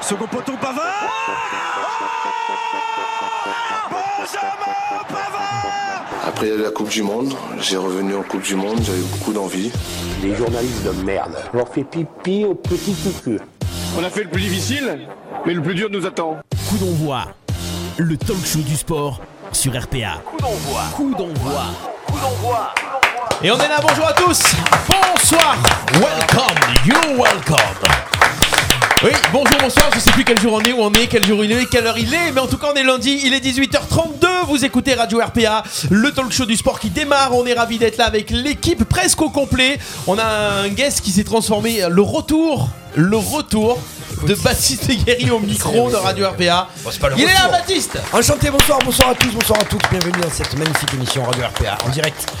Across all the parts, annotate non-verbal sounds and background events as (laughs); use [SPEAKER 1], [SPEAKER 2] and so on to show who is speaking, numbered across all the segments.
[SPEAKER 1] Second poteau, Pavard oh Benjamin Pavard
[SPEAKER 2] Après la Coupe du Monde, j'ai revenu en Coupe du Monde, j'avais beaucoup d'envie.
[SPEAKER 3] Les journalistes de merde. On leur fait pipi au petit cul.
[SPEAKER 4] On a fait le plus difficile, mais le plus dur nous attend.
[SPEAKER 5] Coup d'envoi, le talk show du sport sur RPA.
[SPEAKER 6] Coup d'envoi.
[SPEAKER 5] Coup d'envoi.
[SPEAKER 6] Coup d'envoi.
[SPEAKER 5] Et on est là, bonjour à tous, bonsoir, welcome, you're welcome. Oui, bonjour, bonsoir, je sais plus quel jour on est, où on est, quel jour il est, quelle heure il est, mais en tout cas on est lundi, il est 18h32, vous écoutez Radio RPA, le talk show du sport qui démarre, on est ravis d'être là avec l'équipe presque au complet, on a un guest qui s'est transformé, le retour, le retour de Baptiste Guéry au micro de Radio RPA.
[SPEAKER 7] Bon, c'est pas le
[SPEAKER 5] Il est là
[SPEAKER 7] retour.
[SPEAKER 5] Baptiste
[SPEAKER 7] Enchanté, bonsoir, bonsoir à tous, bonsoir à toutes, bienvenue dans cette magnifique émission Radio RPA en direct.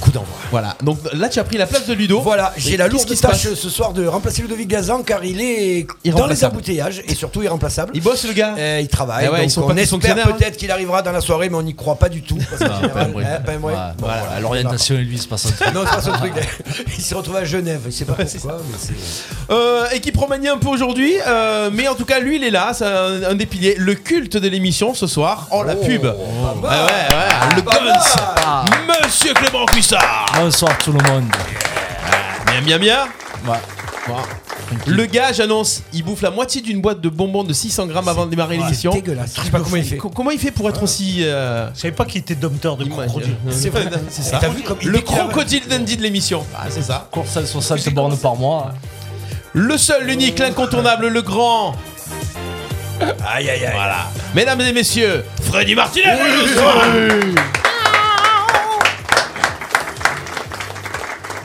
[SPEAKER 7] Coup d'envoi.
[SPEAKER 5] Voilà, donc là tu as pris la place de Ludo.
[SPEAKER 7] Voilà, j'ai
[SPEAKER 5] Et
[SPEAKER 7] la
[SPEAKER 5] qu'est-ce
[SPEAKER 7] lourde
[SPEAKER 5] qui se
[SPEAKER 7] tâche
[SPEAKER 5] passe
[SPEAKER 7] ce soir de remplacer Ludovic Gazan car il est dans les
[SPEAKER 5] Irremplaçable.
[SPEAKER 7] embouteillages et surtout irremplaçable.
[SPEAKER 5] Il bosse le gars
[SPEAKER 7] Euh, il travaille,
[SPEAKER 5] Eh ouais,
[SPEAKER 7] donc
[SPEAKER 5] ils sont
[SPEAKER 7] on
[SPEAKER 5] pas tous
[SPEAKER 7] espère
[SPEAKER 5] fonctionnaires, hein.
[SPEAKER 7] peut-être qu'il arrivera dans la soirée, mais on n'y croit pas du tout.
[SPEAKER 5] (laughs)
[SPEAKER 7] parce qu'en général,
[SPEAKER 8] un bruit.
[SPEAKER 7] hein, pas un bruit.
[SPEAKER 8] Voilà,
[SPEAKER 7] Bon,
[SPEAKER 8] voilà,
[SPEAKER 7] voilà.
[SPEAKER 8] l'orientation et lui, c'est pas son truc.
[SPEAKER 7] (laughs) Non, c'est pas son truc. Il s'est retrouvé à Genève, il sait pas pourquoi, mais c'est.
[SPEAKER 5] Euh, équipe romanie un peu aujourd'hui, euh, mais en tout cas lui il est là, c'est un, un des piliers, le culte de l'émission ce soir. Oh la pub Ouais, ouais, ouais, le
[SPEAKER 7] pas
[SPEAKER 5] guns Monsieur Clément Cuissard
[SPEAKER 8] Bonsoir tout le monde.
[SPEAKER 5] Miam miam miam
[SPEAKER 8] Ouais.
[SPEAKER 5] Le gars, j'annonce, il bouffe la moitié d'une boîte de bonbons de 600 grammes avant de démarrer l'émission.
[SPEAKER 7] dégueulasse. Je sais pas comment il fait.
[SPEAKER 5] Co- Comment il fait pour être aussi. euh,
[SPEAKER 8] Je savais pas qu'il était dompteur de
[SPEAKER 5] image-
[SPEAKER 8] crocodile.
[SPEAKER 5] C'est vrai, c'est ça.
[SPEAKER 7] T'as vu comme il
[SPEAKER 5] Le
[SPEAKER 7] dit qu'il a-
[SPEAKER 5] crocodile Dundee de l'émission. c'est ça.
[SPEAKER 8] Course à 60 bornes par
[SPEAKER 5] hein.
[SPEAKER 8] mois.
[SPEAKER 5] Le seul, l'unique, l'incontournable, le grand. Aïe aïe aïe. Voilà. Mesdames et messieurs, Freddy Martinez.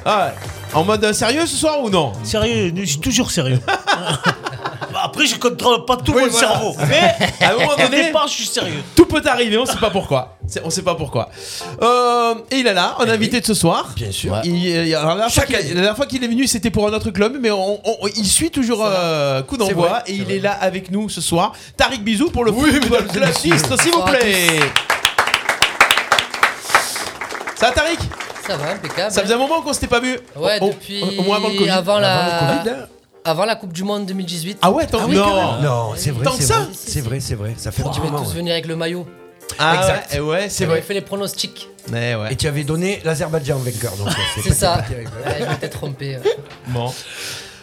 [SPEAKER 5] Ah ouais. En mode euh, sérieux ce soir ou non
[SPEAKER 8] Sérieux, je suis toujours sérieux. (laughs) Après, je contrôle pas tout mon cerveau. Mais
[SPEAKER 5] À un (laughs) moment
[SPEAKER 8] au
[SPEAKER 5] donné,
[SPEAKER 8] départ, je suis sérieux.
[SPEAKER 5] tout peut arriver, on sait pas pourquoi. C'est- On sait pas pourquoi. Euh, et il est là, un invité de ce soir.
[SPEAKER 7] Eh Bien sûr.
[SPEAKER 5] Il- euh, alors, la, dernière fois
[SPEAKER 7] Chaque
[SPEAKER 5] qu'il-
[SPEAKER 7] année.
[SPEAKER 5] la dernière fois qu'il est venu, c'était pour un autre club, mais on- on- il suit toujours euh, coup d'envoi
[SPEAKER 7] vrai,
[SPEAKER 5] et il est là avec nous ce soir. Tariq Bisou pour le football clubiste, s'il vous
[SPEAKER 9] Bonsoir à
[SPEAKER 5] plaît. Ça va, Tariq
[SPEAKER 9] Ça va, impeccable.
[SPEAKER 5] Ça faisait un moment qu'on s'était pas vu.
[SPEAKER 9] Ouais,
[SPEAKER 5] Au- au-
[SPEAKER 9] depuis.
[SPEAKER 5] Au, moins avant le Covid.
[SPEAKER 9] Avant la,
[SPEAKER 7] Avant le Covid, hein.
[SPEAKER 9] avant la Coupe du Monde 2018.
[SPEAKER 5] Ah ouais, tant
[SPEAKER 9] oui,
[SPEAKER 5] non.
[SPEAKER 9] quand même.
[SPEAKER 7] Non, c'est vrai,
[SPEAKER 5] Tant que
[SPEAKER 7] c'est
[SPEAKER 5] ça
[SPEAKER 7] vrai, c'est vrai, c'est vrai, ça fait un
[SPEAKER 9] On
[SPEAKER 7] petit
[SPEAKER 9] devait
[SPEAKER 7] moment.
[SPEAKER 9] tous
[SPEAKER 7] ouais.
[SPEAKER 9] venir avec le maillot.
[SPEAKER 5] Ah
[SPEAKER 7] Exact.
[SPEAKER 5] ouais, eh ouais, c'est
[SPEAKER 9] On avait
[SPEAKER 5] vrai.
[SPEAKER 9] fait les pronostics.
[SPEAKER 5] Eh ouais.
[SPEAKER 7] Et tu avais donné l'Azerbaïdjan vainqueur, donc euh,
[SPEAKER 9] C'est ça.
[SPEAKER 7] pas terrible.
[SPEAKER 9] Ouais, je m'étais trompé.
[SPEAKER 5] Bon.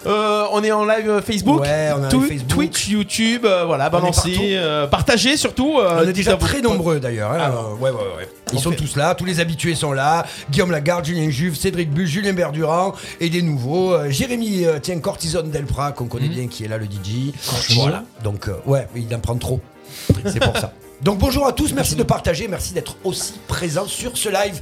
[SPEAKER 5] Euh, on est en live euh, Facebook,
[SPEAKER 7] Ouais, on est en
[SPEAKER 5] Twi-
[SPEAKER 7] Facebook.
[SPEAKER 5] Twitch, YouTube, euh, voilà,
[SPEAKER 7] partout.
[SPEAKER 5] balancez, euh, partagez surtout. euh,
[SPEAKER 7] On est déjà
[SPEAKER 5] dites à vos
[SPEAKER 7] très
[SPEAKER 5] potes.
[SPEAKER 7] nombreux d'ailleurs. hein, euh, ouais, ouais, ouais. Ils sont tous là, tous les habitués sont là. Guillaume Lagarde, Julien Juve, Cédric Bull, Julien Berdurand et des nouveaux. euh, Jérémy, euh, tiens, Cortison Delpra, qu'on connaît bien, qui est là, le DJ. Voilà. Donc, euh, ouais, il en prend trop. C'est pour (laughs) ça. Donc, bonjour à tous, merci de partager, merci d'être aussi présent sur ce live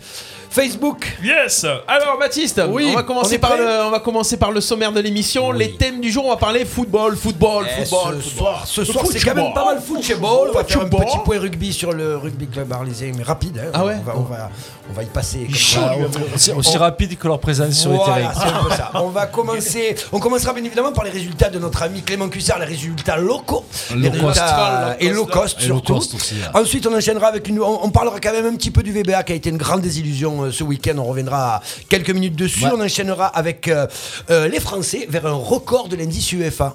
[SPEAKER 7] Facebook.
[SPEAKER 5] Yes Alors Baptiste,
[SPEAKER 7] Oui,
[SPEAKER 5] on, va
[SPEAKER 7] on
[SPEAKER 5] commencer
[SPEAKER 7] est
[SPEAKER 5] par
[SPEAKER 7] prêt
[SPEAKER 5] le, on va commencer par le sommaire de l'émission. Les thèmes du jour, on va parler football, football,
[SPEAKER 7] Eh,
[SPEAKER 5] football,
[SPEAKER 7] ce
[SPEAKER 5] football.
[SPEAKER 7] soir, ce soir, c'est quand même pas mal football. On va faire un petit point rugby sur le rugby club arlésien, mais rapide. hein.
[SPEAKER 5] Ah ouais
[SPEAKER 7] on va, on va, on va y passer. comme ça.
[SPEAKER 8] Aussi, aussi rapide que leur présence sur les
[SPEAKER 7] Voilà,
[SPEAKER 8] terrains.
[SPEAKER 7] c'est un peu ça. On va commencer. On commencera bien évidemment par les résultats de notre ami Clément Cuissard, les résultats locaux, les
[SPEAKER 8] cost.
[SPEAKER 7] résultats et low cost
[SPEAKER 8] Et low
[SPEAKER 7] surtout.
[SPEAKER 8] cost aussi, hein. là.
[SPEAKER 7] Ensuite, on enchaînera avec une. On, on parlera quand même un petit peu du VBA qui a été une grande désillusion euh, ce week-end. On reviendra à quelques minutes dessus. On enchaînera avec euh, euh, les Français vers un record de l'indice UEFA.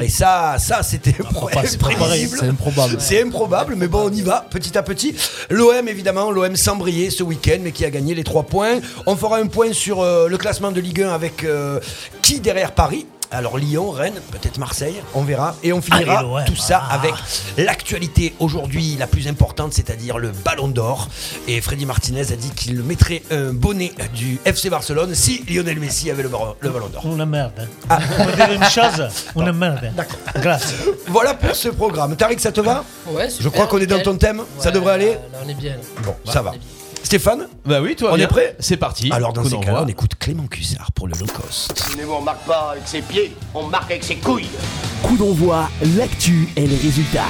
[SPEAKER 7] Et ça, ça c'était
[SPEAKER 8] Ah, pas- c'est pas pareil,
[SPEAKER 7] imprévisible.
[SPEAKER 8] c'est improbable.
[SPEAKER 7] C'est improbable, mais bon, on y va petit à petit. L'OM, évidemment, l'OM sans briller ce week-end, mais qui a gagné les trois points. On fera un point sur euh, le classement de Ligue 1 avec euh, qui derrière Paris alors Lyon, Rennes, peut-être Marseille, on verra. Et on finira
[SPEAKER 8] Allez, l'OM.
[SPEAKER 7] tout ça
[SPEAKER 10] Ah.
[SPEAKER 7] avec l'actualité aujourd'hui la plus importante, c'est-à-dire le Ballon d'Or. Et Freddy Martinez a dit qu'il mettrait un bonnet du FC Barcelone si Lionel Messi avait le, bar- le Ballon d'Or. Ah.
[SPEAKER 10] Una merda. Pour hein. dire une
[SPEAKER 7] (laughs)
[SPEAKER 10] chose, una merda. D'accord. hein. Grâce.
[SPEAKER 7] Voilà pour ce programme. Tariq, ça te va
[SPEAKER 9] Ouais,
[SPEAKER 7] Je crois qu'on est dans ton thème, ça devrait aller
[SPEAKER 9] Là, là, on est bien. là.
[SPEAKER 7] Bon, ça va. Stéphane
[SPEAKER 5] Bah oui, toi.
[SPEAKER 7] On
[SPEAKER 5] bien.
[SPEAKER 7] est prêt
[SPEAKER 5] C'est parti.
[SPEAKER 7] Alors dans
[SPEAKER 5] Coup
[SPEAKER 7] ces
[SPEAKER 5] d'envoi.
[SPEAKER 7] cas-là, on écoute Clément Cussard pour le low cost.
[SPEAKER 3] Mais on marque pas avec ses pieds, on marque avec ses couilles.
[SPEAKER 5] Coup d'envoi, l'actu et les résultats.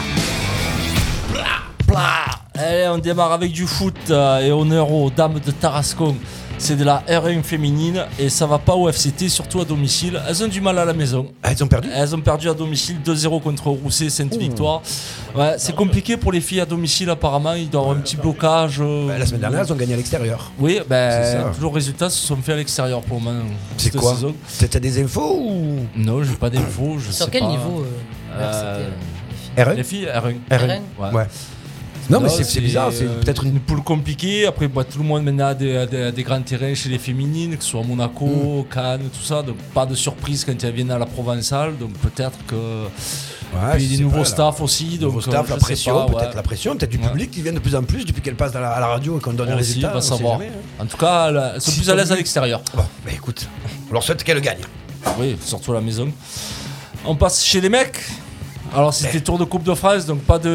[SPEAKER 11] Allez, on démarre avec du foot euh, et honneur aux dames de Tarascon. C'est de la R1 féminine et ça va pas au FCT, surtout à domicile. Elles ont du mal à la maison.
[SPEAKER 7] Ah, ils ont perdu
[SPEAKER 11] Elles ont perdu à domicile 2-0 contre Rousset, Sainte-Victoire. Ouais, c'est compliqué pour les filles à domicile apparemment. Ils doivent avoir un petit blocage. euh,
[SPEAKER 7] Bah, La semaine dernière, ils ont gagné à l'extérieur.
[SPEAKER 11] Oui,
[SPEAKER 7] C'est ça.
[SPEAKER 11] ben, tous les résultats se sont faits à l'extérieur pour le moment.
[SPEAKER 7] C'est
[SPEAKER 11] cette
[SPEAKER 7] quoi
[SPEAKER 11] saison.
[SPEAKER 7] T'as t'as des infos ou
[SPEAKER 11] Non, j'ai pas d'infos. je
[SPEAKER 9] Sur
[SPEAKER 11] sais
[SPEAKER 9] quel
[SPEAKER 11] pas.
[SPEAKER 9] niveau euh, Euh,
[SPEAKER 11] Les
[SPEAKER 7] R1
[SPEAKER 11] filles, R1.
[SPEAKER 9] RN.
[SPEAKER 11] Ouais.
[SPEAKER 7] Ouais. Non, mais
[SPEAKER 11] Non,
[SPEAKER 7] c'est c'est bizarre, c'est
[SPEAKER 11] euh,
[SPEAKER 7] peut-être une.
[SPEAKER 11] une poule compliquée. Après, bah, tout le monde maintenant a des, a des- a des grands terrains chez les féminines, que ce soit Monaco,
[SPEAKER 7] Mm.
[SPEAKER 11] Cannes, tout ça. Donc, pas de surprise quand elles viennent à la Provençale. Donc, peut-être que.
[SPEAKER 7] Ouais,
[SPEAKER 11] puis,
[SPEAKER 7] je
[SPEAKER 11] des
[SPEAKER 7] sais
[SPEAKER 11] nouveaux
[SPEAKER 7] pas, là.
[SPEAKER 11] staffs aussi.
[SPEAKER 7] Nouveau
[SPEAKER 11] donc,
[SPEAKER 7] staff,
[SPEAKER 11] euh,
[SPEAKER 7] la
[SPEAKER 11] je sais
[SPEAKER 7] pression,
[SPEAKER 11] pas,
[SPEAKER 7] peut-être
[SPEAKER 11] ouais.
[SPEAKER 7] la pression, peut-être du
[SPEAKER 11] Ouais.
[SPEAKER 7] public qui vient de plus en plus depuis qu'elle passe à la, à la radio et qu'on donne les
[SPEAKER 11] Aussi,
[SPEAKER 7] résultats.
[SPEAKER 11] on
[SPEAKER 7] on
[SPEAKER 11] va
[SPEAKER 7] sait
[SPEAKER 11] savoir.
[SPEAKER 7] jamais, hein.
[SPEAKER 11] En tout cas, elles- elles sont plus à l'aise à l'extérieur.
[SPEAKER 7] Bon, bah écoute, on leur souhaite qu'elle gagne.
[SPEAKER 11] Oui, surtout à la maison. On passe chez les mecs. Alors c'était tour de Coupe de France, donc pas de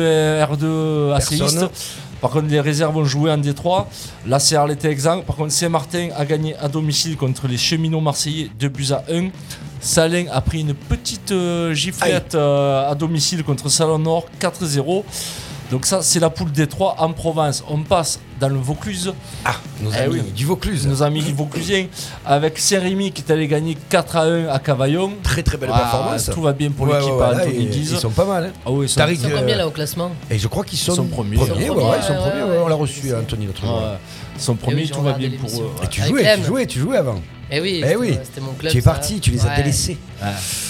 [SPEAKER 7] Personne.
[SPEAKER 11] R2 ACiste. Par contre, les réserves ont joué en Détroit. La CR était exempt. Par contre, Saint-Martin a gagné à domicile contre les cheminots marseillais 2 buts à 1. Salin a pris une petite euh, giflette euh, à domicile contre Salon Nord 4-0. Donc ça, c'est la poule Détroit en province. On passe dans le Vaucluse.
[SPEAKER 7] Ah, nos
[SPEAKER 11] Eh
[SPEAKER 7] amis
[SPEAKER 11] oui.
[SPEAKER 7] du Vaucluse.
[SPEAKER 11] Nos amis vauclusiens, avec Saint-Rémy qui est allé gagner 4 à 1 à Cavaillon.
[SPEAKER 7] Très très belle
[SPEAKER 11] Ah,
[SPEAKER 7] performance.
[SPEAKER 11] Tout va bien pour
[SPEAKER 7] bah, Ouais,
[SPEAKER 11] l'équipe
[SPEAKER 7] ouais, ouais,
[SPEAKER 11] à
[SPEAKER 7] là,
[SPEAKER 11] Anthony
[SPEAKER 7] ils,
[SPEAKER 11] Guise.
[SPEAKER 7] ils sont pas mal. hein.
[SPEAKER 11] Ah oui, ils sont-
[SPEAKER 9] Ils
[SPEAKER 7] Tariq,
[SPEAKER 9] sont
[SPEAKER 7] euh,
[SPEAKER 9] combien là au classement Eh
[SPEAKER 7] Et je crois qu'ils sont,
[SPEAKER 11] Ils sont premiers.
[SPEAKER 7] premiers,
[SPEAKER 11] Ils sont
[SPEAKER 7] ouais, ouais, ils sont
[SPEAKER 9] premiers,
[SPEAKER 7] premiers.
[SPEAKER 9] ouais,
[SPEAKER 7] ouais, on l'a
[SPEAKER 9] ouais,
[SPEAKER 7] reçu,
[SPEAKER 9] c'est-
[SPEAKER 7] Anthony, l'autre jour.
[SPEAKER 11] Ouais. Ils sont
[SPEAKER 9] Eh
[SPEAKER 11] premiers,
[SPEAKER 9] oui, j'ai
[SPEAKER 11] tout va
[SPEAKER 9] regardé
[SPEAKER 11] bien pour eux.
[SPEAKER 9] l'émission. Ah,
[SPEAKER 11] ouais.
[SPEAKER 7] Et tu
[SPEAKER 9] Avec
[SPEAKER 7] jouais, tu
[SPEAKER 9] Clem.
[SPEAKER 7] jouais, tu jouais avant.
[SPEAKER 9] Eh oui,
[SPEAKER 7] Eh
[SPEAKER 9] c'était-
[SPEAKER 7] oui.
[SPEAKER 9] c'était mon club.
[SPEAKER 7] Tu es
[SPEAKER 9] ça.
[SPEAKER 7] parti, tu les as
[SPEAKER 9] Ouais.
[SPEAKER 7] délaissés.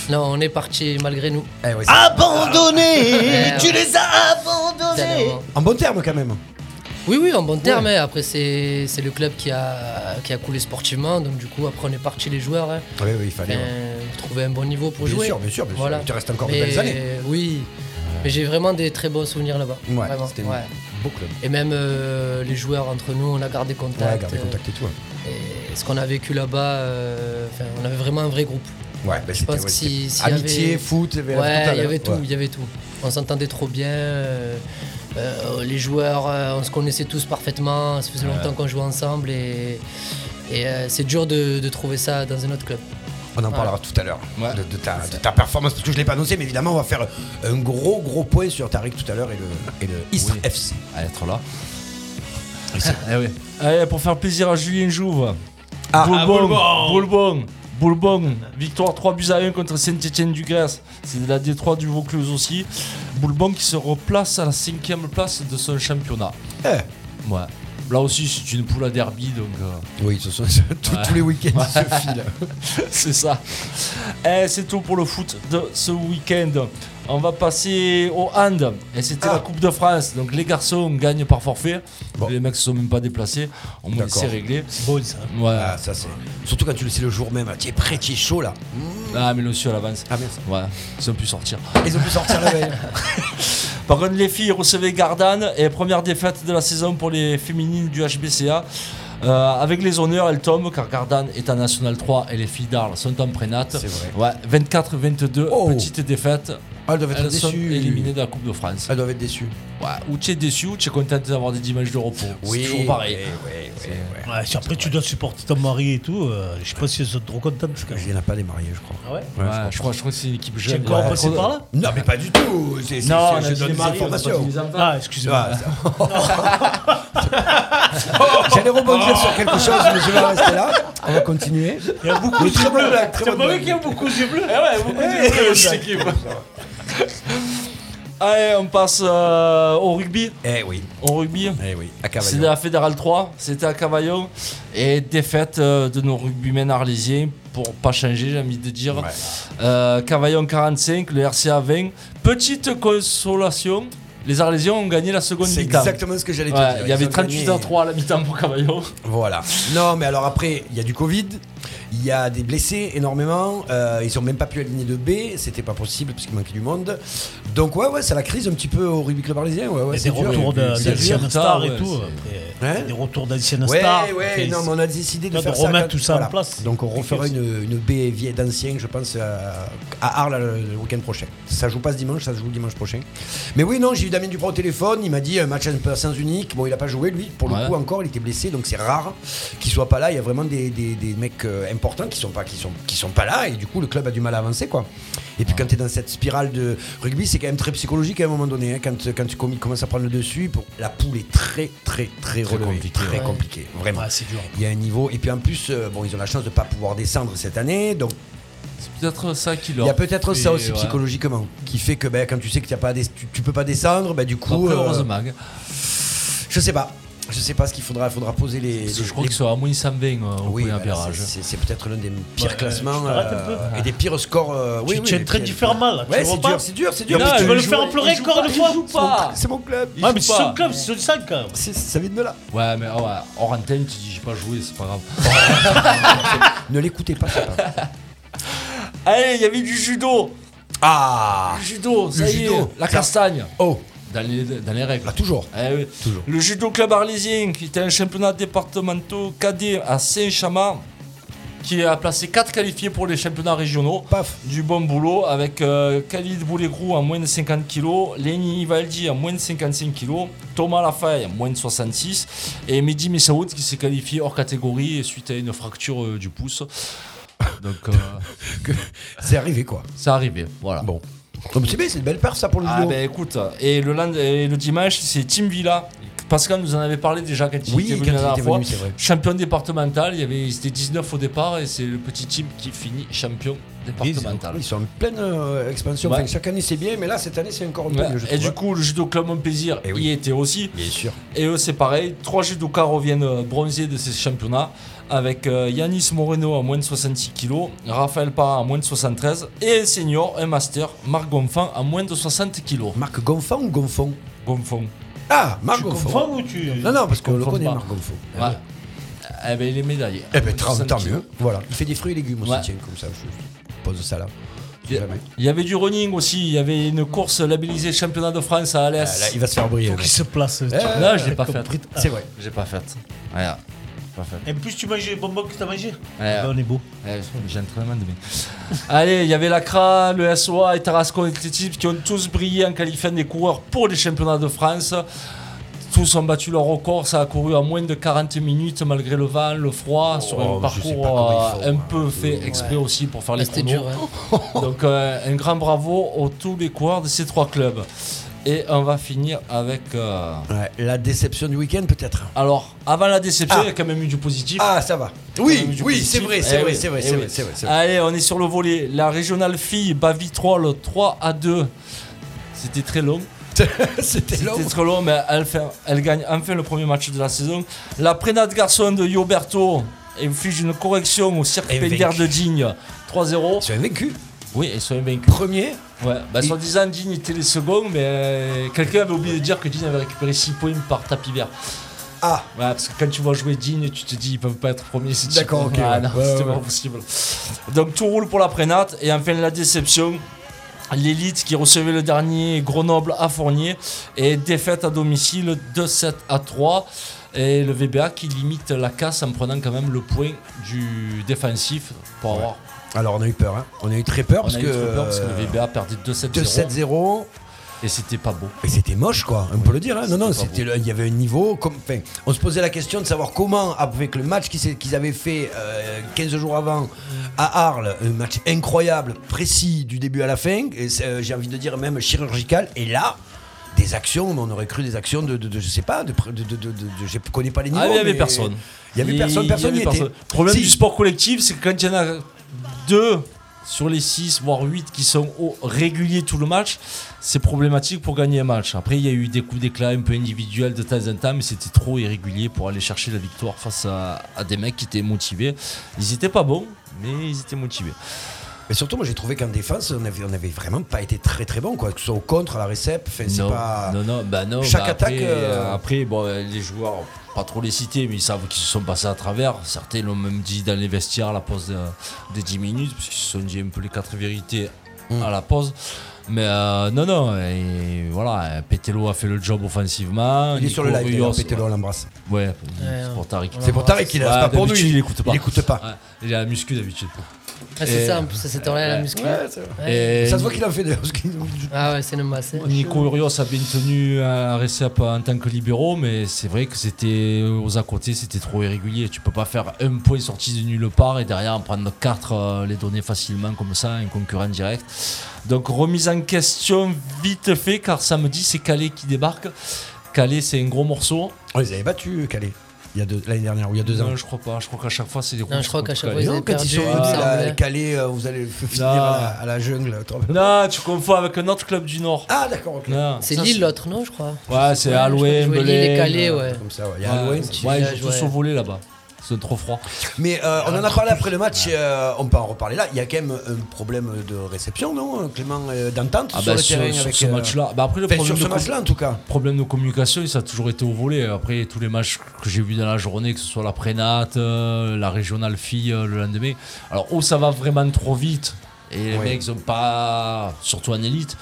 [SPEAKER 9] Non, on est parti malgré nous.
[SPEAKER 7] Eh ouais, c'est-
[SPEAKER 10] Abandonné
[SPEAKER 9] Ouais,
[SPEAKER 10] Tu
[SPEAKER 9] ouais.
[SPEAKER 10] les as abandonnés
[SPEAKER 9] Finalement.
[SPEAKER 7] En bon terme quand même.
[SPEAKER 9] Oui, oui, en bon terme. hein. Après, c'est c'est le club qui a, qui a coulé sportivement. Donc, du coup, après, on est parti les joueurs. hein.
[SPEAKER 7] Oui, oui, il fallait. ouais.
[SPEAKER 9] Euh, trouver un bon niveau pour
[SPEAKER 7] Bien
[SPEAKER 9] jouer.
[SPEAKER 7] sûr, bien sûr, bien sûr.
[SPEAKER 9] Voilà.
[SPEAKER 7] Il te reste encore de
[SPEAKER 9] Mais-
[SPEAKER 7] belles années.
[SPEAKER 9] Oui. Mais j'ai vraiment des très bons souvenirs là-bas.
[SPEAKER 7] Ouais,
[SPEAKER 9] Vraiment,
[SPEAKER 7] c'était
[SPEAKER 9] ouais.
[SPEAKER 7] beau club.
[SPEAKER 9] Et même euh, les joueurs entre nous, on a gardé contact.
[SPEAKER 7] Ouais, garder contact et tout. hein.
[SPEAKER 9] euh, et ce qu'on a vécu là-bas, euh, enfin, on avait vraiment un vrai groupe.
[SPEAKER 7] Ouais, bah,
[SPEAKER 9] Je
[SPEAKER 7] c'était-
[SPEAKER 9] pense
[SPEAKER 7] ouais,
[SPEAKER 9] que
[SPEAKER 7] c'était
[SPEAKER 9] si- s'il y
[SPEAKER 7] Amitié,
[SPEAKER 9] avait-
[SPEAKER 7] foot, il y avait la
[SPEAKER 9] Ouais,
[SPEAKER 7] totale,
[SPEAKER 9] il y
[SPEAKER 7] hein.
[SPEAKER 9] avait tout,
[SPEAKER 7] Ouais.
[SPEAKER 9] il y avait tout. On s'entendait trop bien. euh, euh, les joueurs, euh, on se connaissait tous parfaitement. Ça faisait longtemps qu'on jouait ensemble et, et, euh, c'est dur de, de trouver ça dans un autre club.
[SPEAKER 7] On en parlera tout à l'heure
[SPEAKER 11] Ouais.
[SPEAKER 7] de, de ta, de ta performance parce que je l'ai pas annoncé, mais évidemment on va faire euh, un gros gros point sur Tariq tout à l'heure et le, et le Istres
[SPEAKER 11] Oui.
[SPEAKER 7] FC.
[SPEAKER 11] À ah,
[SPEAKER 7] (laughs)
[SPEAKER 11] être là. Eh oui. Allez, pour faire plaisir à Julien Jouve.
[SPEAKER 7] Ah,
[SPEAKER 11] Bourbon,
[SPEAKER 10] ah,
[SPEAKER 11] Bourbon, Bourbon. victoire 3 buts à 1 contre Saint-Etienne du Grèce. C'est de la Détroit du Vaucluse aussi. Bourbon qui se replace à la cinquième place de son championnat.
[SPEAKER 7] Eh.
[SPEAKER 11] Ouais. Là aussi, c'est une poule à derby, donc euh,
[SPEAKER 7] Oui, ce sont tous- tous les week-ends ils se filent.
[SPEAKER 11] (laughs) c'est ça. Eh, c'est tout pour le foot de ce week-end. On va passer au hand. Et c'était
[SPEAKER 7] Ah.
[SPEAKER 11] la Coupe de France. Donc les garçons gagnent par forfait.
[SPEAKER 7] Bon.
[SPEAKER 11] Les mecs se sont même pas déplacés. Au moins,
[SPEAKER 7] D'accord.
[SPEAKER 11] c'est réglé.
[SPEAKER 10] C'est beau ça.
[SPEAKER 11] Ouais.
[SPEAKER 7] Ah, ça c'est. Surtout quand tu le sais le jour même, tu es prêt, tu es chaud là.
[SPEAKER 11] Ah, mais le monsieur à l'avance.
[SPEAKER 7] Ah merde.
[SPEAKER 11] Ouais, ils ont pu sortir.
[SPEAKER 7] Ils ont pu sortir la veille.
[SPEAKER 11] Par contre, les filles recevaient Gardanne et première défaite de la saison pour les féminines du HBCA. Euh, avec les honneurs, elles tombent car Gardanne est en National 3 et les filles d'Arles sont en prénate.
[SPEAKER 7] C'est vrai.
[SPEAKER 11] Ouais, 24-22,
[SPEAKER 7] Oh.
[SPEAKER 11] petite défaite.
[SPEAKER 7] (laughs) Ah, elles doivent être
[SPEAKER 11] Elles sont
[SPEAKER 7] déçues.
[SPEAKER 11] éliminées de la Coupe de France.
[SPEAKER 7] Elles doivent être déçues.
[SPEAKER 11] Ouais, ou tu es déçu ou tu es contente d'avoir des dimanches de repos. c'est toujours pareil.
[SPEAKER 10] eh,
[SPEAKER 7] Oui, oui, oui.
[SPEAKER 10] Ouais, si après tu dois supporter ton mari et tout, euh, je sais pas si elles sont trop contentes quand même.
[SPEAKER 7] Il n'y en a pas des mariés, je crois.
[SPEAKER 10] Ah ouais
[SPEAKER 11] Ouais, je, crois, je crois que c'est une équipe
[SPEAKER 10] J'ai
[SPEAKER 11] jeune.
[SPEAKER 10] encore
[SPEAKER 11] Ouais.
[SPEAKER 10] passé par là
[SPEAKER 7] Non, mais pas du tout. C'est- c'est-
[SPEAKER 11] Non, on a
[SPEAKER 7] c'est-
[SPEAKER 11] dit
[SPEAKER 7] je donne
[SPEAKER 11] les
[SPEAKER 7] des
[SPEAKER 11] maris, on a pas dit
[SPEAKER 7] informations.
[SPEAKER 11] les enfants.
[SPEAKER 10] Ah, excusez-moi.
[SPEAKER 7] Ah, ça- J'allais rebondir sur quelque chose, mais je vais rester là. On va continuer.
[SPEAKER 10] Il y a beaucoup
[SPEAKER 7] Mais
[SPEAKER 10] de
[SPEAKER 7] très bonne blague, très Eh
[SPEAKER 10] T'as
[SPEAKER 7] bonne
[SPEAKER 10] pas vu
[SPEAKER 7] blague.
[SPEAKER 10] qu'il y a beaucoup Eh, de bleus
[SPEAKER 11] Allez, on passe euh, au rugby.
[SPEAKER 7] Eh oui,
[SPEAKER 11] Au rugby.
[SPEAKER 7] eh oui. À
[SPEAKER 11] C'est
[SPEAKER 7] Cavaillon.
[SPEAKER 11] de la Fédérale 3, c'était à Cavaillon. Et défaite euh, de nos rugbymen arlésiens, pour pas changer, j'ai envie de dire.
[SPEAKER 7] Ouais.
[SPEAKER 11] Euh, Cavaillon 45, le RCA 20. Petite consolation, les arlésiens ont gagné la seconde
[SPEAKER 7] C'est
[SPEAKER 11] mi-temps.
[SPEAKER 7] exactement ce que j'allais te
[SPEAKER 11] Ouais,
[SPEAKER 7] dire.
[SPEAKER 11] il y avait
[SPEAKER 7] Ils ont
[SPEAKER 11] 38 à
[SPEAKER 7] gagné.
[SPEAKER 11] 3 à la mi-temps pour Cavaillon.
[SPEAKER 7] Voilà. Non, mais alors après, il y a du Covid, il y a des blessés énormément. euh, ils ont même pas pu aligner de B, c'était pas possible parce qu'il manquait du monde. Donc ouais, ouais, c'est la crise un petit peu au rugby club arlésien. Ouais, ouais,
[SPEAKER 10] Des
[SPEAKER 7] c'est dur.
[SPEAKER 10] retours de-
[SPEAKER 7] Euh, Et puis, c'est dur.
[SPEAKER 10] d'anciennes
[SPEAKER 11] dur.
[SPEAKER 10] stars
[SPEAKER 11] Ouais,
[SPEAKER 10] et tout.
[SPEAKER 7] c'est-
[SPEAKER 10] après,
[SPEAKER 7] Hein
[SPEAKER 10] Des retours d'anciennes
[SPEAKER 7] Ouais,
[SPEAKER 10] stars.
[SPEAKER 7] ouais,
[SPEAKER 10] Après,
[SPEAKER 7] non, mais on a décidé de,
[SPEAKER 10] de
[SPEAKER 7] faire
[SPEAKER 10] remettre
[SPEAKER 7] quand-
[SPEAKER 10] tout ça en place.
[SPEAKER 7] Donc on refera une, une B vieille d'ancien, je pense, à, à Arles euh, le, le week-end prochain. Ça joue pas ce dimanche, ça se joue dimanche prochain. Mais oui, non, j'ai eu Damien Duprat au téléphone, il m'a dit un match à sens unique. Bon, il a pas joué, lui, pour le
[SPEAKER 11] Ouais.
[SPEAKER 7] coup, encore, il était blessé, donc c'est rare qu'il soit pas là. Il y a vraiment des, des- des mecs euh, importants qui sont, pas, qui, sont, qui sont pas là, et du coup, le club a du mal à avancer, quoi. Et puis quand tu es dans cette spirale de rugby, c'est quand même très psychologique à un moment donné. hein, quand, quand tu commis- commences à prendre le dessus, pour- la poule est très, très, très, relevée.
[SPEAKER 11] compliqué,
[SPEAKER 7] très
[SPEAKER 9] ouais.
[SPEAKER 7] compliquée, vraiment.
[SPEAKER 10] Ouais, c'est dur.
[SPEAKER 7] Il y a un niveau. Et puis en plus, euh, bon, ils ont la chance de ne pas pouvoir descendre cette année. Donc
[SPEAKER 11] C'est peut-être ça qui
[SPEAKER 7] il
[SPEAKER 11] leur.
[SPEAKER 7] y a peut-être ça
[SPEAKER 11] fait,
[SPEAKER 7] aussi
[SPEAKER 11] ouais.
[SPEAKER 7] psychologiquement qui fait que ben, quand tu sais que t'as pas des- tu, tu peux pas descendre, ben, du coup.
[SPEAKER 11] Après,
[SPEAKER 7] euh,
[SPEAKER 11] heureusement.
[SPEAKER 7] je sais pas. Je sais pas ce qu'il faudra. Il faudra poser les.
[SPEAKER 11] Parce que
[SPEAKER 7] les-
[SPEAKER 11] je crois
[SPEAKER 7] les-
[SPEAKER 11] qu'ils sont à moins 120 euh, au
[SPEAKER 7] Oui,
[SPEAKER 11] premier
[SPEAKER 7] voilà,
[SPEAKER 11] virage.
[SPEAKER 7] c'est- c'est c'est peut-être l'un des pires
[SPEAKER 10] Ouais,
[SPEAKER 7] classements
[SPEAKER 10] je t'arrête un
[SPEAKER 7] et des pires scores. euh, oui,
[SPEAKER 10] Tu
[SPEAKER 7] oui,
[SPEAKER 10] tiens
[SPEAKER 7] les
[SPEAKER 10] très
[SPEAKER 7] pires-
[SPEAKER 10] différemment, là, tu
[SPEAKER 7] Ouais,
[SPEAKER 10] vois
[SPEAKER 7] c'est
[SPEAKER 10] pas
[SPEAKER 7] dur, c'est dur, c'est dur.
[SPEAKER 11] Non,
[SPEAKER 7] mais tu
[SPEAKER 10] Tu vas
[SPEAKER 7] veux
[SPEAKER 10] le
[SPEAKER 7] jouer.
[SPEAKER 10] faire pleurer encore une fois
[SPEAKER 11] Il joue pas
[SPEAKER 7] C'est mon club.
[SPEAKER 11] Il
[SPEAKER 10] Ouais,
[SPEAKER 11] joue
[SPEAKER 10] mais c'est
[SPEAKER 11] pas.
[SPEAKER 10] son club, c'est son sang quand même.
[SPEAKER 7] C'est- Ça vient de là.
[SPEAKER 11] Ouais, mais ah ouais, hors antenne, tu dis j'ai pas joué, c'est pas grave.
[SPEAKER 7] Ne l'écoutez pas. c'est pas-
[SPEAKER 11] Allez, il y avait du judo
[SPEAKER 7] Ah.
[SPEAKER 11] Du judo, ça
[SPEAKER 7] Le
[SPEAKER 11] y
[SPEAKER 7] judo.
[SPEAKER 11] est La castagne
[SPEAKER 7] Oh.
[SPEAKER 11] dans les, dans les règles.
[SPEAKER 7] Là toujours.
[SPEAKER 11] Eh oui.
[SPEAKER 7] Toujours.
[SPEAKER 11] Le judo club arlésien, qui était un championnat départemental cadet à Saint-Chamand, qui a placé 4 qualifiés pour les championnats régionaux.
[SPEAKER 7] Paf.
[SPEAKER 11] Du bon boulot avec euh, Khalid Boulégrou en moins de 50 kg, Lenny Ivaldi en moins de 55 kg, Thomas Lafaye en moins de 66 et Mehdi Messaoud qui s'est qualifié hors catégorie suite à une fracture euh, du pouce. Donc
[SPEAKER 7] (laughs)
[SPEAKER 11] euh,
[SPEAKER 7] C'est arrivé quoi. Ah
[SPEAKER 11] c'est arrivé, voilà.
[SPEAKER 7] Bon. Non, mais C'est bien, c'est une belle perf ça pour le
[SPEAKER 11] Ah
[SPEAKER 7] duo.
[SPEAKER 11] ben écoute, et le, lend- et le dimanche c'est Team Villa. Pascal nous en avait parlé déjà quand il
[SPEAKER 7] Oui,
[SPEAKER 11] était venu
[SPEAKER 7] quand
[SPEAKER 11] la
[SPEAKER 7] il
[SPEAKER 11] dernière
[SPEAKER 7] était
[SPEAKER 11] fois.
[SPEAKER 7] venu, c'est vrai.
[SPEAKER 11] Champion départemental, il y avait, ils étaient 19 au départ et c'est le petit team qui finit champion départemental.
[SPEAKER 7] Ils sont en pleine euh, expansion.
[SPEAKER 11] Ouais.
[SPEAKER 7] Enfin, chaque année c'est bien, mais là cette année c'est encore mieux.
[SPEAKER 11] Ouais.
[SPEAKER 7] je
[SPEAKER 11] Et
[SPEAKER 7] trouve. hein.
[SPEAKER 11] du coup, le judo club Montplaisir
[SPEAKER 7] Eh
[SPEAKER 11] y
[SPEAKER 7] oui.
[SPEAKER 11] était aussi.
[SPEAKER 7] bien sûr.
[SPEAKER 11] Et eux, c'est pareil. Trois judokas reviennent euh, bronzés de ces championnats. Avec euh, Yanis Moreno à moins de 66 kg, Raphaël Parra à moins de 73 et un senior, un master, Marc Gonfant à moins de 60 kg.
[SPEAKER 7] Marc Gonfant ou Gonfond
[SPEAKER 11] Gonfant.
[SPEAKER 7] Ah, Marc
[SPEAKER 10] Tu
[SPEAKER 7] Gonfond.
[SPEAKER 10] confonds ou tu.
[SPEAKER 7] Non, non, parce que
[SPEAKER 11] Gonfond
[SPEAKER 7] le connaît
[SPEAKER 11] pas.
[SPEAKER 7] Marc Gonfond.
[SPEAKER 11] Ouais. Eh ben, il est médaillé.
[SPEAKER 7] Eh ben, tant,
[SPEAKER 11] 60
[SPEAKER 7] tant
[SPEAKER 11] kilos.
[SPEAKER 7] mieux. Voilà, il fait des fruits et légumes aussi,
[SPEAKER 11] Ouais.
[SPEAKER 7] tiens, comme ça, je pose ça là.
[SPEAKER 11] Il y, a-
[SPEAKER 7] Jamais.
[SPEAKER 11] il y avait du running aussi, il y avait une course labellisée championnat de France à
[SPEAKER 7] Ah, là,
[SPEAKER 11] Alès.
[SPEAKER 7] il va se faire briller.
[SPEAKER 10] Faut qu'il se place. tu-
[SPEAKER 7] Eh,
[SPEAKER 11] Là, je l'ai pas faite.
[SPEAKER 7] C'est vrai.
[SPEAKER 11] J'ai pas faite. Ouais, j'ai pas faite.
[SPEAKER 10] Et plus tu manges les bonbons que t'as mangé.
[SPEAKER 11] Ouais.
[SPEAKER 7] Ah.
[SPEAKER 10] Ben, on est beau.
[SPEAKER 11] Ouais, J'ai un train de main demain. Allez, il y avait l'ACRA, le SOA et Tarascon Athlétique qui ont tous brillé en qualifiant des coureurs pour les championnats de France. Tous ont battu leur record, ça a couru en moins de 40 minutes malgré le vent, le froid, sur
[SPEAKER 7] mais
[SPEAKER 11] un
[SPEAKER 7] Oh, je sais pas
[SPEAKER 11] parcours
[SPEAKER 7] comment ils
[SPEAKER 11] euh,
[SPEAKER 7] font,
[SPEAKER 11] un
[SPEAKER 7] hein.
[SPEAKER 11] peu fait exprès aussi pour faire
[SPEAKER 9] Là,
[SPEAKER 11] les
[SPEAKER 9] c'était
[SPEAKER 11] chronos.
[SPEAKER 9] dur. hein.
[SPEAKER 11] Donc euh, un grand bravo à tous les coureurs de ces trois clubs. Et on va finir avec... euh,
[SPEAKER 7] Ouais, la déception du week-end, peut-être.
[SPEAKER 11] Alors, avant la déception,
[SPEAKER 7] Ah.
[SPEAKER 11] il y a quand même eu du positif.
[SPEAKER 7] Ah, ça va.
[SPEAKER 11] Quand même
[SPEAKER 7] Oui,
[SPEAKER 11] du
[SPEAKER 7] oui,
[SPEAKER 11] positif.
[SPEAKER 7] c'est vrai, c'est
[SPEAKER 11] Eh
[SPEAKER 7] vrai,
[SPEAKER 11] oui,
[SPEAKER 7] c'est vrai,
[SPEAKER 11] eh
[SPEAKER 7] c'est
[SPEAKER 11] oui.
[SPEAKER 7] vrai, c'est vrai, c'est vrai.
[SPEAKER 11] Allez, on est sur le volet. La régionale fille, Bavitrol 3 à 2. C'était très long.
[SPEAKER 7] C'était long.
[SPEAKER 11] C'était trop long, mais elle, fait- elle gagne enfin le premier match de la saison. La prénate garçon de Yoberto inflige une correction au circumpendiaire
[SPEAKER 7] vaincue.
[SPEAKER 11] de Digne. 3-0.
[SPEAKER 7] Tu as vaincu.
[SPEAKER 11] Oui, ils sont invaincus.
[SPEAKER 7] Premier.
[SPEAKER 11] Ouais, bah, soi-disant Digne était les seconds, mais euh, quelqu'un avait oublié de dire que Digne avait récupéré 6 points par tapis vert.
[SPEAKER 7] Ah,
[SPEAKER 11] Ouais, parce que quand tu vois jouer Digne, tu te dis ils peuvent pas être premiers. c'est
[SPEAKER 7] D'accord,
[SPEAKER 11] type-
[SPEAKER 7] ok,
[SPEAKER 11] Ah,
[SPEAKER 7] ouais.
[SPEAKER 11] non,
[SPEAKER 7] Ouais,
[SPEAKER 11] c'était
[SPEAKER 7] ouais.
[SPEAKER 11] pas possible. Donc tout roule pour la prénate et enfin la déception. L'élite qui recevait le dernier Grenoble à Fournier et défaite à domicile 2-7 à 3. Et le VBA qui limite la casse en prenant quand même le point du défensif pour avoir.
[SPEAKER 7] alors on a eu peur, hein. On a eu très peur
[SPEAKER 11] On
[SPEAKER 7] parce
[SPEAKER 11] a
[SPEAKER 7] que. euh,
[SPEAKER 11] eu trop peur parce que le VBA perdait 2-7-0
[SPEAKER 7] 2-7-0.
[SPEAKER 11] et c'était pas beau.
[SPEAKER 7] Et c'était moche, quoi, on peut le dire. hein. Non, non,
[SPEAKER 11] C'était pas
[SPEAKER 7] c'était le- il y avait un niveau. Comme, enfin, on se posait la question de savoir comment, avec le match qu'ils s'est- qu'ils avaient fait euh, 15 jours avant à Arles, un match incroyable, précis du début à la fin, et c'est, euh, j'ai envie de dire même chirurgical, et là, des actions, on aurait cru des actions de, de- de- je sais pas, de, pr- de, de- de- de- je connais pas les niveaux.
[SPEAKER 11] Ah, mais il y avait
[SPEAKER 7] mais
[SPEAKER 11] personne.
[SPEAKER 7] Il y avait personne, personne
[SPEAKER 11] y
[SPEAKER 7] n'y
[SPEAKER 11] avait
[SPEAKER 7] était.
[SPEAKER 11] personne. Le problème
[SPEAKER 7] Si,
[SPEAKER 11] du sport collectif, c'est que quand il y en a deux sur les 6 voire 8 qui sont au- réguliers tout le match, c'est problématique pour gagner un match. Après, il y a eu des coups d'éclat un peu individuels de temps en temps, mais c'était trop irrégulier pour aller chercher la victoire face à, à des mecs qui étaient motivés. Ils étaient pas bons, mais ils étaient motivés.
[SPEAKER 7] Mais surtout, moi j'ai trouvé qu'en défense, on avait, on avait vraiment pas été très très bon, quoi, que ce soit au contre, à la récepte, enfin, c'est
[SPEAKER 11] non,
[SPEAKER 7] pas.
[SPEAKER 11] non, non, bah non.
[SPEAKER 7] Chaque
[SPEAKER 11] bah après,
[SPEAKER 7] attaque, euh,
[SPEAKER 11] euh, après, bon, euh, les joueurs, pas trop les citer, mais ils savent qu'ils se sont passés à travers. Certains l'ont même dit dans les vestiaires à la pause de- des 10 minutes, puisqu'ils se sont dit un peu les quatre vérités
[SPEAKER 7] Mm.
[SPEAKER 11] à la pause. Mais euh, non, non, et voilà, euh, Pételo a fait le job offensivement.
[SPEAKER 7] Il est sur le
[SPEAKER 11] Nico
[SPEAKER 7] live,
[SPEAKER 11] Rios,
[SPEAKER 7] d'ailleurs, pétez-le, on l'embrasse.
[SPEAKER 11] Ouais,
[SPEAKER 9] ouais.
[SPEAKER 11] c'est pour Tariq.
[SPEAKER 7] C'est pour Tarek qu'il a, c'est pas pour nous.
[SPEAKER 11] Bah, d'habitude, il écoute pas.
[SPEAKER 7] Il écoute pas.
[SPEAKER 11] Ouais, il a la muscu d'habitude.
[SPEAKER 9] Ah,
[SPEAKER 11] Et-
[SPEAKER 9] c'est ça, en plus, ça s'est enlevé à la
[SPEAKER 11] Ouais.
[SPEAKER 9] muscu.
[SPEAKER 11] Et
[SPEAKER 7] Ça se voit qu'il a fait d'ailleurs. parce qu'il-
[SPEAKER 9] Ah ouais, c'est le massé.
[SPEAKER 11] Nico Urios a bien tenu à Recep en tant que libéraux, mais c'est vrai que c'était aux à côté, c'était trop irrégulier. Tu peux pas faire un point sorti de nulle part et derrière en prendre quatre, euh, les donner facilement comme ça, un concurrent direct. Donc remise en question vite fait, car samedi c'est Calais qui débarque. Calais c'est un gros morceau.
[SPEAKER 7] On les avait battus, Calais. Il y a deux- L'année dernière, ou il y a deux ans.
[SPEAKER 11] Non, je crois pas. Je crois qu'à chaque fois, c'est des
[SPEAKER 9] Non, je crois qu'à chaque fois,
[SPEAKER 11] ils
[SPEAKER 9] ils
[SPEAKER 7] Non,
[SPEAKER 9] avaient
[SPEAKER 7] quand ils
[SPEAKER 9] perdu.
[SPEAKER 7] sont
[SPEAKER 9] il me
[SPEAKER 7] venus là,
[SPEAKER 9] semblait.
[SPEAKER 7] Calais, euh, vous allez f- finir
[SPEAKER 11] Non.
[SPEAKER 7] à la, à la jungle. tu te rappelles
[SPEAKER 11] Non, tu confonds avec un autre club du Nord.
[SPEAKER 7] Ah, d'accord, ok.
[SPEAKER 11] Non.
[SPEAKER 9] C'est
[SPEAKER 11] Ça,
[SPEAKER 9] Lille l'autre, non, je crois
[SPEAKER 11] Ouais, c'est
[SPEAKER 9] Ouais,
[SPEAKER 11] Aloué,
[SPEAKER 9] je crois que Lille et Calais,
[SPEAKER 11] Mbélé,
[SPEAKER 9] ouais.
[SPEAKER 7] Comme ça, ouais. Il y
[SPEAKER 11] Ouais,
[SPEAKER 7] a Alouin.
[SPEAKER 11] ouais, ils
[SPEAKER 9] village,
[SPEAKER 11] sont
[SPEAKER 9] ouais.
[SPEAKER 11] tous au volet là-bas. C'est trop froid.
[SPEAKER 7] Mais euh, on en a parlé après le match, euh, on peut en reparler là. Il y a quand même un problème de réception, non, Clément, euh, d'entente
[SPEAKER 11] Ah
[SPEAKER 7] sur
[SPEAKER 11] bah,
[SPEAKER 7] le
[SPEAKER 11] sur,
[SPEAKER 7] terrain
[SPEAKER 11] sur
[SPEAKER 7] avec
[SPEAKER 11] ce
[SPEAKER 7] euh,
[SPEAKER 11] match-là. Bah, après, le
[SPEAKER 7] enfin,
[SPEAKER 11] problème
[SPEAKER 7] sur
[SPEAKER 11] de
[SPEAKER 7] ce
[SPEAKER 11] com-
[SPEAKER 7] match-là, en tout cas.
[SPEAKER 11] problème de communication, ça a toujours été au volet. Après, tous les matchs que j'ai vus dans la journée, que ce soit la prénate, euh, la régionale fille euh, le lendemain, alors où ça va vraiment trop vite et les
[SPEAKER 7] Ouais.
[SPEAKER 11] mecs sont pas, surtout en élite.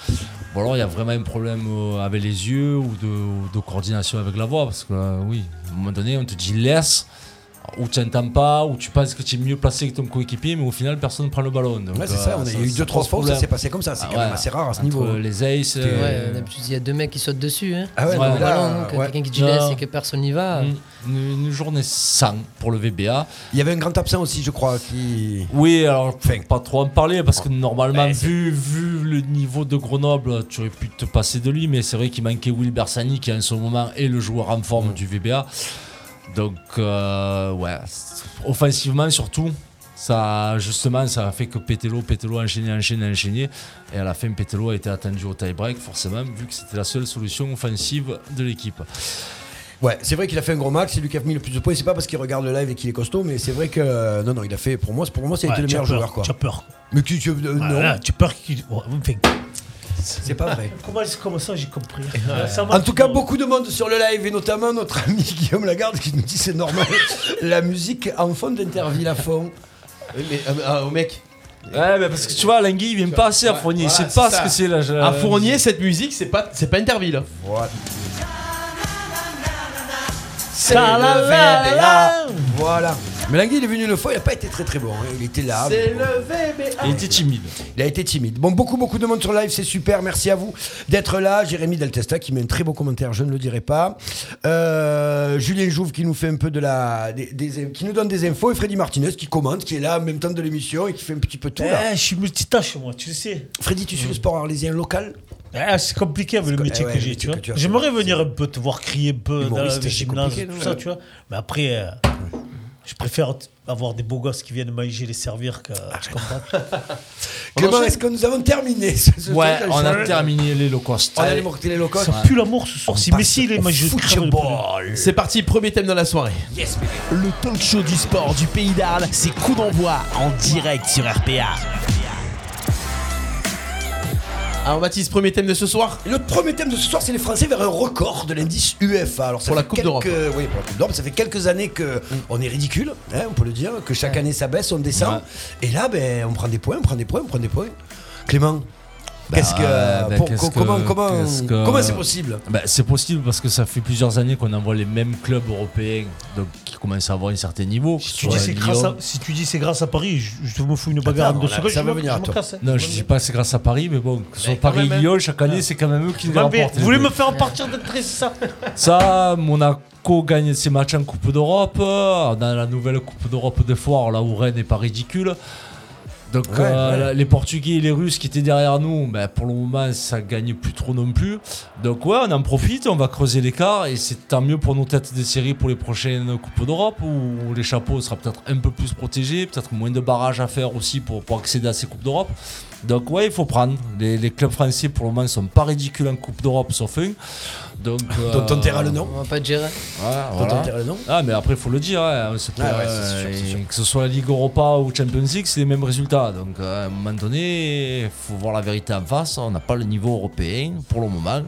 [SPEAKER 11] Ou alors il y a vraiment un problème euh, avec les yeux ou de, ou de coordination avec la voix parce que euh, oui, à un moment donné, on te dit laisse. Ou tu n'entends pas, ou tu penses que tu es mieux placé que ton coéquipier, mais au final personne ne prend le ballon. Donc,
[SPEAKER 7] Ouais, c'est
[SPEAKER 11] euh,
[SPEAKER 7] ça, on a eu deux, trois
[SPEAKER 11] pose
[SPEAKER 7] fois où ça
[SPEAKER 11] problème.
[SPEAKER 7] s'est passé comme ça. C'est
[SPEAKER 11] Ah
[SPEAKER 7] quand même
[SPEAKER 11] ouais,
[SPEAKER 7] assez rare à ce
[SPEAKER 11] Entre
[SPEAKER 7] niveau. hein.
[SPEAKER 11] Les aces. euh,
[SPEAKER 9] Ouais, d'habitude, il y a deux mecs qui sautent dessus. Hein.
[SPEAKER 7] Ah ouais,
[SPEAKER 9] Sur
[SPEAKER 11] non,
[SPEAKER 9] un
[SPEAKER 11] mais
[SPEAKER 7] là,
[SPEAKER 9] ballon, donc,
[SPEAKER 7] ouais.
[SPEAKER 9] quelqu'un qui dit laisse
[SPEAKER 11] Non. Mm.
[SPEAKER 9] et que personne n'y va.
[SPEAKER 11] une, une- une journée sans pour le VBA.
[SPEAKER 7] Il y avait un grand absent aussi, je crois, qui.
[SPEAKER 11] Oui, alors faut
[SPEAKER 7] Enfin.
[SPEAKER 11] pas trop en parler parce que normalement, vu, vu le niveau de Grenoble, tu aurais pu te passer de lui, mais c'est vrai qu'il manquait Wilbert Sani qui en ce moment est le joueur en forme du VBA. Donc euh, ouais, c'est- offensivement surtout, ça justement ça a fait que Pételo, Pételo a enchaîné, enchaîné, enchaîné, et à la fin Pételo a été attendu au tie-break forcément vu que c'était la seule solution offensive de l'équipe.
[SPEAKER 7] Ouais, c'est vrai qu'il a fait un gros match, c'est lui qui a mis le plus de points. C'est pas parce qu'il regarde le live et qu'il est costaud, mais c'est vrai que. euh, Non, non, il a fait. Pour moi, c'est- pour moi, c'était
[SPEAKER 10] Ouais,
[SPEAKER 7] le
[SPEAKER 10] tu as
[SPEAKER 7] meilleur
[SPEAKER 10] peur,
[SPEAKER 7] joueur, quoi.
[SPEAKER 10] Tu as peur.
[SPEAKER 7] Mais qui. tu- euh,
[SPEAKER 10] Ah,
[SPEAKER 7] Non,
[SPEAKER 10] là, tu as peur qu'il. Ouais, vous me faites-
[SPEAKER 7] c'est pas vrai.
[SPEAKER 10] Comment, comment ça j'ai compris Ah, Ça va,
[SPEAKER 7] En tout cas,
[SPEAKER 10] bon.
[SPEAKER 7] beaucoup de monde sur le live, et notamment notre ami (laughs) Guillaume Lagarde qui nous dit c'est normal, (laughs) la musique en fond d'interview la fond.
[SPEAKER 6] Mais euh, ah, au mec.
[SPEAKER 11] Ouais, mais parce que tu vois, Langui, il vient pas assez à Fournier.
[SPEAKER 6] Voilà,
[SPEAKER 11] il
[SPEAKER 6] c'est
[SPEAKER 11] sait pas
[SPEAKER 6] ça.
[SPEAKER 11] ce que c'est là. je-
[SPEAKER 6] À Fournier, cette musique, c'est pas, c'est pas Interville.
[SPEAKER 7] C'est
[SPEAKER 10] Ta la
[SPEAKER 7] le
[SPEAKER 10] la
[SPEAKER 7] VBA.
[SPEAKER 10] la.
[SPEAKER 7] Voilà. Mais Langui, il est venu une fois, il a pas été très très bon. hein. Il était là.
[SPEAKER 6] C'est
[SPEAKER 7] mais bon.
[SPEAKER 6] le VBA.
[SPEAKER 11] Il était timide.
[SPEAKER 7] Il a été timide. Bon, beaucoup, beaucoup de monde sur live, c'est super. Merci à vous d'être là. Jérémy Deltesta qui met un très beau commentaire, je ne le dirai pas. Euh, Julien Jouve qui nous fait un peu de la. des- des- qui nous donne des infos. Et Freddy Martinez qui commente, qui est là en même temps de l'émission et qui fait un petit peu tout là.
[SPEAKER 10] Eh, je suis multitâche moi, tu le sais.
[SPEAKER 7] Freddy, tu suis le sport arlésien local
[SPEAKER 10] Eh, c'est compliqué avec le métier
[SPEAKER 7] eh ouais,
[SPEAKER 10] que
[SPEAKER 7] le
[SPEAKER 10] j'ai,
[SPEAKER 7] métier
[SPEAKER 10] tu
[SPEAKER 7] que
[SPEAKER 10] vois.
[SPEAKER 7] tu as, c'est-
[SPEAKER 10] J'aimerais venir un peu te voir crier un peu dans
[SPEAKER 7] Humoriste,
[SPEAKER 10] le
[SPEAKER 7] c'est
[SPEAKER 10] gymnase,
[SPEAKER 7] compliqué,
[SPEAKER 10] tout
[SPEAKER 7] non,
[SPEAKER 10] ça,
[SPEAKER 7] ouais.
[SPEAKER 10] tu vois. Mais après, euh, je préfère t- avoir des beaux gosses qui viennent manger les servir que. tu comprends
[SPEAKER 7] Clément, est-ce que nous avons terminé ce, ce
[SPEAKER 11] Ouais,
[SPEAKER 7] truc-là,
[SPEAKER 11] on a
[SPEAKER 7] je-
[SPEAKER 11] terminé les low cost.
[SPEAKER 7] On a les mortels locaux.
[SPEAKER 10] Ça pue l'amour ce soir. Si Messi il est mangé, je crève de peur.
[SPEAKER 6] C'est parti, premier thème de la soirée.
[SPEAKER 12] Le talk show du sport du pays d'Arles, c'est coup d'envoi en direct sur RPA.
[SPEAKER 6] Alors Mathis, Ah, premier thème de ce soir
[SPEAKER 7] Le premier thème de ce soir, c'est les Français vers un record de l'indice UEFA. Alors, ça
[SPEAKER 6] Pour la
[SPEAKER 7] fait
[SPEAKER 6] Coupe
[SPEAKER 7] quelques-
[SPEAKER 6] d'Europe.
[SPEAKER 7] Oui, pour la Coupe d'Europe. Ça fait quelques années que on est ridicule, hein, on peut le dire, que chaque année ça baisse, on descend. Et là, ben, on prend des points, on prend des points, on prend des points. Clément, qu'est-ce que,
[SPEAKER 11] euh, ben,
[SPEAKER 7] pour-
[SPEAKER 11] qu'est-ce que-
[SPEAKER 7] comment, comment,
[SPEAKER 11] qu'est-ce que-
[SPEAKER 7] comment c'est possible
[SPEAKER 11] Bah, c'est possible parce que ça fait plusieurs années qu'on envoie les mêmes clubs européens donc, qui commencent à avoir un certain niveau.
[SPEAKER 10] Si tu
[SPEAKER 11] Ouais,
[SPEAKER 10] dis c'est grâce à-
[SPEAKER 11] Lyon.
[SPEAKER 10] si tu dis c'est grâce à Paris, je, je me fous une bagarre en
[SPEAKER 7] Attends,
[SPEAKER 10] deux
[SPEAKER 7] là,
[SPEAKER 10] secondes.
[SPEAKER 7] ça
[SPEAKER 10] je
[SPEAKER 7] va
[SPEAKER 10] me-
[SPEAKER 7] venir à
[SPEAKER 10] je me
[SPEAKER 7] toi.
[SPEAKER 10] casse, hein.
[SPEAKER 11] Non, je dis pas c'est grâce à Paris, mais bon, que ce soit Paris
[SPEAKER 6] même, hein.
[SPEAKER 11] Lyon, chaque année, c'est quand même eux qui les
[SPEAKER 10] Non, mais
[SPEAKER 11] remportent.
[SPEAKER 10] Vous voulez me faire repartir de très, c'est ça
[SPEAKER 11] Ça, Monaco gagne ses matchs en Coupe d'Europe. euh, On a la nouvelle Coupe d'Europe des foires, là où Rennes n'est pas ridicule. Donc
[SPEAKER 7] Ouais,
[SPEAKER 11] euh, les Portugais et les Russes qui étaient derrière nous, ben, pour le moment ça gagne plus trop non plus. Donc ouais, on en profite, on va creuser l'écart et c'est tant mieux pour nos têtes de série pour les prochaines Coupes d'Europe où les chapeaux sera peut-être un peu plus protégés, peut-être moins de barrages à faire aussi pour, pour accéder à ces Coupes d'Europe. Donc ouais, il faut prendre. Les, les clubs français pour le moment sont pas ridicules en Coupe d'Europe sauf un. Donc euh,
[SPEAKER 7] Dont on taira le nom.
[SPEAKER 9] On va pas te gérer.
[SPEAKER 11] voilà,
[SPEAKER 7] Dont
[SPEAKER 11] voilà.
[SPEAKER 7] on taira le nom.
[SPEAKER 11] Ah mais après il faut le dire, hein, c'est pas-
[SPEAKER 7] Ah ouais, c'est sûr,
[SPEAKER 11] euh,
[SPEAKER 7] c'est
[SPEAKER 11] et
[SPEAKER 7] sûr.
[SPEAKER 11] que ce soit la Ligue Europa ou Champions League, c'est les mêmes résultats. Donc euh, à un moment donné, faut voir la vérité en face. On n'a pas le niveau européen pour le moment.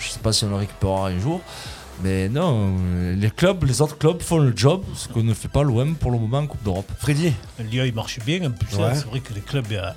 [SPEAKER 11] Je sais pas si on le récupérera un jour. Mais non, euh, les clubs, les autres clubs font le job, ce que ne fait pas l'OM pour le moment en Coupe d'Europe.
[SPEAKER 7] Freddy,
[SPEAKER 10] Lyon il marche bien, en plus hein,
[SPEAKER 7] Ouais.
[SPEAKER 10] c'est vrai que les clubs. euh,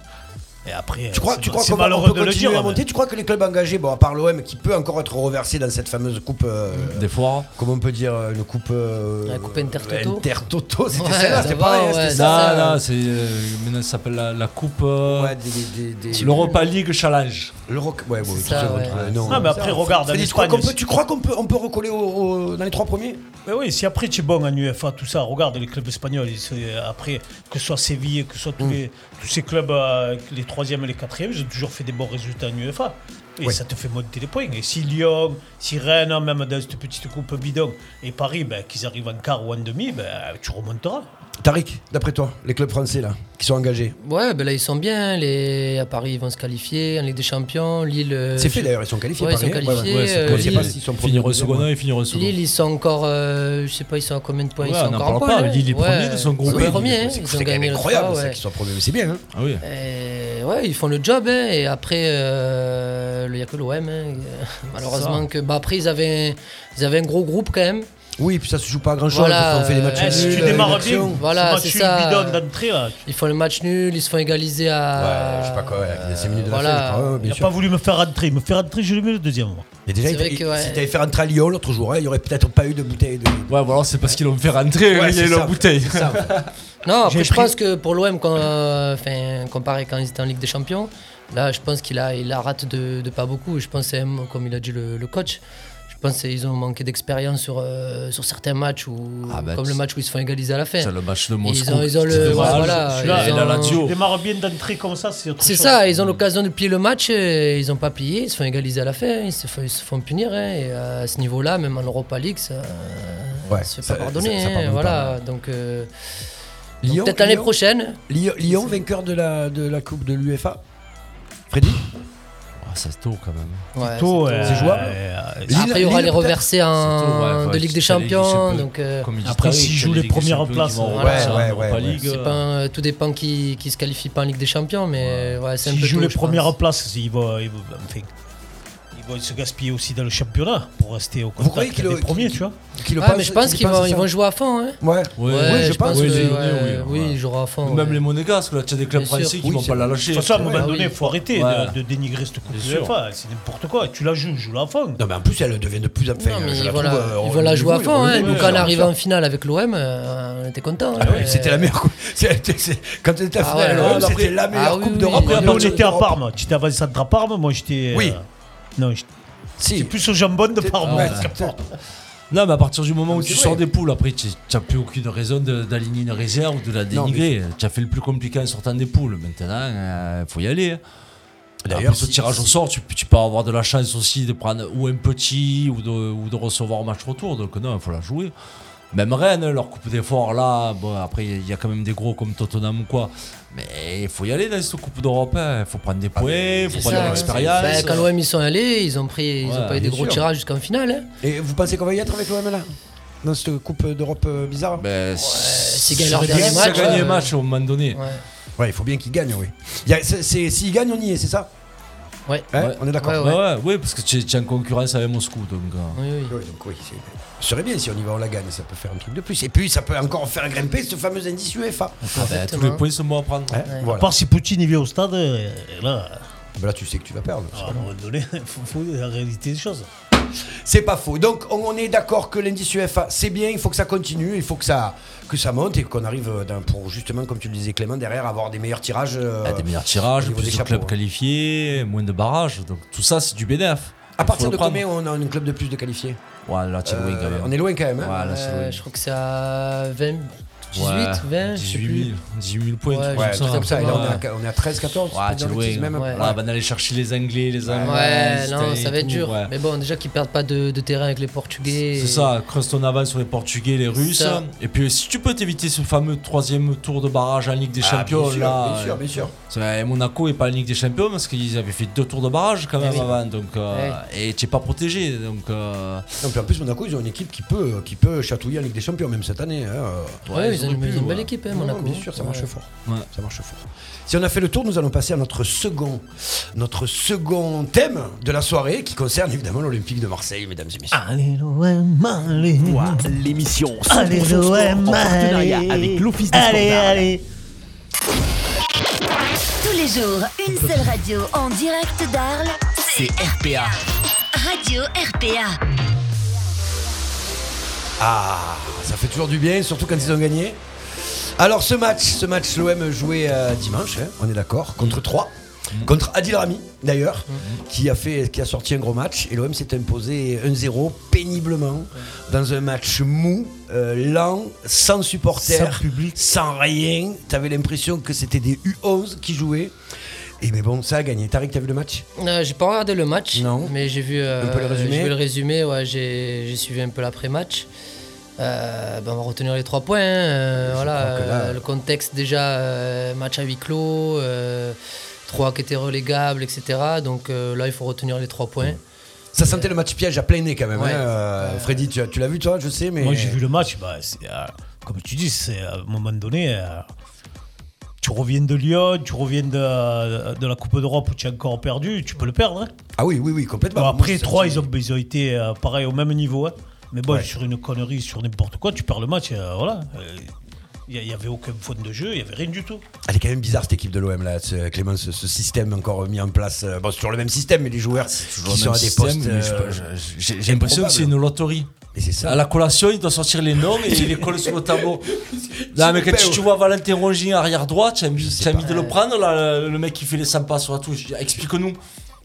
[SPEAKER 10] et après,
[SPEAKER 7] tu crois,
[SPEAKER 10] c'est
[SPEAKER 7] tu
[SPEAKER 10] ma-
[SPEAKER 7] crois
[SPEAKER 10] c'est
[SPEAKER 7] qu'on va- on
[SPEAKER 10] malheureux
[SPEAKER 7] peut
[SPEAKER 10] de le
[SPEAKER 7] continuer
[SPEAKER 10] dire. hein,
[SPEAKER 7] à
[SPEAKER 10] mais-
[SPEAKER 7] monter Tu crois que les clubs engagés, bon, à part l'OM qui peut encore être reversé dans cette fameuse coupe, euh,
[SPEAKER 11] Des fois,
[SPEAKER 7] comment on peut dire, euh, une coupe. euh,
[SPEAKER 9] La coupe Intertoto.
[SPEAKER 7] Intertoto, c'était
[SPEAKER 9] Ouais,
[SPEAKER 7] celle-là,
[SPEAKER 9] ça
[SPEAKER 7] c'était
[SPEAKER 9] va,
[SPEAKER 7] pareil, hein,
[SPEAKER 9] ouais,
[SPEAKER 7] c'était
[SPEAKER 9] c'est
[SPEAKER 11] non,
[SPEAKER 7] ça.
[SPEAKER 9] ça.
[SPEAKER 11] non, c'est euh, maintenant ça s'appelle la, la Coupe euh,
[SPEAKER 7] Ouais, des- des- des- des-
[SPEAKER 11] l'Europa League Challenge.
[SPEAKER 7] Le rock, ouais, bon,
[SPEAKER 9] C'est
[SPEAKER 7] tout
[SPEAKER 9] ça,
[SPEAKER 7] ça,
[SPEAKER 9] ouais.
[SPEAKER 7] euh, non.
[SPEAKER 10] Non, mais après, regarde, en
[SPEAKER 7] Freddy, tu crois
[SPEAKER 10] Espagne.
[SPEAKER 7] qu'on peut,
[SPEAKER 10] si-
[SPEAKER 7] tu crois qu'on peut, on peut recoller au- au- dans les trois premiers
[SPEAKER 10] Mais oui, si après tu es bon en UEFA, tout ça, regarde les clubs espagnols. ils sont- euh, Après, que ce soit Séville, que ce soit tous, les- tous ces clubs, euh, les troisièmes et les quatrièmes, ils ont toujours fait des bons résultats en UEFA. Et
[SPEAKER 8] Ouais.
[SPEAKER 10] ça te fait monter les points. Et si Lyon, si Rennes, hein, même dans cette petite coupe bidon, et Paris, ben, qu'ils arrivent en quart ou en demi, ben, tu remonteras.
[SPEAKER 7] Tariq, d'après toi, les clubs français là, qui sont engagés
[SPEAKER 9] Ouais, ben là ils sont bien. Les... À Paris ils vont se qualifier en Ligue des Champions. Lille. euh,
[SPEAKER 7] C'est fait,
[SPEAKER 9] je-
[SPEAKER 7] d'ailleurs, ils sont qualifiés,
[SPEAKER 9] Ouais, ils sont
[SPEAKER 7] Paris, hein. Ouais, ouais,
[SPEAKER 9] qualifiés.
[SPEAKER 7] ouais, c'est
[SPEAKER 9] euh,
[SPEAKER 7] cool. On sait
[SPEAKER 9] Lille-
[SPEAKER 7] pas s'ils sont Ils finiront premiers ou second, deuxièmes. hein, ils finiront second.
[SPEAKER 9] Lille ils sont encore, euh, je sais pas, ils sont à combien de points Ils
[SPEAKER 11] Ouais,
[SPEAKER 9] sont
[SPEAKER 11] on en
[SPEAKER 9] encore en
[SPEAKER 11] parle pas,
[SPEAKER 9] pôle, hein.
[SPEAKER 11] Lille est premier de son
[SPEAKER 9] ils sont
[SPEAKER 11] groupe, hein.
[SPEAKER 9] premiers, hein.
[SPEAKER 11] C'est
[SPEAKER 9] Ils
[SPEAKER 11] quand
[SPEAKER 9] ont
[SPEAKER 11] même
[SPEAKER 9] gagné le
[SPEAKER 11] incroyable,
[SPEAKER 9] trois,
[SPEAKER 11] ça,
[SPEAKER 9] ouais.
[SPEAKER 11] qu'ils
[SPEAKER 7] soient premiers, mais c'est bien. Hein.
[SPEAKER 11] Ah oui.
[SPEAKER 9] Et ouais, ils font le job. hein, et après, euh, il n'y a que l'OM. hein, euh, malheureusement,
[SPEAKER 7] ça.
[SPEAKER 9] que, bah, après, ils avaient, un- ils avaient un gros groupe quand même.
[SPEAKER 7] Oui, puis ça se joue pas à grand chose. parce qu'on fait des matchs
[SPEAKER 9] euh,
[SPEAKER 7] nuls, euh, des actions.
[SPEAKER 9] voilà, c'est ça.
[SPEAKER 10] d'entrée.
[SPEAKER 9] Ils font le match nul, ils se font égaliser à.
[SPEAKER 7] Ouais, je sais pas quoi, ouais, il y a 5 minutes de
[SPEAKER 9] Voilà.
[SPEAKER 7] la fin, oh, je crois, ouais,
[SPEAKER 10] Il
[SPEAKER 7] bien
[SPEAKER 10] n'a
[SPEAKER 7] sûr.
[SPEAKER 10] pas voulu me faire rentrer. Il me fait rentrer, je l'ai mis le deuxième. moi.
[SPEAKER 7] Mais déjà,
[SPEAKER 10] C'est
[SPEAKER 7] il-
[SPEAKER 10] vrai
[SPEAKER 7] il-
[SPEAKER 10] que, ouais.
[SPEAKER 7] si t'avais fait rentrer à Lyon l'autre jour, hein, il y aurait peut-être pas eu de bouteille. De...
[SPEAKER 11] Ouais, voilà, c'est parce qu'ils l'ont fait rentrer,
[SPEAKER 7] Ouais,
[SPEAKER 11] il y a
[SPEAKER 7] c'est
[SPEAKER 11] eu la
[SPEAKER 7] ça,
[SPEAKER 11] bouteille.
[SPEAKER 7] c'est ça, en
[SPEAKER 11] (laughs)
[SPEAKER 7] fait.
[SPEAKER 9] Non, après,
[SPEAKER 11] J'ai
[SPEAKER 9] je
[SPEAKER 11] pris-
[SPEAKER 9] pense que pour l'OM, quand, euh, enfin, comparé quand ils étaient en Ligue des Champions, là, je pense qu'il a, il a rate de, de pas beaucoup. Je pense, euh, comme il a dit le, le coach, je pense qu'ils ont manqué d'expérience sur, euh, sur certains matchs, où,
[SPEAKER 11] bah,
[SPEAKER 9] comme le
[SPEAKER 11] tu-
[SPEAKER 9] match où ils se font égaliser à la fin.
[SPEAKER 11] C'est le match de
[SPEAKER 9] Ils
[SPEAKER 11] Moscou,
[SPEAKER 9] ont, ils ont
[SPEAKER 11] c'était
[SPEAKER 9] le.
[SPEAKER 11] dommage.
[SPEAKER 9] Voilà,
[SPEAKER 11] Celui-là,
[SPEAKER 9] ils
[SPEAKER 11] et la
[SPEAKER 9] ont-
[SPEAKER 11] Lazio.
[SPEAKER 10] Tu démarres bien d'entrée comme ça, c'est autre
[SPEAKER 9] C'est
[SPEAKER 10] chose.
[SPEAKER 9] ça, ils ont l'occasion de plier le match, et ils n'ont pas plié, ils se font égaliser à la fin, ils se font, ils se font punir. hein, et à ce niveau-là, même en Europa League, ça
[SPEAKER 7] Ouais,
[SPEAKER 9] ne se fait
[SPEAKER 7] ça-
[SPEAKER 9] pas pardonner.
[SPEAKER 7] ça- ça
[SPEAKER 9] hein,
[SPEAKER 7] pardonne
[SPEAKER 9] voilà, donc. euh, donc
[SPEAKER 7] Lyon-
[SPEAKER 9] Peut-être l'année
[SPEAKER 7] Lyon-
[SPEAKER 9] prochaine.
[SPEAKER 7] Lyon, Lyon vainqueur de la, de la Coupe de l'UFA Freddy
[SPEAKER 11] Ah, ça tôt quand même.
[SPEAKER 9] Ouais,
[SPEAKER 7] tôt,
[SPEAKER 9] c'est
[SPEAKER 7] euh,
[SPEAKER 9] tôt.
[SPEAKER 7] c'est jouable. Lille-
[SPEAKER 9] Après, il y aura
[SPEAKER 7] Lille,
[SPEAKER 9] les
[SPEAKER 7] peut-être
[SPEAKER 9] reversés en...
[SPEAKER 11] C'est tôt, ouais, ouais,
[SPEAKER 9] de Ligue des
[SPEAKER 11] jusqu'à la Ligue des
[SPEAKER 9] Champions.
[SPEAKER 11] Champions.
[SPEAKER 9] Donc, euh,
[SPEAKER 11] Comme ils disent
[SPEAKER 10] ah
[SPEAKER 11] Après, pareil, s'ils jusqu'à jouent la les Ligue des premières Champions, ils places, vont en
[SPEAKER 9] voilà.
[SPEAKER 11] reverser en Ouais, Europa ouais, ouais. League,
[SPEAKER 10] euh,
[SPEAKER 9] C'est pas un- tout dépend qui, qui se qualifie pas en Ligue des Champions, mais ouais, c'est un peu
[SPEAKER 10] S'ils jouent
[SPEAKER 9] tôt,
[SPEAKER 10] les
[SPEAKER 9] je pense.
[SPEAKER 10] premières places, ils vont, ils, vont, enfin, ils vont se gaspiller aussi dans le championnat pour rester au
[SPEAKER 7] Vous croyez
[SPEAKER 10] contact
[SPEAKER 7] qu'il
[SPEAKER 10] des
[SPEAKER 7] le-
[SPEAKER 10] premiers,
[SPEAKER 7] qu'il-
[SPEAKER 10] tu vois.
[SPEAKER 7] qu'il le
[SPEAKER 9] Ouais, mais je pense
[SPEAKER 7] qu'il
[SPEAKER 9] qu'ils
[SPEAKER 7] pense
[SPEAKER 9] vont,
[SPEAKER 7] à
[SPEAKER 9] ils
[SPEAKER 7] ça.
[SPEAKER 9] vont jouer à fond. Hein.
[SPEAKER 7] Ouais.
[SPEAKER 11] Ouais,
[SPEAKER 9] Ouais, je pense
[SPEAKER 11] oui,
[SPEAKER 9] que-
[SPEAKER 11] les-
[SPEAKER 9] ouais,
[SPEAKER 11] oui,
[SPEAKER 9] oui,
[SPEAKER 11] voilà.
[SPEAKER 9] ils joueront à fond.
[SPEAKER 11] Même
[SPEAKER 9] ouais.
[SPEAKER 11] les monégasques, là, tu as des clubs
[SPEAKER 9] Bien sûr.
[SPEAKER 11] français qui
[SPEAKER 9] Oui,
[SPEAKER 11] vont
[SPEAKER 9] c'est
[SPEAKER 11] pas la
[SPEAKER 9] vrai.
[SPEAKER 11] lâcher.
[SPEAKER 10] De toute façon, à un moment
[SPEAKER 11] Ouais.
[SPEAKER 10] donné, il faut arrêter
[SPEAKER 11] Ouais.
[SPEAKER 10] de, de dénigrer cette coupe
[SPEAKER 11] Bien
[SPEAKER 10] de
[SPEAKER 11] sûr.
[SPEAKER 10] l'UEFA. C'est n'importe quoi. Tu la joues, joue-la à fond.
[SPEAKER 7] Non, mais en plus, elle devient de plus en plus.
[SPEAKER 10] Non, mais
[SPEAKER 7] je la
[SPEAKER 10] voilà,
[SPEAKER 7] trouve, euh,
[SPEAKER 9] Ils
[SPEAKER 7] au
[SPEAKER 9] vont la jouer à
[SPEAKER 7] niveau,
[SPEAKER 9] fond.
[SPEAKER 7] au
[SPEAKER 9] hein.
[SPEAKER 7] niveau,
[SPEAKER 9] Donc,
[SPEAKER 7] elle
[SPEAKER 9] en
[SPEAKER 7] est
[SPEAKER 9] arrivant
[SPEAKER 7] revenue.
[SPEAKER 9] en finale avec l'OM, euh, on était content.
[SPEAKER 7] Ah oui, C'était la meilleure coupe. c'est- c'est- Quand tu étais à
[SPEAKER 9] Ah ouais,
[SPEAKER 7] finale,
[SPEAKER 9] ouais,
[SPEAKER 7] l'OM, c'était
[SPEAKER 9] après-
[SPEAKER 7] la meilleure
[SPEAKER 9] Ah oui,
[SPEAKER 7] coupe
[SPEAKER 9] oui,
[SPEAKER 7] d'Europe.
[SPEAKER 9] oui,
[SPEAKER 10] Après, on était à Parme. Tu étais à Valsandre à Parme. Moi, j'étais. euh,
[SPEAKER 7] Oui.
[SPEAKER 10] Non, j'étais j'étais plus au jambon de Parme.
[SPEAKER 11] Ah ouais,
[SPEAKER 10] qu'à Parme.
[SPEAKER 11] Non, mais à partir du moment où tu
[SPEAKER 10] c'est
[SPEAKER 11] sors
[SPEAKER 10] vrai.
[SPEAKER 11] des poules, après, tu n'as plus aucune raison de- d'aligner une réserve ou de la
[SPEAKER 7] Non,
[SPEAKER 11] dénigrer. Tu as fait le plus compliqué en sortant des poules. Maintenant, il faut y aller. hein.
[SPEAKER 7] D'ailleurs,
[SPEAKER 11] Après, ce
[SPEAKER 7] si-
[SPEAKER 11] tirage au sort, tu, tu peux avoir de la chance aussi de prendre ou un petit ou de, ou de recevoir un match retour. Donc, non, il faut la jouer. Même Rennes, hein, leur coupe d'effort là, bon, après, il y a quand même des gros comme Tottenham ou quoi. Mais il faut y aller dans cette Coupe d'Europe. hein. Il faut prendre des points, il faut
[SPEAKER 9] C'est
[SPEAKER 11] prendre
[SPEAKER 9] ça,
[SPEAKER 11] de
[SPEAKER 9] hein.
[SPEAKER 11] l'expérience.
[SPEAKER 9] Ben, Quand l'OM ils sont allés, ils ont pris, ils
[SPEAKER 11] Ouais,
[SPEAKER 9] ont pas eu des
[SPEAKER 11] bien
[SPEAKER 9] gros
[SPEAKER 11] sûr.
[SPEAKER 9] tirages jusqu'en finale. hein.
[SPEAKER 7] Et vous pensez qu'on va y être avec l'OM là Dans cette coupe d'Europe euh, bizarre
[SPEAKER 11] Ben, s'ils
[SPEAKER 7] gagnent leur dernier
[SPEAKER 11] s'ils
[SPEAKER 7] match,
[SPEAKER 11] gagnent
[SPEAKER 7] ouais.
[SPEAKER 11] un match à un moment donné.
[SPEAKER 7] Ouais, il faut bien qu'ils gagnent, oui. Il y a- c'est- c'est- S'ils gagnent, on y est, c'est ça
[SPEAKER 9] Ouais.
[SPEAKER 7] Hein, on est d'accord.
[SPEAKER 11] Ouais, ouais, ouais, parce que tu es, tu es en concurrence avec Moscou. Donc, euh.
[SPEAKER 9] Oui, oui.
[SPEAKER 7] Oui, donc oui, c'est- ce serait bien si on y va, on la gagne, ça peut faire un truc de plus. Et puis ça peut encore faire grimper ce fameux indice UEFA.
[SPEAKER 11] Ah ben, tous les points sont bons à prendre.
[SPEAKER 7] Hein,
[SPEAKER 10] À
[SPEAKER 7] voilà.
[SPEAKER 10] part si Poutine il vient au stade, euh, là,
[SPEAKER 7] Ben là, tu sais que tu vas perdre.
[SPEAKER 11] Ah.
[SPEAKER 10] à un moment donné, (laughs) il faut, faut la réalité des choses.
[SPEAKER 7] C'est pas faux. Donc on, on est d'accord que l'indice UEFA, c'est bien, il faut que ça continue, il faut que ça, que ça monte et qu'on arrive euh, dans- pour justement, comme tu le disais Clément, derrière avoir des meilleurs tirages. euh,
[SPEAKER 11] Ah, des meilleurs
[SPEAKER 7] au
[SPEAKER 11] tirages,
[SPEAKER 7] niveau des
[SPEAKER 11] plus de
[SPEAKER 7] chapeaux,
[SPEAKER 11] clubs
[SPEAKER 7] hein.
[SPEAKER 11] qualifiés, moins de barrages. Donc tout ça, c'est du bénéf.
[SPEAKER 7] À
[SPEAKER 11] Il
[SPEAKER 7] partir de
[SPEAKER 11] faut le prendre.
[SPEAKER 7] combien on a un club de plus de qualifiés
[SPEAKER 11] Ouais, là, tu es loin quand
[SPEAKER 7] Euh,
[SPEAKER 11] même.
[SPEAKER 7] On est loin quand même. hein.
[SPEAKER 11] Ouais, là, c'est
[SPEAKER 9] Euh,
[SPEAKER 11] loin.
[SPEAKER 9] je crois que c'est à 20, 18,
[SPEAKER 11] Ouais,
[SPEAKER 9] 20, je sais
[SPEAKER 11] 18
[SPEAKER 9] plus.
[SPEAKER 11] 000, 18 000 points.
[SPEAKER 9] Ouais,
[SPEAKER 11] tout
[SPEAKER 7] Ouais,
[SPEAKER 11] comme
[SPEAKER 7] tout
[SPEAKER 11] ça.
[SPEAKER 7] comme ça. Et là, on est à-
[SPEAKER 11] Ouais.
[SPEAKER 7] on est à 13, 14.
[SPEAKER 11] Ouais,
[SPEAKER 7] pas
[SPEAKER 11] tu
[SPEAKER 7] de
[SPEAKER 11] es
[SPEAKER 7] bêtises,
[SPEAKER 11] loin.
[SPEAKER 7] même.
[SPEAKER 11] Ouais.
[SPEAKER 7] Ouais.
[SPEAKER 11] Là, on va aller Ah, bah, chercher les Anglais, les Allemands.
[SPEAKER 9] Ouais,
[SPEAKER 11] les
[SPEAKER 9] non,
[SPEAKER 11] Italiens
[SPEAKER 9] ça va
[SPEAKER 11] et
[SPEAKER 9] être
[SPEAKER 11] tout,
[SPEAKER 9] dur.
[SPEAKER 11] ouais.
[SPEAKER 9] Mais bon, déjà qu'ils perdent pas de, de terrain avec les Portugais.
[SPEAKER 11] C'est ça, creuse ton avance sur les Portugais, les Russes.
[SPEAKER 9] ça.
[SPEAKER 11] Et puis si tu peux t'éviter ce fameux troisième tour de barrage en Ligue des
[SPEAKER 7] Ah,
[SPEAKER 11] Champions,
[SPEAKER 7] bien sûr,
[SPEAKER 11] là.
[SPEAKER 7] bien sûr, bien
[SPEAKER 11] euh,
[SPEAKER 7] sûr.
[SPEAKER 11] c'est vrai, Monaco est pas en Ligue des Champions parce qu'ils avaient fait deux tours de barrage
[SPEAKER 10] Eh
[SPEAKER 11] quand même
[SPEAKER 7] oui.
[SPEAKER 11] avant. Donc, euh, Et tu n'es pas protégé. Donc, euh,
[SPEAKER 7] Non, puis en plus, Monaco, ils ont une équipe qui peut, qui peut chatouiller en Ligue des Champions, même cette année. hein.
[SPEAKER 9] Ouais, ils ont une- ils ont une belle équipe, hein,
[SPEAKER 7] Non, non,
[SPEAKER 9] Monaco.
[SPEAKER 7] Bien sûr, ça marche
[SPEAKER 9] Ouais.
[SPEAKER 7] fort.
[SPEAKER 11] Ouais.
[SPEAKER 7] Ça marche fort. Si on a fait le tour, nous allons passer à notre second, notre second thème de la soirée qui concerne évidemment l'Olympique de Marseille, mesdames et messieurs.
[SPEAKER 10] Allez, l'OM, allez.
[SPEAKER 12] Ah, L'émission 100%
[SPEAKER 10] Allez,
[SPEAKER 12] sport
[SPEAKER 10] l'OM,
[SPEAKER 12] en partenariat
[SPEAKER 10] allez.
[SPEAKER 12] avec l'Office des
[SPEAKER 10] Allez,
[SPEAKER 12] Standards.
[SPEAKER 10] allez.
[SPEAKER 13] Tous les jours, une seule radio en direct d'Arles.
[SPEAKER 12] C'est
[SPEAKER 9] Ah,
[SPEAKER 12] RPA.
[SPEAKER 13] Radio RPA.
[SPEAKER 7] Ah, ça fait toujours du bien, surtout quand ils ont gagné. Alors ce match, ce match, l'OM jouait euh, dimanche, hein, on est d'accord, contre 3.
[SPEAKER 10] Mhm.
[SPEAKER 7] Contre Adil Rami d'ailleurs, qui a fait, qui a sorti un gros match et l'OM s'est imposé 1-0 péniblement dans un match mou, euh, lent, sans supporters, sans public, sans rien. T'avais l'impression que c'était des U11 qui jouaient. Et mais bon, ça a gagné. Tariq, t'as vu le match
[SPEAKER 9] Euh, j'ai pas regardé le match, mais j'ai vu, euh,
[SPEAKER 7] Un peu le résumé.
[SPEAKER 9] j'ai vu le résumé, ouais, j'ai j'ai suivi un peu l'après-match. Euh, ben, on va retenir les trois points. euh, voilà,
[SPEAKER 7] crois que là-
[SPEAKER 9] euh, le contexte déjà, euh, match à huis clos, euh, trois qui étaient relégables, etc. Donc euh, là, il faut retenir les trois points.
[SPEAKER 7] Ça sentait le match piège à plein nez quand même.
[SPEAKER 9] Ouais.
[SPEAKER 7] hein, euh, Freddy, tu, as- tu l'as vu toi, je sais, mais.
[SPEAKER 10] Moi, j'ai vu le match. bah, c'est, euh, comme tu dis, c'est euh, à un moment donné. euh, tu reviens de Lyon, tu reviens de, de la Coupe d'Europe où tu as encore perdu, tu peux le perdre. hein.
[SPEAKER 7] Ah oui, oui, oui,
[SPEAKER 12] Bah,
[SPEAKER 7] complètement.
[SPEAKER 10] Bon,
[SPEAKER 7] Moi,
[SPEAKER 10] après,
[SPEAKER 7] c'est-
[SPEAKER 10] 3, ils ont, ils ont été euh, pareil au même niveau. hein. Mais bon,
[SPEAKER 7] Ouais.
[SPEAKER 10] sur une connerie, sur n'importe quoi, tu perds le match. euh, voilà. Euh, Il n'y avait aucune faute de jeu, il n'y avait rien du tout.
[SPEAKER 7] Elle est quand même bizarre cette équipe de l'OM là, ce, Clément, ce, ce système encore mis en place. euh, Bon, c'est toujours le même système, mais les joueurs
[SPEAKER 11] toujours
[SPEAKER 7] qui
[SPEAKER 11] le
[SPEAKER 7] sont
[SPEAKER 11] même
[SPEAKER 7] à des
[SPEAKER 11] système,
[SPEAKER 7] postes. euh,
[SPEAKER 11] mais je sais pas, je- j'ai- j'ai l'impression que c'est une loterie.
[SPEAKER 7] ça.
[SPEAKER 11] À la collation, il doit sortir les noms et il les colle sur
[SPEAKER 7] (laughs)
[SPEAKER 11] le tableau. Là, mais quand tu, tu vois Valentin Rongier arrière droit, tu as mis, tu as mis de le prendre, là, le mec qui fait les 100 passes sur la touche. Je dis, Explique-nous.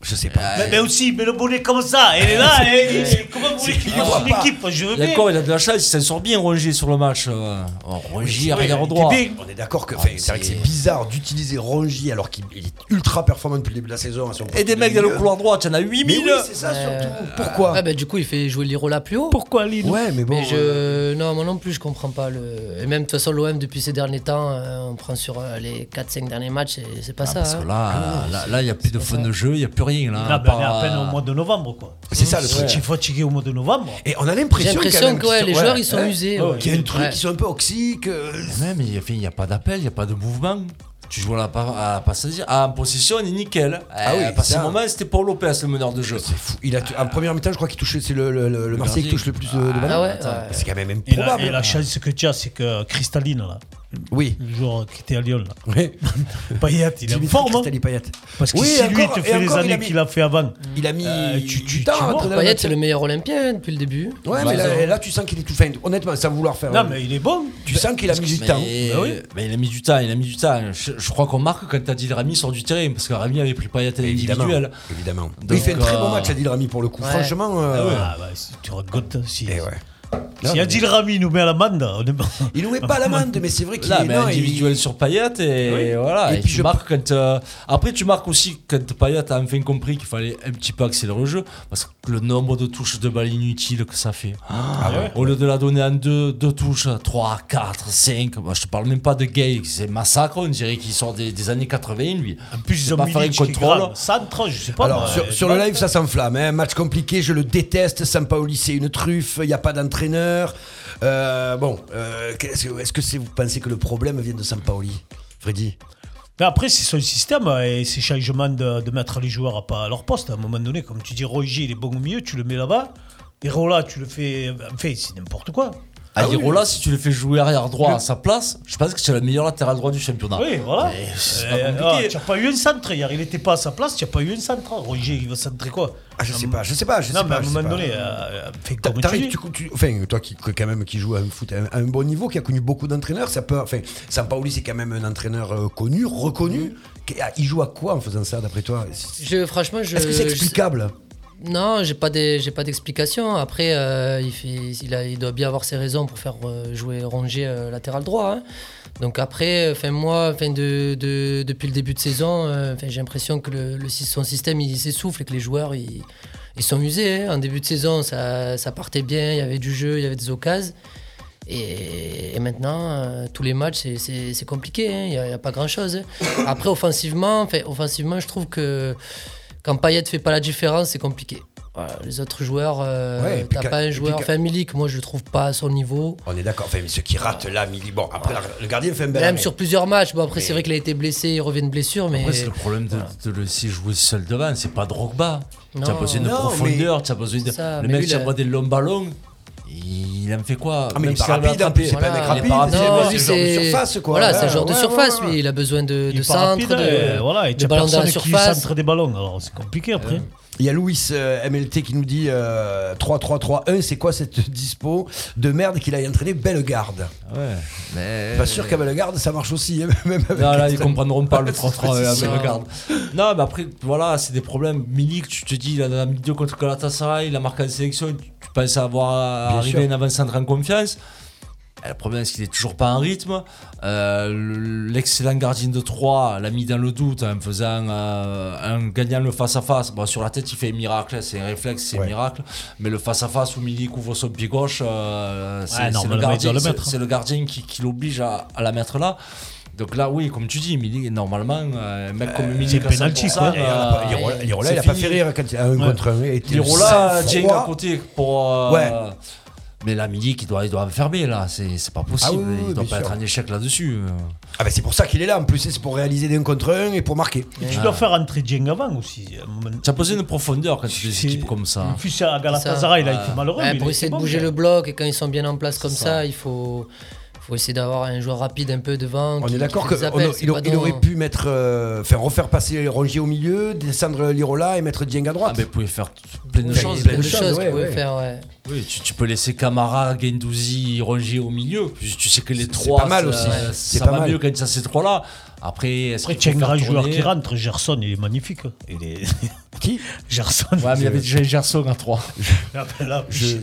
[SPEAKER 7] Je sais pas.
[SPEAKER 10] Mais, mais aussi, mais le bonnet comme ça, elle
[SPEAKER 12] (laughs)
[SPEAKER 10] est là, elle est- comment vous voulez qu'il
[SPEAKER 11] Ah,
[SPEAKER 10] fasse l'équipe Je veux
[SPEAKER 11] Et
[SPEAKER 10] bien.
[SPEAKER 11] encore, il a de la chance, il s'en sort bien Rongier sur le match. euh, en Rongier
[SPEAKER 7] Ouais,
[SPEAKER 11] arrière
[SPEAKER 7] il
[SPEAKER 11] droit.
[SPEAKER 7] était bien. On est d'accord que, enfin, c'est vrai que c'est bizarre d'utiliser Rongi alors qu'il il est ultra performant depuis le début de la saison. à son poste
[SPEAKER 11] Et des
[SPEAKER 7] de
[SPEAKER 11] mecs dans le
[SPEAKER 7] milieu.
[SPEAKER 11] couloir droit, tu en as
[SPEAKER 7] Mais
[SPEAKER 11] 8000.
[SPEAKER 7] oui, c'est ça surtout.
[SPEAKER 9] Pourquoi Ah, ben, Du coup, il fait jouer Lirola plus haut.
[SPEAKER 10] Pourquoi Lino
[SPEAKER 7] Ouais, Ah. mais bon, euh,
[SPEAKER 9] je... Non, moi non plus, je comprends pas. Le... Et même, de toute façon, l'OM, depuis ces derniers temps, euh, on prend sur euh, les 4-5 derniers matchs, c'est- c'est pas ça.
[SPEAKER 11] Parce
[SPEAKER 9] hein.
[SPEAKER 11] que là,
[SPEAKER 9] Ah non,
[SPEAKER 11] là,
[SPEAKER 9] c'est-
[SPEAKER 11] là, il n'y a plus de fun de jeu, il n'y a plus rien. Là,
[SPEAKER 10] Là, ben,
[SPEAKER 11] à
[SPEAKER 10] on est
[SPEAKER 11] part,
[SPEAKER 10] à peine au
[SPEAKER 11] euh,
[SPEAKER 10] mois de novembre, quoi.
[SPEAKER 11] C'est ça, le
[SPEAKER 10] Je
[SPEAKER 11] truc.
[SPEAKER 10] suis fatigué au mois de novembre.
[SPEAKER 7] Et on a l'impression
[SPEAKER 9] J'ai
[SPEAKER 7] quand
[SPEAKER 9] l'impression
[SPEAKER 7] même
[SPEAKER 9] que,
[SPEAKER 7] qu'ils
[SPEAKER 9] ouais,
[SPEAKER 7] sont-
[SPEAKER 9] les joueurs, ils sont
[SPEAKER 7] hein.
[SPEAKER 9] usés, ouais.
[SPEAKER 7] Qu'il y a un truc,
[SPEAKER 9] Ouais.
[SPEAKER 7] ils sont un peu euh, oxy, que.
[SPEAKER 11] Ouais, mais enfin, il n'y a pas d'appel, il n'y a pas de mouvement. Tu joues à la, par- à la passe- à la possession, on est nickel. Eh,
[SPEAKER 7] Ah oui,
[SPEAKER 11] à partir
[SPEAKER 7] ça.
[SPEAKER 11] du moment, c'était Paul Lopez, le meneur de jeu. C'est
[SPEAKER 7] fou. Il a tu- en première mi-temps, je crois qu'il touchait, c'est le, le, le- le Marseillais qui touche le plus euh, de, de ballons. C'est quand même
[SPEAKER 10] Et la,
[SPEAKER 7] improbable.
[SPEAKER 10] et la chance que tu as, c'est que Cristaline, là.
[SPEAKER 7] Oui.
[SPEAKER 10] Le joueur qui était à Lyon, là.
[SPEAKER 7] (laughs) Oui.
[SPEAKER 10] Payet, il est en
[SPEAKER 7] Dimitri
[SPEAKER 10] forme. hein.
[SPEAKER 7] Cristaline Payet.
[SPEAKER 10] Parce que
[SPEAKER 7] Oui,
[SPEAKER 10] si lui, il
[SPEAKER 7] encore-
[SPEAKER 10] te
[SPEAKER 7] et
[SPEAKER 10] fait les
[SPEAKER 7] encore, il a
[SPEAKER 10] années
[SPEAKER 7] mis-
[SPEAKER 10] qu'il a fait avant.
[SPEAKER 7] Il a mis
[SPEAKER 10] Euh, tu- tu-
[SPEAKER 7] du temps
[SPEAKER 10] tu
[SPEAKER 7] à
[SPEAKER 10] vois.
[SPEAKER 7] entraîner la
[SPEAKER 9] Payet,
[SPEAKER 7] nature.
[SPEAKER 9] c'est le meilleur Olympien depuis le début.
[SPEAKER 7] Ouais, mais là, là, tu sens qu'il est tout fin. Honnêtement, sans vouloir faire. euh,
[SPEAKER 11] Non, bah
[SPEAKER 10] mais il est bon.
[SPEAKER 7] Tu sens qu'il a mis du
[SPEAKER 11] Mais-
[SPEAKER 7] temps.
[SPEAKER 11] Eh Mais, il a mis du temps, il a mis du temps. Je, je crois qu'on marque quand t'as dit Rami sort du terrain, parce que Rami avait pris Payet à
[SPEAKER 7] Évidemment.
[SPEAKER 11] l'individuel.
[SPEAKER 7] Évidemment.
[SPEAKER 11] Donc,
[SPEAKER 7] Mais il fait un très bon
[SPEAKER 11] euh,
[SPEAKER 7] match, Adil Rami, pour le coup.
[SPEAKER 11] Ouais.
[SPEAKER 7] Franchement. euh,
[SPEAKER 11] Ah ouais.
[SPEAKER 10] Ah, bah, si tu racontes. Si,
[SPEAKER 7] Eh ouais. Non,
[SPEAKER 10] si
[SPEAKER 7] mais-
[SPEAKER 10] Adil Rami nous met à l'amende, on est (laughs) bon.
[SPEAKER 7] Il nous met pas à l'amende, mais c'est vrai qu'il
[SPEAKER 11] Là,
[SPEAKER 7] est
[SPEAKER 11] mais
[SPEAKER 7] non,
[SPEAKER 11] individuel
[SPEAKER 7] il-
[SPEAKER 11] sur Payet et
[SPEAKER 7] Oui.
[SPEAKER 11] voilà.
[SPEAKER 7] Et
[SPEAKER 11] Et,
[SPEAKER 7] puis
[SPEAKER 11] tu
[SPEAKER 7] je-
[SPEAKER 11] marques quand. euh, Après, tu marques aussi quand Payet a enfin compris qu'il fallait un petit peu accélérer le jeu parce que le nombre de touches de balles inutiles que ça fait. hein.
[SPEAKER 7] Ah ouais.
[SPEAKER 11] Au lieu de la donner en deux, deux touches, 3, 4, 5. Moi, je te parle même pas de Gay, c'est massacre. On dirait qu'il sort des, des années 80 lui.
[SPEAKER 10] En plus, ils ont
[SPEAKER 11] pas
[SPEAKER 10] mis
[SPEAKER 11] faire un
[SPEAKER 10] Milic qui est
[SPEAKER 11] contrôle.
[SPEAKER 10] grave. Centre, je sais pas.
[SPEAKER 7] Alors,
[SPEAKER 10] moi,
[SPEAKER 7] sur,
[SPEAKER 10] euh,
[SPEAKER 7] sur le live, ça s'enflamme. Hein. Match compliqué, je le déteste. Sampaoli, c'est une truffe. Il n'y a pas d'entraîneur. Euh, bon, euh, qu'est-ce que- est-ce que c'est- vous pensez que le problème vient de Sampaoli, Freddy
[SPEAKER 10] Mais après, c'est son système euh, et ses changements de, de mettre les joueurs à, pas à leur poste. À un moment donné, comme tu dis, Roger, il est bon au milieu, tu le mets là-bas. Et Rola, tu le fais. En fait, c'est n'importe quoi.
[SPEAKER 11] À
[SPEAKER 10] Ah
[SPEAKER 11] Girola, si tu le fais jouer arrière droit à sa place, je pense que c'est le meilleur latéral droit du championnat.
[SPEAKER 10] Oui, voilà.
[SPEAKER 11] Ah. Mais c'est pas
[SPEAKER 10] Euh,
[SPEAKER 11] compliqué.
[SPEAKER 10] ah, tu n'as pas eu un centre hier. Il n'était pas à sa place, tu n'as pas eu un centre. Ah, Roger, il va centrer quoi
[SPEAKER 7] ah, Je sais pas, je sais pas. Je
[SPEAKER 10] non,
[SPEAKER 7] sais
[SPEAKER 10] mais à
[SPEAKER 7] pas,
[SPEAKER 10] un
[SPEAKER 7] je sais
[SPEAKER 10] moment
[SPEAKER 7] pas.
[SPEAKER 10] donné, euh, fais
[SPEAKER 7] T'as-
[SPEAKER 10] comme tu dis.
[SPEAKER 7] t'arrives, tu, tu- enfin, toi qui qui- quand même qui joue à un foot à un, à un bon niveau, qui a connu beaucoup d'entraîneurs, ça peut. Enfin, Sampaoli, c'est quand même un entraîneur euh, connu, reconnu.
[SPEAKER 10] Mm-hmm.
[SPEAKER 7] Qu'est- ah, Il joue à quoi en faisant ça, d'après toi
[SPEAKER 9] Je, franchement, je.
[SPEAKER 7] Est-ce
[SPEAKER 10] Euh,
[SPEAKER 7] que c'est
[SPEAKER 9] je-
[SPEAKER 7] explicable
[SPEAKER 9] Non, j'ai pas des, j'ai pas d'explication. Après, euh, il, fait, il, a- il doit bien avoir ses raisons pour faire euh, jouer Rongier euh, latéral droit. hein. Donc après, enfin moi, enfin de, de- depuis le début de saison, euh, enfin, j'ai l'impression que le, le sy- son système il s'essouffle et que les joueurs ils, ils sont usés. hein. En début de saison, ça, ça partait bien, il y avait du jeu, il y avait des occasions. Et, et maintenant, euh, tous les matchs, c'est- c'est c'est compliqué. hein. Il n'y a, il y a pas grand-chose. hein. Après, offensivement, enfin, offensivement, je trouve que quand Payet fait pas la différence, c'est compliqué. Voilà, les autres joueurs, euh,
[SPEAKER 7] Ouais, et puis
[SPEAKER 9] t'as
[SPEAKER 7] qu'à-
[SPEAKER 9] pas
[SPEAKER 7] et
[SPEAKER 9] un
[SPEAKER 7] puis
[SPEAKER 9] joueur.
[SPEAKER 7] qu'à-
[SPEAKER 9] Enfin, Milik, moi, je le trouve pas à son niveau.
[SPEAKER 7] On est d'accord. Enfin, mais ceux qui ratent là, Mili. Bon, après, la- le gardien fait un bel
[SPEAKER 9] Même
[SPEAKER 7] arrêt.
[SPEAKER 9] sur plusieurs matchs. Bon, après,
[SPEAKER 7] Mais-
[SPEAKER 9] c'est vrai qu'il a été blessé, il revient de blessure, mais.
[SPEAKER 11] Après, c'est le problème de, de le laisser jouer seul devant, c'est pas Drogba. Tu as
[SPEAKER 9] Non.
[SPEAKER 11] besoin de
[SPEAKER 9] Non,
[SPEAKER 11] profondeur,
[SPEAKER 9] mais-
[SPEAKER 11] tu as besoin de.
[SPEAKER 9] C'est ça,
[SPEAKER 11] le
[SPEAKER 9] mais
[SPEAKER 11] mec,
[SPEAKER 9] lui,
[SPEAKER 11] tu
[SPEAKER 9] il a-
[SPEAKER 11] envoies des longs ballons, il en fait quoi
[SPEAKER 7] Ah, mais
[SPEAKER 11] Même
[SPEAKER 7] il
[SPEAKER 11] hein,
[SPEAKER 7] est pas
[SPEAKER 11] si on l'a
[SPEAKER 7] rapide, en
[SPEAKER 11] attrapé,
[SPEAKER 7] plus, c'est pas un mec
[SPEAKER 11] il est
[SPEAKER 7] rapide,
[SPEAKER 11] rapide,
[SPEAKER 7] c'est-
[SPEAKER 11] mais c'est
[SPEAKER 9] Non, lui,
[SPEAKER 11] le genre de
[SPEAKER 9] c'est
[SPEAKER 7] surface, quoi.
[SPEAKER 9] Voilà,
[SPEAKER 7] Ouais,
[SPEAKER 9] c'est un joueur de
[SPEAKER 7] ouais,
[SPEAKER 9] surface,
[SPEAKER 7] ouais, ouais.
[SPEAKER 9] lui. Il a besoin de, de
[SPEAKER 10] Il part
[SPEAKER 9] centre,
[SPEAKER 10] rapide, et
[SPEAKER 9] de,
[SPEAKER 10] voilà, et
[SPEAKER 9] de
[SPEAKER 10] tu as
[SPEAKER 9] ballon dans la
[SPEAKER 10] personne qui
[SPEAKER 9] surface.
[SPEAKER 10] centre des ballons. Alors, c'est compliqué après.
[SPEAKER 7] Il y a Louis euh, MLT qui nous dit euh, 3-3-3-1, c'est quoi cette (laughs) dispo de merde qu'il a entraîné Bellegarde
[SPEAKER 11] Ouais,
[SPEAKER 9] Euh.
[SPEAKER 11] mais.
[SPEAKER 7] hein. Pas sûr qu'à Bellegarde ça marche aussi. hein, (laughs) même avec
[SPEAKER 11] Non, là, ils
[SPEAKER 7] ça.
[SPEAKER 11] comprendront pas le
[SPEAKER 7] Ouais,
[SPEAKER 11] 3-3
[SPEAKER 7] c'est
[SPEAKER 11] euh,
[SPEAKER 7] sûr.
[SPEAKER 11] avec le garde. Non, mais après, voilà, c'est des problèmes. Milik, tu te dis, il a dans la milieu contre Galatasaray, il a marqué en sélection, tu tu penses avoir
[SPEAKER 7] Bien
[SPEAKER 11] arrivé
[SPEAKER 7] sûr.
[SPEAKER 11] un avant-centre en confiance. Euh, Le problème, c'est qu'il est toujours pas en rythme. Euh, L'excellent gardien de 3 l'a mis dans le doute en faisant euh, en gagnant le face-à-face. Bon, sur la tête, il fait miracle, hein, c'est un réflexe, c'est un miracle. Mais le face-à-face où Milly couvre son pied gauche, euh, c'est
[SPEAKER 10] Ouais,
[SPEAKER 11] c'est
[SPEAKER 10] normalement,
[SPEAKER 11] le,
[SPEAKER 10] il
[SPEAKER 11] gardien-
[SPEAKER 10] doit le
[SPEAKER 11] c'est-
[SPEAKER 7] hein.
[SPEAKER 10] mettre.
[SPEAKER 11] c'est le gardien qui, qui l'oblige à, à la mettre là. Donc là, oui, comme tu dis, Milly, normalement, euh, un mec comme
[SPEAKER 7] c'est
[SPEAKER 11] Milly,
[SPEAKER 7] penalty, quoi. Et il
[SPEAKER 11] euh,
[SPEAKER 7] a pas- Irola- Irola, il a pas fait rire quand il a un contre un, il était
[SPEAKER 11] Irola,
[SPEAKER 7] le
[SPEAKER 11] Dieng
[SPEAKER 7] sang-froid.
[SPEAKER 11] à côté pour. euh,
[SPEAKER 7] Ouais.
[SPEAKER 11] Mais là, Milly, il doit, il doit enfermer, là. C'est c'est pas possible.
[SPEAKER 7] Ah oui, oui,
[SPEAKER 11] il doit
[SPEAKER 7] bien
[SPEAKER 11] pas
[SPEAKER 7] sûr.
[SPEAKER 11] être en échec là-dessus. euh.
[SPEAKER 7] Ah bah c'est pour ça qu'il est là en plus, c'est pour réaliser des 1 contre 1 et pour marquer.
[SPEAKER 10] Et tu dois faire entrer Dieng avant aussi. à un moment-
[SPEAKER 11] Ça posait une profondeur quand tu fais des équipes comme ça.
[SPEAKER 10] En plus, à Galatasaray, là, il fait malheureux.
[SPEAKER 9] Ouais,
[SPEAKER 10] mais
[SPEAKER 9] pour
[SPEAKER 10] il est hein.
[SPEAKER 9] essayer de
[SPEAKER 10] bon,
[SPEAKER 9] bouger
[SPEAKER 10] mais-
[SPEAKER 9] le bloc et quand ils sont bien en place comme ça, il faut, faut essayer d'avoir un joueur rapide un peu devant.
[SPEAKER 7] On
[SPEAKER 9] qui-
[SPEAKER 7] est d'accord
[SPEAKER 9] qui
[SPEAKER 7] qu'il
[SPEAKER 9] les appelle, c'est pas dans-
[SPEAKER 7] aurait pu mettre, euh, faire refaire passer Rongier au milieu, descendre Lirola et mettre Dieng à droite.
[SPEAKER 11] Ah, mais vous pouvez faire plein de
[SPEAKER 7] Ouais,
[SPEAKER 11] choses.
[SPEAKER 7] plein de choses, Plein de choses ouais, qu'on peut ouais. faire,
[SPEAKER 9] ouais.
[SPEAKER 11] Oui, tu, tu peux laisser Camara, Gendouzi, Rongier au milieu. Puis tu sais que les
[SPEAKER 7] c'est
[SPEAKER 11] trois.
[SPEAKER 7] pas mal
[SPEAKER 11] ça-
[SPEAKER 7] aussi.
[SPEAKER 11] Ça,
[SPEAKER 7] C'est
[SPEAKER 11] va
[SPEAKER 7] pas mal.
[SPEAKER 11] mieux quand ça ces trois-là. Après, est-ce
[SPEAKER 10] Après,
[SPEAKER 11] qu'il
[SPEAKER 10] Dieng,
[SPEAKER 11] faut
[SPEAKER 10] grand
[SPEAKER 11] faire
[SPEAKER 10] joueur
[SPEAKER 11] tourner
[SPEAKER 10] qui rentre, Gerson, il est magnifique. Il (laughs) est...
[SPEAKER 7] (laughs) Qui
[SPEAKER 10] Gerson.
[SPEAKER 11] Ouais, mais il y avait déjà Gerson à 3.
[SPEAKER 10] Ah ben (laughs) là,
[SPEAKER 7] Je-
[SPEAKER 10] je,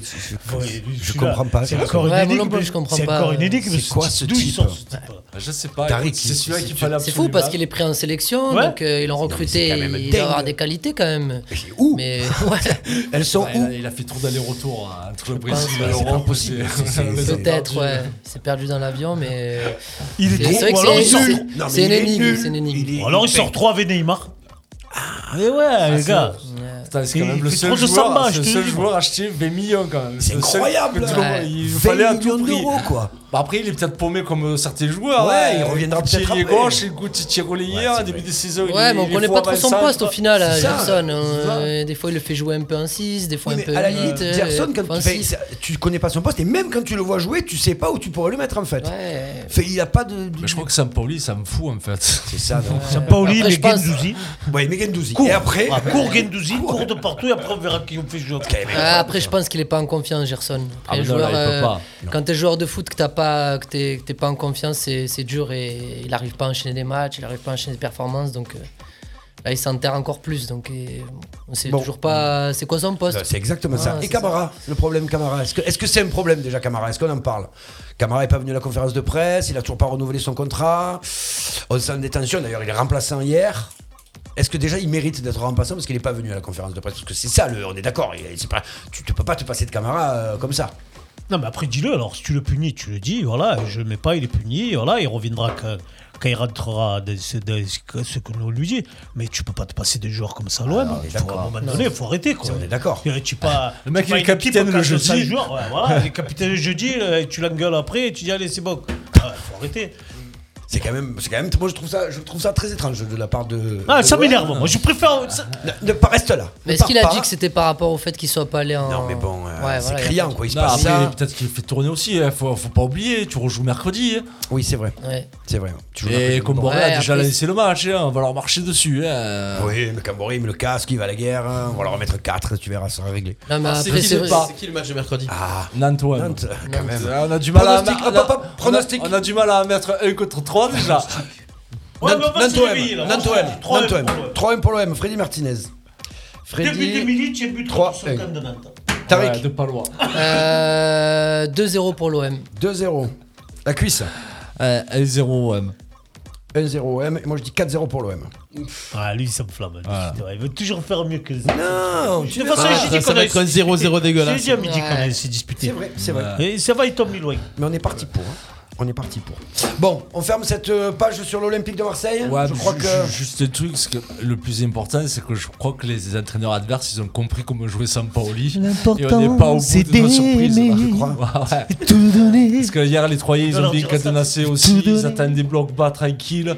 [SPEAKER 7] je comprends pas,
[SPEAKER 10] C'est
[SPEAKER 7] ça.
[SPEAKER 10] encore une
[SPEAKER 7] Ouais,
[SPEAKER 10] énigme.
[SPEAKER 7] moi non plus, je comprends
[SPEAKER 10] c'est
[SPEAKER 7] pas.
[SPEAKER 10] encore une énigme.
[SPEAKER 7] C'est quoi ce
[SPEAKER 10] D'où il
[SPEAKER 7] type
[SPEAKER 10] sort ce type
[SPEAKER 11] Ah, Je sais pas.
[SPEAKER 7] Tariq,
[SPEAKER 11] écoute, c'est
[SPEAKER 7] il-
[SPEAKER 11] celui
[SPEAKER 7] c'est-
[SPEAKER 11] qu'il fallait
[SPEAKER 9] C'est fou
[SPEAKER 11] absolument.
[SPEAKER 9] parce qu'il est pris en sélection,
[SPEAKER 11] Ouais.
[SPEAKER 9] donc euh, ils l'ont
[SPEAKER 11] Non, mais
[SPEAKER 9] recruté,
[SPEAKER 11] c'est quand même
[SPEAKER 9] il
[SPEAKER 11] dingue.
[SPEAKER 9] doit avoir des qualités quand même.
[SPEAKER 7] Où
[SPEAKER 9] Mais (laughs) ouais.
[SPEAKER 7] Elles sont
[SPEAKER 11] Ouais, Ah, il a- Il a fait trop d'aller-retour hein, entre le
[SPEAKER 9] pense
[SPEAKER 11] Brésil
[SPEAKER 9] que
[SPEAKER 11] et
[SPEAKER 9] c'est pas
[SPEAKER 11] l'Europe.
[SPEAKER 9] possible.
[SPEAKER 11] c'est-
[SPEAKER 9] Peut-être, ouais. C'est perdu dans l'avion, mais.
[SPEAKER 10] Il est
[SPEAKER 9] C'est-
[SPEAKER 10] trop-
[SPEAKER 9] c'est vrai que
[SPEAKER 10] ou alors
[SPEAKER 9] c'est-
[SPEAKER 10] il sort-
[SPEAKER 9] c'est-
[SPEAKER 10] Non, mais
[SPEAKER 9] C'est
[SPEAKER 10] il
[SPEAKER 9] une
[SPEAKER 10] est
[SPEAKER 9] énigme.
[SPEAKER 10] nul.
[SPEAKER 9] C'est une énigme.
[SPEAKER 10] Ou alors il sort 3 avec Neymar.
[SPEAKER 7] Ah.
[SPEAKER 10] Mais ouais, les gars.
[SPEAKER 11] Putain, C'est quand
[SPEAKER 10] Il
[SPEAKER 11] même le
[SPEAKER 10] fait
[SPEAKER 11] seul
[SPEAKER 10] trop de
[SPEAKER 11] joueur,
[SPEAKER 10] samba,
[SPEAKER 11] c'est
[SPEAKER 10] je
[SPEAKER 11] le
[SPEAKER 10] te
[SPEAKER 11] seul
[SPEAKER 10] dis,
[SPEAKER 11] joueur acheté 20 millions quand même.
[SPEAKER 7] C'est
[SPEAKER 11] Le seul
[SPEAKER 7] incroyable, hein.
[SPEAKER 11] que tout le
[SPEAKER 7] ouais.
[SPEAKER 11] monde- Il
[SPEAKER 7] 20
[SPEAKER 11] fallait à tout
[SPEAKER 7] millions
[SPEAKER 11] prix.
[SPEAKER 7] d'euros, quoi.
[SPEAKER 11] Bah après, il est peut-être paumé comme euh, certains joueurs.
[SPEAKER 7] Ouais, il
[SPEAKER 11] Euh,
[SPEAKER 7] reviendra
[SPEAKER 11] Gauthier,
[SPEAKER 7] peut-être
[SPEAKER 11] Il est
[SPEAKER 7] après.
[SPEAKER 11] gauche, il goûte, il tire au hier, début de saison. il est-
[SPEAKER 9] Ouais, mais on
[SPEAKER 11] il est
[SPEAKER 9] connaît
[SPEAKER 11] faux
[SPEAKER 9] pas trop
[SPEAKER 11] avant
[SPEAKER 9] son
[SPEAKER 11] le
[SPEAKER 9] poste
[SPEAKER 11] centre.
[SPEAKER 9] au final,
[SPEAKER 11] C'est ça.
[SPEAKER 9] Gerson. Euh, Des fois, il le fait jouer un peu en 6, des fois
[SPEAKER 7] Oui, mais
[SPEAKER 9] un peu.
[SPEAKER 7] à la limite,
[SPEAKER 9] euh,
[SPEAKER 7] Gerson, quand tu,
[SPEAKER 9] en
[SPEAKER 7] fais-
[SPEAKER 9] six.
[SPEAKER 7] ça- tu connais pas son poste, et même quand tu le vois jouer, tu sais pas où tu pourrais le mettre en fait. Fait, il a pas de.
[SPEAKER 11] Mais je crois que Sampaoli, ça me fout en fait. C'est
[SPEAKER 7] ça, non
[SPEAKER 10] Sampaoli, Après, mais je pense- Guendouzi.
[SPEAKER 7] Ouais, mais Gendouzi.
[SPEAKER 10] Cours.
[SPEAKER 7] Et après.
[SPEAKER 10] Ah, cours Gendouzi, cours de partout et après on verra qui on fait jouer.
[SPEAKER 9] Ah, après, je pense qu'il est pas en confiance, Gerson.
[SPEAKER 10] Ah,
[SPEAKER 9] Après, euh,
[SPEAKER 10] mais non, là, il peut pas.
[SPEAKER 9] Quand t'es joueur de foot, que t'as pas, que t'es, que t'es pas en confiance, c'est, c'est dur et il arrive pas à enchaîner des matchs, il arrive pas à enchaîner des performances, donc euh, là, il s'enterre encore plus. Donc, et, on sait
[SPEAKER 7] Bon.
[SPEAKER 9] toujours pas. C'est quoi son poste
[SPEAKER 7] Non, Euh, C'est exactement ça.
[SPEAKER 9] Ah,
[SPEAKER 7] Et
[SPEAKER 9] c'est
[SPEAKER 7] Camara, le problème Camara, est-ce que est-ce que c'est un problème déjà Camara Est-ce qu'on en parle Camara n'est pas venu à la conférence de presse, il a toujours pas renouvelé son contrat. On s'en détention, d'ailleurs il est remplaçant hier. Est-ce que déjà il mérite d'être remplaçant parce qu'il n'est pas venu à la conférence de presse Parce que c'est ça, le, on est d'accord, il- c'est pas- tu ne peux pas te passer de Camara euh, comme ça.
[SPEAKER 10] Non, mais après, dis-le. Alors, si tu le punis, tu le dis. Voilà, je le mets pas, il est puni. Voilà, il reviendra quand, quand il rentrera dans ce, dans ce que- ce que nous lui dit. Mais tu peux pas te passer des joueurs comme ça, l'OM.
[SPEAKER 7] on est
[SPEAKER 10] Faut, à un
[SPEAKER 7] d'accord.
[SPEAKER 10] moment
[SPEAKER 7] Non.
[SPEAKER 10] donné, il faut arrêter. Quoi.
[SPEAKER 7] On est d'accord.
[SPEAKER 10] Tu- Tu pas,
[SPEAKER 11] Le mec,
[SPEAKER 10] tu pas
[SPEAKER 11] il est
[SPEAKER 10] une équipe
[SPEAKER 11] capitaine
[SPEAKER 10] quand
[SPEAKER 11] le
[SPEAKER 10] il y a cinq
[SPEAKER 11] jeudi.
[SPEAKER 10] Joueurs, ouais, voilà, il est capitaine le jeudi, là, et tu l'engueules après et tu dis, allez, c'est bon. Il faut arrêter.
[SPEAKER 7] C'est quand même, c'est quand même, moi je trouve ça, je trouve ça très étrange de la part de.
[SPEAKER 10] Ah,
[SPEAKER 7] de
[SPEAKER 10] ça
[SPEAKER 7] l'OM.
[SPEAKER 10] m'énerve. Moi, je préfère. ça-
[SPEAKER 7] Ne, ne pas reste là.
[SPEAKER 9] Mais
[SPEAKER 7] Ne
[SPEAKER 9] est-ce
[SPEAKER 7] pars
[SPEAKER 9] qu'il a
[SPEAKER 7] pas.
[SPEAKER 9] dit que c'était par rapport au fait qu'il soit pas allé en.
[SPEAKER 7] Non, mais bon, euh,
[SPEAKER 9] Ouais,
[SPEAKER 7] c'est
[SPEAKER 9] voilà, il y a
[SPEAKER 7] criant
[SPEAKER 9] pas de-
[SPEAKER 7] quoi, il se
[SPEAKER 11] Non,
[SPEAKER 7] passe
[SPEAKER 11] après,
[SPEAKER 7] ça.
[SPEAKER 11] Peut-être qu'il fait tourner aussi. hein. Faut, faut pas oublier, tu rejoues mercredi. hein.
[SPEAKER 7] Oui, c'est vrai.
[SPEAKER 9] Ouais.
[SPEAKER 7] C'est vrai. Tu joues
[SPEAKER 11] Et
[SPEAKER 7] mercredi.
[SPEAKER 11] Comboré
[SPEAKER 7] Ouais,
[SPEAKER 11] a déjà
[SPEAKER 7] après,
[SPEAKER 11] laissé le match. hein, On va leur marcher dessus. hein.
[SPEAKER 7] Oui, mais Camboré, il met le casque, il va à la guerre, hein. on va leur remettre 4, tu verras, ça sera réglé.
[SPEAKER 9] Non, mais
[SPEAKER 11] Ah, c'est
[SPEAKER 9] après,
[SPEAKER 11] qui
[SPEAKER 9] c'est
[SPEAKER 11] le
[SPEAKER 9] vrai.
[SPEAKER 11] pas
[SPEAKER 6] C'est qui le match de mercredi
[SPEAKER 7] Ah,
[SPEAKER 11] Nantes, ouais. Ah,
[SPEAKER 7] Nantes, quand même.
[SPEAKER 11] On a du mal à
[SPEAKER 7] Pronostic,
[SPEAKER 11] on
[SPEAKER 7] hop, hop,
[SPEAKER 11] a-
[SPEAKER 7] hop, pronostic.
[SPEAKER 11] on a- on a du mal à mettre un contre 3 déjà.
[SPEAKER 10] Ouais, mais on va se
[SPEAKER 7] Nantoem,
[SPEAKER 10] réveiller, là.
[SPEAKER 7] Nantoem,
[SPEAKER 10] Trois
[SPEAKER 7] Nantoem.
[SPEAKER 10] pour l'OM.
[SPEAKER 7] 3-1 pour l'OM, Freddy Martinez.
[SPEAKER 10] Deux buts de
[SPEAKER 7] Freddy.
[SPEAKER 10] Milic et but de
[SPEAKER 7] 3
[SPEAKER 10] Rousseau, quand de Nantes.
[SPEAKER 7] (laughs) Tariq.
[SPEAKER 11] Ouais, de pas loin.
[SPEAKER 9] Euh, 2-0 pour l'OM.
[SPEAKER 7] 2-0. La cuisse.
[SPEAKER 11] Euh, 1-0 OM.
[SPEAKER 7] 1-0 OM, et moi je dis 4-0 pour l'OM.
[SPEAKER 10] Ah, lui, il s'enflamme. Il veut toujours faire mieux que les
[SPEAKER 7] Non,
[SPEAKER 10] De
[SPEAKER 7] tu
[SPEAKER 10] toute façon,
[SPEAKER 7] verras.
[SPEAKER 10] j'ai dit
[SPEAKER 5] ça
[SPEAKER 10] qu'on
[SPEAKER 5] va
[SPEAKER 10] allait
[SPEAKER 5] être un
[SPEAKER 10] se disputer.
[SPEAKER 5] 0-0 dégueulasse.
[SPEAKER 10] J'ai dit à midi
[SPEAKER 9] Ouais.
[SPEAKER 10] qu'on allait se disputer.
[SPEAKER 7] C'est vrai, c'est vrai.
[SPEAKER 10] Et ça va, il tombe ni loin.
[SPEAKER 7] Mais on est parti pour. hein. On est parti pour. Bon, on ferme cette euh, page sur l'Olympique de Marseille.
[SPEAKER 11] Ouais,
[SPEAKER 7] je
[SPEAKER 11] mais
[SPEAKER 7] crois
[SPEAKER 11] ju-
[SPEAKER 7] que.
[SPEAKER 11] ju- Juste le truc, c'est que le plus important, c'est que je crois que les entraîneurs adverses, ils ont compris comment jouer sans Paoli. Et on n'est pas au bout de nos surprises, là, je crois. Ouais, ouais. Parce que hier, les Troyens, ils
[SPEAKER 10] Alors,
[SPEAKER 11] ont bien
[SPEAKER 10] tu restes
[SPEAKER 11] cadenassé aussi. Ils attendent des blocs bas tranquilles.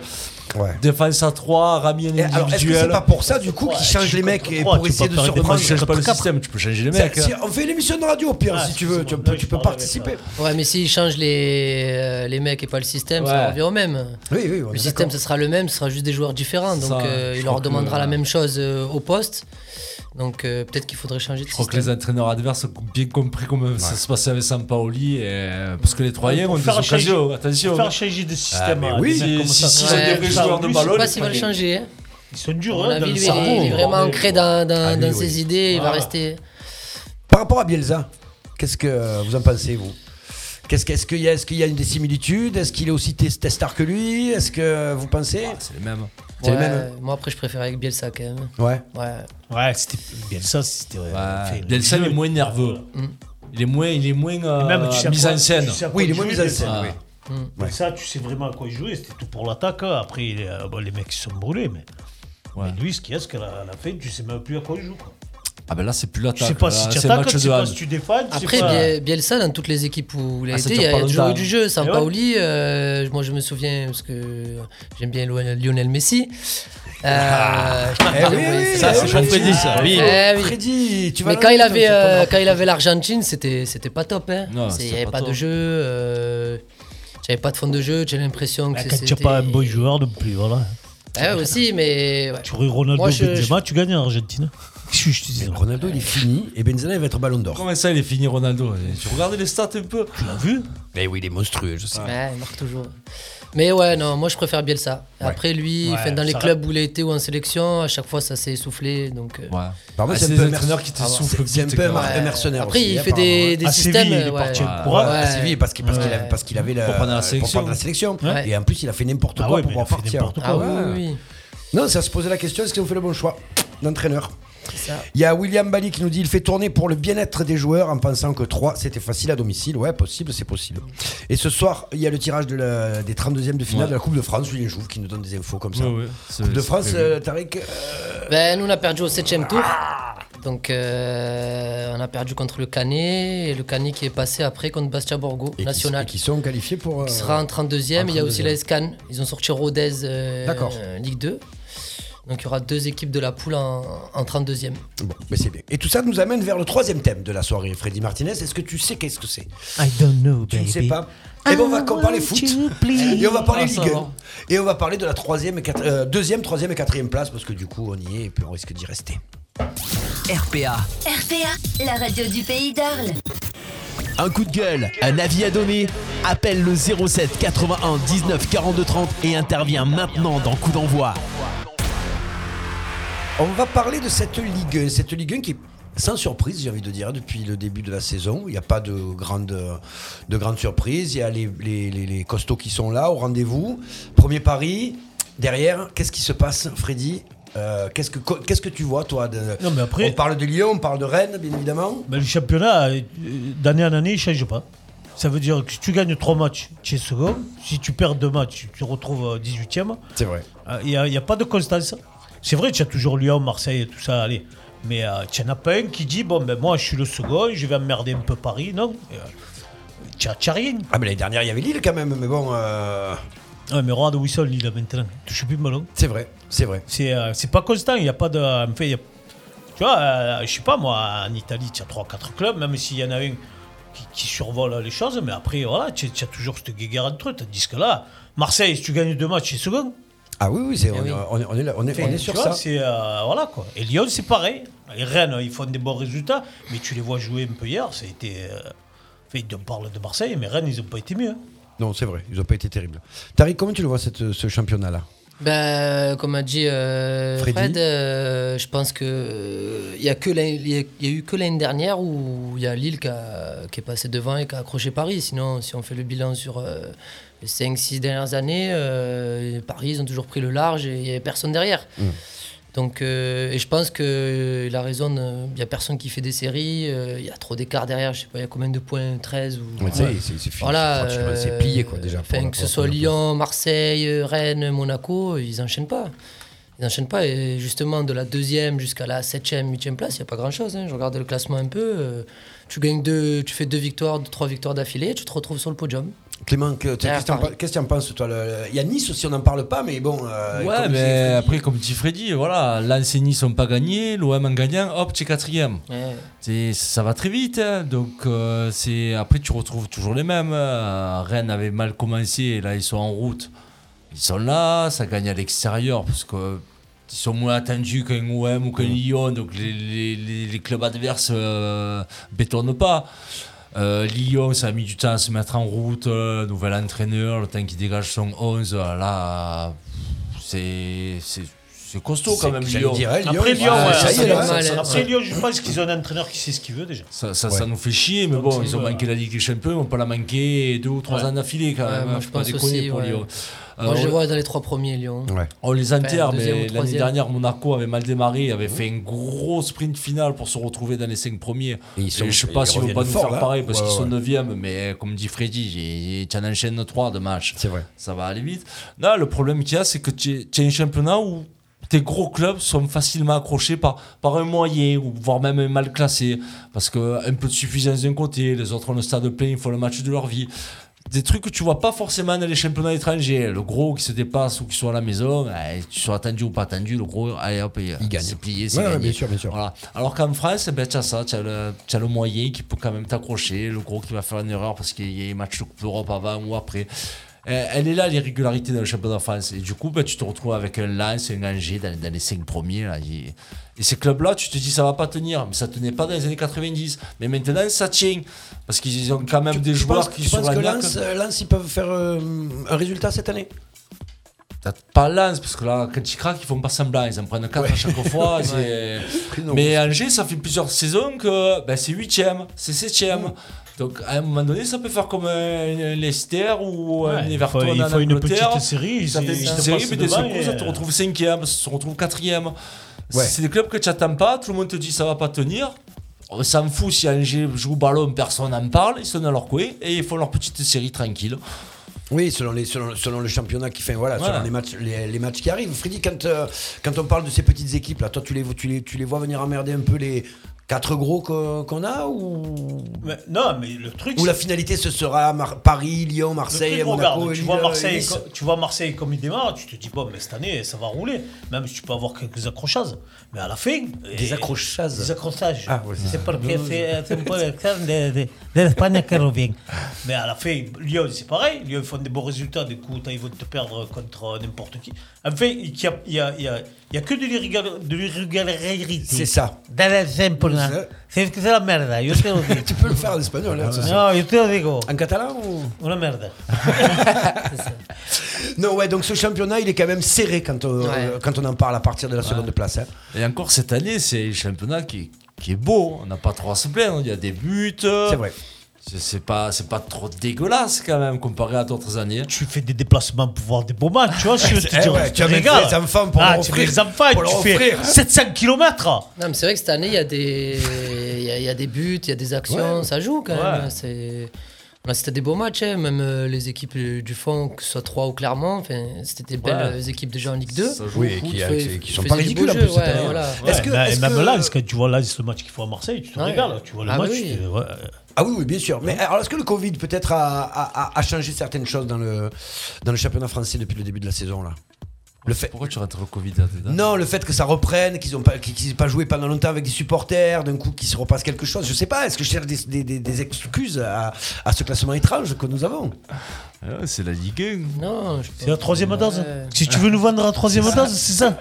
[SPEAKER 7] Ouais.
[SPEAKER 11] Défense à 3, Rami en
[SPEAKER 7] Et alors, est-ce que c'est
[SPEAKER 11] individuel.
[SPEAKER 7] pas pour ça du coup qu'ils changent les mecs et pour essayer de
[SPEAKER 11] Pourquoi
[SPEAKER 7] surprendre
[SPEAKER 11] tu changes pas le système Tu peux changer les
[SPEAKER 7] Ça,
[SPEAKER 11] mecs.
[SPEAKER 7] si-
[SPEAKER 11] hein.
[SPEAKER 7] On fait une émission de radio au pire
[SPEAKER 10] Ah,
[SPEAKER 7] si tu veux, tu peux, tu peux participer.
[SPEAKER 9] Ouais, mais s'ils changent les, euh, les mecs et pas le système,
[SPEAKER 11] Ouais.
[SPEAKER 9] ça revient au même.
[SPEAKER 7] Oui, oui, on est
[SPEAKER 9] Le système,
[SPEAKER 7] Bah, d'accord.
[SPEAKER 9] ce sera le même, ce sera juste des joueurs différents.
[SPEAKER 11] C'est
[SPEAKER 9] Donc,
[SPEAKER 11] ça,
[SPEAKER 9] euh,
[SPEAKER 11] je
[SPEAKER 9] il
[SPEAKER 11] crois
[SPEAKER 9] leur demandera
[SPEAKER 11] que-
[SPEAKER 9] la même chose euh, au poste. Donc, euh, peut-être qu'il faudrait changer de
[SPEAKER 11] Je crois que
[SPEAKER 9] système.
[SPEAKER 11] les entraîneurs adverses ont bien compris comment ça se passait avec Sampaoli. Et... euh, Parce que les Troyens ont
[SPEAKER 10] Pour
[SPEAKER 11] des
[SPEAKER 10] faire changer-
[SPEAKER 11] occasions. Attention. hein.
[SPEAKER 10] pour faire changer de système.
[SPEAKER 11] Ah, mais
[SPEAKER 10] hein,
[SPEAKER 11] oui,
[SPEAKER 10] des mecs
[SPEAKER 11] si-
[SPEAKER 10] comme ça.
[SPEAKER 11] si- si c'est des vrais
[SPEAKER 10] ça,
[SPEAKER 11] joueurs
[SPEAKER 10] en
[SPEAKER 11] de
[SPEAKER 10] plus,
[SPEAKER 9] Je
[SPEAKER 11] ballon,
[SPEAKER 9] sais
[SPEAKER 11] Allô,
[SPEAKER 9] pas
[SPEAKER 11] les
[SPEAKER 9] s'il va le
[SPEAKER 11] Troyens.
[SPEAKER 9] changer. hein.
[SPEAKER 10] Ils sont
[SPEAKER 9] À
[SPEAKER 10] durs,
[SPEAKER 9] mon
[SPEAKER 10] hein, dans
[SPEAKER 9] avis,
[SPEAKER 10] le
[SPEAKER 9] lui, il
[SPEAKER 10] cerveau.
[SPEAKER 9] est, il est vraiment
[SPEAKER 10] Ouais.
[SPEAKER 9] ancré dans, dans-
[SPEAKER 7] Ah, lui,
[SPEAKER 9] dans
[SPEAKER 7] oui.
[SPEAKER 9] ses idées, il va rester.
[SPEAKER 7] Par rapport à Bielsa, qu'est-ce que vous en euh, pensez vous Qu'est-ce qu'est-ce qu'il y a Est-ce qu'il y a une des similitudes Est-ce qu'il est aussi test- testar que lui Est-ce que vous pensez
[SPEAKER 9] C'est les mêmes.
[SPEAKER 7] C'est les mêmes. hein.
[SPEAKER 9] Moi après je préfère avec Bielsa quand même.
[SPEAKER 7] Ouais.
[SPEAKER 9] Ouais.
[SPEAKER 10] Ouais, c'était Bielsa, c'était. Ouais. fait,
[SPEAKER 11] Bielsa, il Ah, est moins nerveux. Il est moins, il est moins euh, mis en scène. Ah.
[SPEAKER 10] Ça, tu sais vraiment à quoi il jouait. C'était tout pour l'attaque. hein. Après, il est- euh, bon, les mecs se sont brûlés. Mais, mais lui, ce qu'il y a, c'est qu'à la, à la fin, tu sais même plus à quoi il joue. quoi.
[SPEAKER 11] Ah ben là, c'est plus l'attaque.
[SPEAKER 10] Je sais pas
[SPEAKER 11] là,
[SPEAKER 10] si tu
[SPEAKER 11] c'est
[SPEAKER 10] attaques,
[SPEAKER 11] match
[SPEAKER 10] je sais
[SPEAKER 11] de
[SPEAKER 10] pas
[SPEAKER 11] hand.
[SPEAKER 10] si tu défends, je sais
[SPEAKER 9] Après,
[SPEAKER 10] pas.
[SPEAKER 9] Biel- Bielsa, dans toutes les équipes où il a
[SPEAKER 11] Ah, ça
[SPEAKER 9] été, il y
[SPEAKER 11] dure
[SPEAKER 9] a
[SPEAKER 11] pas
[SPEAKER 9] toujours eu
[SPEAKER 11] longtemps,
[SPEAKER 9] du
[SPEAKER 11] hein.
[SPEAKER 9] jeu. Sans
[SPEAKER 11] Eh ouais.
[SPEAKER 9] Paoli, euh, moi je me souviens, parce que j'aime bien Lo- Lionel Messi. Euh,
[SPEAKER 7] Eh oui, oui,
[SPEAKER 10] Ah,
[SPEAKER 5] Ça, c'est pas Freddy, ça, oui.
[SPEAKER 9] Eh oui.
[SPEAKER 7] Freddy, tu vas
[SPEAKER 9] Mais
[SPEAKER 7] le
[SPEAKER 9] quand il
[SPEAKER 7] mettre,
[SPEAKER 9] avait,
[SPEAKER 7] hein, ça tombe
[SPEAKER 9] euh,
[SPEAKER 7] parfait.
[SPEAKER 9] quand il avait l'Argentine, c'était, c'était pas top. Hein.
[SPEAKER 7] Non,
[SPEAKER 9] C'est- il n'y
[SPEAKER 7] c'était
[SPEAKER 9] avait
[SPEAKER 7] pas
[SPEAKER 9] pas, de
[SPEAKER 7] top.
[SPEAKER 9] jeu. Euh, j'avais pas de fond de jeu. J'ai l'impression que
[SPEAKER 10] Bah,
[SPEAKER 9] c'est-
[SPEAKER 10] Quand tu n'as
[SPEAKER 9] c'était.
[SPEAKER 10] pas un bon joueur non plus, voilà.
[SPEAKER 9] Eh, aussi, mais. ouais.
[SPEAKER 10] Tu aurais Ronaldo
[SPEAKER 9] Moi, je-
[SPEAKER 10] Benzema, tu gagnes en Argentine. Qu'est-ce que je te dis
[SPEAKER 7] Ronaldo, il est fini et Benzema, il va être ballon d'or.
[SPEAKER 11] Comment ça, il est fini, Ronaldo Tu regardes les stats un peu
[SPEAKER 10] Tu l'as vu
[SPEAKER 7] Mais oui, il est monstrueux, je sais.
[SPEAKER 9] Ouais, il marque toujours. Mais ouais, non, moi je préfère Bielsa. Après lui,
[SPEAKER 11] Ouais,
[SPEAKER 9] enfin, dans les
[SPEAKER 11] ça-
[SPEAKER 9] clubs où il a été ou en sélection, à chaque fois ça s'est essoufflé. Donc, euh,
[SPEAKER 7] Pardon,
[SPEAKER 11] Ah,
[SPEAKER 7] c'est
[SPEAKER 11] c'est
[SPEAKER 7] un peu
[SPEAKER 11] des
[SPEAKER 7] mer-
[SPEAKER 11] entraîneurs qui te
[SPEAKER 7] Ah, ouais.
[SPEAKER 11] soufflent
[SPEAKER 7] C'est- C'est un
[SPEAKER 11] vite,
[SPEAKER 7] peu un
[SPEAKER 11] quoi.
[SPEAKER 7] mar- un mercenaire
[SPEAKER 9] Après,
[SPEAKER 7] aussi,
[SPEAKER 9] il
[SPEAKER 7] hein,
[SPEAKER 9] fait des,
[SPEAKER 7] apparemment.
[SPEAKER 9] des systèmes. ouais.
[SPEAKER 7] Ouais,
[SPEAKER 9] Ouais.
[SPEAKER 7] euh, à Séville, parce qu'il parce qu'il
[SPEAKER 9] Ouais.
[SPEAKER 7] avait, parce qu'il avait la-
[SPEAKER 11] Pour prendre la sélection.
[SPEAKER 7] prendre la sélection.
[SPEAKER 9] Ouais.
[SPEAKER 7] Et en plus, il a fait n'importe quoi
[SPEAKER 10] Ah ouais,
[SPEAKER 7] pour
[SPEAKER 10] mais il a
[SPEAKER 7] pouvoir
[SPEAKER 10] fait
[SPEAKER 7] partir.
[SPEAKER 10] n'importe quoi.
[SPEAKER 9] Ah oui, oui.
[SPEAKER 7] Non, ça se posait la question est-ce qu'ils ont fait le bon choix d'entraîneur il y a William Bali qui nous dit il fait tourner pour le bien-être des joueurs en pensant que 3 c'était facile à domicile. Ouais, possible, c'est possible. Et ce soir, il y a le tirage de la- des 32e de finale
[SPEAKER 11] Ouais.
[SPEAKER 7] de la Coupe de France. Julien Jouve qui nous donne des infos comme ça.
[SPEAKER 11] Ouais, ouais, c'est-
[SPEAKER 7] Coupe de
[SPEAKER 11] c'est
[SPEAKER 7] France,
[SPEAKER 11] prévu.
[SPEAKER 7] euh, Tariq. euh,
[SPEAKER 9] Ben, nous, on a perdu au 7 tour. Donc, euh, on a perdu contre le Canet. Et le Canet qui est passé après contre Bastia Borgo,
[SPEAKER 7] et qui-
[SPEAKER 9] national.
[SPEAKER 7] et Qui, sont qualifiés pour. euh,
[SPEAKER 9] Qui sera en 32e. Il y a aussi
[SPEAKER 7] 32e.
[SPEAKER 9] la SCAN. Ils ont sorti Rodez euh,
[SPEAKER 7] D'accord.
[SPEAKER 9] euh, Ligue 2. Donc, il y aura deux équipes de la poule en, en 32e.
[SPEAKER 7] Bon, mais c'est bien. Et tout ça nous amène vers le troisième thème de la soirée, Freddy Martinez. Est-ce que tu sais qu'est-ce que c'est
[SPEAKER 10] I don't know,
[SPEAKER 7] Je ne sais
[SPEAKER 10] baby.
[SPEAKER 7] pas. Et ben on va
[SPEAKER 10] I
[SPEAKER 7] qu'on parler
[SPEAKER 10] want
[SPEAKER 7] foot.
[SPEAKER 10] you, please.
[SPEAKER 7] Et on va parler
[SPEAKER 10] Ah, ça
[SPEAKER 7] Ligue 1.
[SPEAKER 10] va.
[SPEAKER 7] Et on va parler de la troisième et quatre- euh, deuxième, troisième et quatrième place parce que du coup on y est et puis on risque d'y rester.
[SPEAKER 12] RPA.
[SPEAKER 13] RPA, la radio du pays d'Arles.
[SPEAKER 12] Un coup de gueule, un avis à donner Appelle le 07 81 19 42 30 et intervient maintenant dans Coup d'envoi.
[SPEAKER 7] On va parler de cette Ligue 1, cette Ligue 1 qui est sans surprise, j'ai envie de dire, depuis le début de la saison. Il n'y a pas de grande, de grande surprise. Il y a les, les- les- les costauds qui sont là au rendez-vous. Premier pari, derrière, qu'est-ce qui se passe, Freddy Euh, qu'est-ce, que, qu'est-ce que tu vois, toi de-
[SPEAKER 10] Non, mais après-
[SPEAKER 7] On parle de Lyon, on parle de Rennes, bien évidemment.
[SPEAKER 10] Mais Bah, le championnat, euh, d'année en année, il ne change pas. Ça veut dire que si tu gagnes 3 matchs, tu es second. Si tu perds 2 matchs, tu te retrouves euh, 18e.
[SPEAKER 7] C'est vrai.
[SPEAKER 10] Il n'y a, il y a pas de constance. C'est vrai, tu as toujours Lyon, Marseille et tout ça, allez. Mais euh, tu n'en as pas un qui dit bon, ben moi je suis le second, je vais emmerder un peu Paris. Non. Euh, Tu n'as- tu n'as rien.
[SPEAKER 7] Ah, mais l'année dernière, il y avait Lille quand même, mais bon. euh,
[SPEAKER 10] Ouais, Ah, mais regarde où ils sont, Lille, maintenant. Tu sais plus le ballon.
[SPEAKER 7] C'est vrai, c'est vrai.
[SPEAKER 10] C'est euh, c'est pas constant, il n'y a pas de. en fait, il y a- tu vois, euh, je sais pas, moi, en Italie, tu as 3-4 clubs, même s'il y en a un qui, qui survole les choses, mais après, voilà, tu tu as toujours cette guéguerre entre eux. Tandis que là, Marseille, si tu gagnes deux matchs, c'est second.
[SPEAKER 7] Ah oui, oui, c'est,
[SPEAKER 10] Eh
[SPEAKER 7] on, est-
[SPEAKER 10] oui.
[SPEAKER 7] on est- on est, là- on est-
[SPEAKER 10] Enfin,
[SPEAKER 7] on est
[SPEAKER 10] tu
[SPEAKER 7] sur
[SPEAKER 10] vois,
[SPEAKER 7] ça.
[SPEAKER 10] c'est, euh, voilà, quoi. Et Lyon, c'est pareil. Et Rennes, ils font des bons résultats, mais tu les vois jouer un peu hier, ça a été. euh, enfin, on parle de Marseille, mais Rennes, ils n'ont pas été mieux. hein.
[SPEAKER 7] Non, c'est vrai, ils n'ont pas été terribles. Tariq, comment tu le vois, cette- ce championnat-là
[SPEAKER 9] Ben, comme a dit euh,
[SPEAKER 7] Freddy.
[SPEAKER 9] Fred, euh, je pense que euh, il y a que l'année- il y, a- il y a eu que l'année dernière où il y a Lille qui, a- qui est passé devant et qui a accroché Paris. Sinon, si on fait le bilan sur euh, les 5-6 dernières années, euh, Paris, ils ont toujours pris le large et il n'y avait personne derrière.
[SPEAKER 14] Mm.
[SPEAKER 9] Donc, euh, et je pense qu'il a raison, euh, il n'y a personne qui fait des séries, euh, il y a trop d'écart derrière, je sais pas, il y a combien de points 13 ou...
[SPEAKER 7] Ouais, ça y est, c'est- c'est fini,
[SPEAKER 9] Voilà,
[SPEAKER 7] pratiquement,
[SPEAKER 9] euh,
[SPEAKER 7] c'est plié, quoi, déjà, pour
[SPEAKER 9] enfin,
[SPEAKER 7] la- pour
[SPEAKER 9] que ce
[SPEAKER 7] la
[SPEAKER 9] soit
[SPEAKER 7] première
[SPEAKER 9] Lyon, Marseille, euh, Rennes, Monaco, euh, ils enchaînent pas. Ils n'enchaînent pas. Et justement, de la deuxième jusqu'à la septième, huitième place, il n'y a pas grand-chose. hein. Je regarde le classement un peu. euh, Tu gagnes deux, tu fais deux victoires, deux, trois victoires d'affilée, tu te retrouves sur le podium.
[SPEAKER 7] Clément, que- t'as-
[SPEAKER 9] Ah,
[SPEAKER 7] qu'est-ce que t'en
[SPEAKER 9] Paris.
[SPEAKER 7] pe- qu'est-ce que tu en penses, toi le- Il y a Nice aussi, on n'en parle pas, mais bon. euh,
[SPEAKER 11] Ouais,
[SPEAKER 7] comme disait
[SPEAKER 11] mais
[SPEAKER 7] Freddy-
[SPEAKER 11] après, comme dit Freddy, voilà, Lens et Nice n'ont pas gagné, l'OM en gagnant, hop, tu es quatrième.
[SPEAKER 9] Ouais.
[SPEAKER 11] C'est- Ça va très vite. hein. Donc, euh, c'est après, tu retrouves toujours les mêmes. Euh, Rennes avait mal commencé, et là, ils sont en route. Ils sont là, ça gagne à l'extérieur, parce que ils sont moins attendus qu'un OM ou qu'un
[SPEAKER 7] Mm.
[SPEAKER 11] Lyon, donc les, les- les- les clubs adverses euh, bétonnent pas. Euh, Lyon, ça a mis du temps à se mettre en route, euh, nouvel entraîneur, le temps qui dégage son 11, euh, là, c'est- c'est C'est costaud quand même,
[SPEAKER 7] j'allais
[SPEAKER 11] Lyon.
[SPEAKER 7] dire, hein,
[SPEAKER 10] Après Lyon, ouais,
[SPEAKER 11] ça,
[SPEAKER 10] ça-
[SPEAKER 11] ça-
[SPEAKER 10] ça-
[SPEAKER 11] ça-
[SPEAKER 10] après Lyon, je pense qu'ils ont un entraîneur qui sait ce qu'il veut déjà.
[SPEAKER 11] ça, ça- ça nous fait chier, mais bon, ils ont manqué la Ligue des Champions, on peut la manquer deux ou trois
[SPEAKER 10] Ouais.
[SPEAKER 11] ans d'affilée quand
[SPEAKER 10] Ouais,
[SPEAKER 11] même.
[SPEAKER 10] moi,
[SPEAKER 11] hein,
[SPEAKER 10] je
[SPEAKER 11] faut pas
[SPEAKER 10] pense
[SPEAKER 11] déconner
[SPEAKER 10] aussi,
[SPEAKER 11] pour
[SPEAKER 10] ouais.
[SPEAKER 11] Lyon.
[SPEAKER 9] Moi, je les
[SPEAKER 11] on-
[SPEAKER 9] vois dans les trois premiers, Lyon.
[SPEAKER 11] On les
[SPEAKER 9] Enfin,
[SPEAKER 11] enterre,
[SPEAKER 9] deuxième ou
[SPEAKER 11] mais l'année
[SPEAKER 9] troisième.
[SPEAKER 11] dernière, Monaco avait mal démarré,
[SPEAKER 7] Mhm.
[SPEAKER 11] avait fait un gros sprint final pour se retrouver dans les cinq premiers.
[SPEAKER 7] Et ils sont-
[SPEAKER 11] Et je sais pas
[SPEAKER 7] ils
[SPEAKER 11] s'ils vont
[SPEAKER 7] reviennent
[SPEAKER 11] pas nous
[SPEAKER 7] fort,
[SPEAKER 11] faire
[SPEAKER 7] là.
[SPEAKER 11] pareil parce
[SPEAKER 7] Ouais,
[SPEAKER 11] qu'ils sont
[SPEAKER 7] ouais.
[SPEAKER 11] 9e, mais comme dit Freddy, j'ai- tu en enchaînes 3 de match.
[SPEAKER 7] C'est vrai.
[SPEAKER 11] Ça va aller vite. Là, le problème qu'il y a, c'est que tu es- tu as un championnat où tes gros clubs sont facilement accrochés par, par un moyen, ou voire même un mal classé, parce qu'un peu de suffisance d'un côté, les autres ont le stade plein, ils font le match de leur vie. Des trucs que tu vois pas forcément dans les championnats étrangers. hein. Le gros qui se dépasse ou qui soit à la maison, eh, tu sois attendu ou pas attendu, le gros, allez hop, il gagne. C'est plié, c'est
[SPEAKER 7] Ouais, ouais,
[SPEAKER 11] gagné.
[SPEAKER 7] bien sûr, bien sûr.
[SPEAKER 11] Voilà. Alors qu'en France, ben, tu as ça, tu as, le- tu as le moyen qui peut quand même t'accrocher, le gros qui va faire une erreur parce qu'il y a un match de Coupe d'Europe avant ou après. Euh, Elle est là, l'irrégularité dans le championnat de France. Et du coup, ben, tu te retrouves avec un Lens, un Angers dans, dans les cinq premiers. là. Et et ces clubs-là, tu te dis, ça va pas tenir. Mais ça tenait pas dans les années 90. Mais maintenant, ça tient. Parce qu'ils ont quand même des
[SPEAKER 7] Tu
[SPEAKER 11] joueurs
[SPEAKER 7] penses,
[SPEAKER 11] qui
[SPEAKER 7] tu
[SPEAKER 11] sont
[SPEAKER 7] penses
[SPEAKER 11] la
[SPEAKER 7] que
[SPEAKER 11] niaque.
[SPEAKER 7] Lens, euh, Lens, ils peuvent faire euh, un résultat cette année
[SPEAKER 11] T'as pas Lens, parce que là, quand ils craquent, ils font pas semblant. Ils en prennent 4 à chaque
[SPEAKER 10] (laughs)
[SPEAKER 11] fois. c'est-
[SPEAKER 7] Ouais. Prénom.
[SPEAKER 11] Mais Angers, ça fait plusieurs saisons que ben, c'est 8ème, c'est 7ème. Donc à un moment donné, ça peut faire comme un Leicester ou
[SPEAKER 10] Ouais,
[SPEAKER 11] un
[SPEAKER 10] il
[SPEAKER 11] Everton
[SPEAKER 10] faut- il
[SPEAKER 11] en
[SPEAKER 10] faut une
[SPEAKER 11] Angleterre.
[SPEAKER 10] petite série,
[SPEAKER 11] Ça
[SPEAKER 10] ils-
[SPEAKER 11] fait
[SPEAKER 10] ils
[SPEAKER 11] une
[SPEAKER 10] se
[SPEAKER 11] série,
[SPEAKER 10] passent
[SPEAKER 11] mais des
[SPEAKER 10] devant
[SPEAKER 11] secours,
[SPEAKER 10] et-
[SPEAKER 11] ça te retrouve 5ème, ça te retrouve 4ème.
[SPEAKER 7] Ouais.
[SPEAKER 11] C'est des clubs que tu n'attends pas, tout le monde te dit ça va pas tenir. On s'en fout si Angers joue au ballon, personne n'en parle, ils sont dans leur coin et ils font leur petite série tranquille.
[SPEAKER 7] Oui, selon, les, selon, selon le championnat qui fait, voilà,
[SPEAKER 11] Voilà.
[SPEAKER 7] selon les matchs, les, les matchs qui arrivent. Freddy, quand, euh, quand on parle de ces petites équipes, là, toi, tu les, tu les, tu les vois venir emmerder un peu les quatre gros qu'on qu'on a ou
[SPEAKER 10] non, mais le truc.
[SPEAKER 7] Ou
[SPEAKER 10] c'est-
[SPEAKER 7] la finalité, ce sera Mar- Paris, Lyon,
[SPEAKER 10] Le
[SPEAKER 7] Marseille,
[SPEAKER 10] truc,
[SPEAKER 7] Monaco,
[SPEAKER 10] regarde, tu
[SPEAKER 7] Lille,
[SPEAKER 10] vois
[SPEAKER 7] et
[SPEAKER 10] Marseille,
[SPEAKER 7] Nice.
[SPEAKER 10] co- tu vois Marseille comme il démarre, tu te dis bon, mais cette année ça va rouler, même si tu peux avoir quelques accrochages, mais à la fin
[SPEAKER 7] Des
[SPEAKER 10] et-
[SPEAKER 7] accrochages.
[SPEAKER 10] des accrochages,
[SPEAKER 7] Ah, ouais, c'est
[SPEAKER 10] c'est
[SPEAKER 7] ça.
[SPEAKER 10] parce que
[SPEAKER 7] Non,
[SPEAKER 10] c'est c'est un peu le cas de- de- de l'Espagne qui revient. Mais à la fin, Lyon c'est pareil, Lyon font des bons résultats, du coup t'as- ils vont te perdre contre n'importe qui. Enfin, il y a, il y a- il y a- il y a que de l'irrégal- de l'irrégularité.
[SPEAKER 7] C'est ça.
[SPEAKER 10] Dans les championnats.
[SPEAKER 7] C'est ça.
[SPEAKER 10] C'est c'est la merde, je te
[SPEAKER 7] (laughs)
[SPEAKER 10] le dis.
[SPEAKER 7] Tu peux le faire en espagnol. hein, ça, ça.
[SPEAKER 10] Non, je te le digo.
[SPEAKER 7] En catalan ou
[SPEAKER 10] Una merde.
[SPEAKER 7] Non, ouais, donc ce championnat, il est quand même serré quand on, euh, quand on en parle à partir de la seconde place. hein.
[SPEAKER 11] Et encore cette année, c'est un championnat qui, qui est beau. On n'a pas trop à se plaindre. Il y a des buts. C'est
[SPEAKER 7] vrai.
[SPEAKER 11] C'est pas, c'est pas trop dégueulasse quand même comparé à d'autres années.
[SPEAKER 10] Tu fais des déplacements pour voir des beaux matchs, tu (laughs) vois. Je veux te
[SPEAKER 11] Eh
[SPEAKER 10] dire,
[SPEAKER 11] ouais,
[SPEAKER 10] je te
[SPEAKER 11] tu amènes
[SPEAKER 10] régale.
[SPEAKER 11] les enfants pour
[SPEAKER 10] ah,
[SPEAKER 11] leur
[SPEAKER 10] tu
[SPEAKER 11] offrir-
[SPEAKER 10] mets les enfants et
[SPEAKER 11] pour leur
[SPEAKER 10] tu fais
[SPEAKER 11] offrir.
[SPEAKER 10] 700 km.
[SPEAKER 9] Non, mais c'est vrai que cette année, il y, a des- il y a, il y a des buts, il y a des actions,
[SPEAKER 10] Ouais.
[SPEAKER 9] ça joue quand
[SPEAKER 10] Ouais.
[SPEAKER 9] même. C'est- Là, c'était des beaux matchs, hein, même euh, les équipes euh, du fond, que ce soit 3 ou Clermont, enfin, c'était des
[SPEAKER 10] Ouais.
[SPEAKER 9] belles euh, équipes déjà en Ligue 2.
[SPEAKER 11] Ça
[SPEAKER 7] joue Oui, au et foot, qui- fait- qui- qui sont faisaient pas du ridicules,
[SPEAKER 9] beau
[SPEAKER 7] en
[SPEAKER 9] jeu,
[SPEAKER 7] plus, cette
[SPEAKER 9] ouais,
[SPEAKER 7] année. hein.
[SPEAKER 9] voilà.
[SPEAKER 10] Ouais,
[SPEAKER 7] Est-ce que-
[SPEAKER 10] mais
[SPEAKER 7] est-ce
[SPEAKER 10] même
[SPEAKER 7] que-
[SPEAKER 10] là, parce que tu vois là, ce match qu'ils font à Marseille, tu te
[SPEAKER 7] Ouais.
[SPEAKER 10] régales. Tu vois euh, le
[SPEAKER 7] Ah
[SPEAKER 10] match.
[SPEAKER 7] oui.
[SPEAKER 10] tu- ouais.
[SPEAKER 7] Ah oui, oui, bien sûr. Mais alors, est-ce que le Covid peut-être a, a- a- a changé certaines choses dans le, dans le championnat français depuis le début de la saison là le fait...
[SPEAKER 11] Pourquoi tu rentres le Covid là-dedans
[SPEAKER 7] Non, le fait que ça reprenne, qu'ils n'ont pas, qu'ils- qu'ils aient pas joué pendant longtemps avec des supporters, d'un coup qu'ils se repassent quelque chose. Je sais pas, est-ce que je cherche des, des- des- des excuses à, à ce classement étrange que nous avons
[SPEAKER 11] Ah, c'est la Ligue 1.
[SPEAKER 9] Non, je
[SPEAKER 10] C'est la troisième dose. Si tu veux nous vendre la troisième
[SPEAKER 7] C'est ça.
[SPEAKER 10] dose, c'est ça.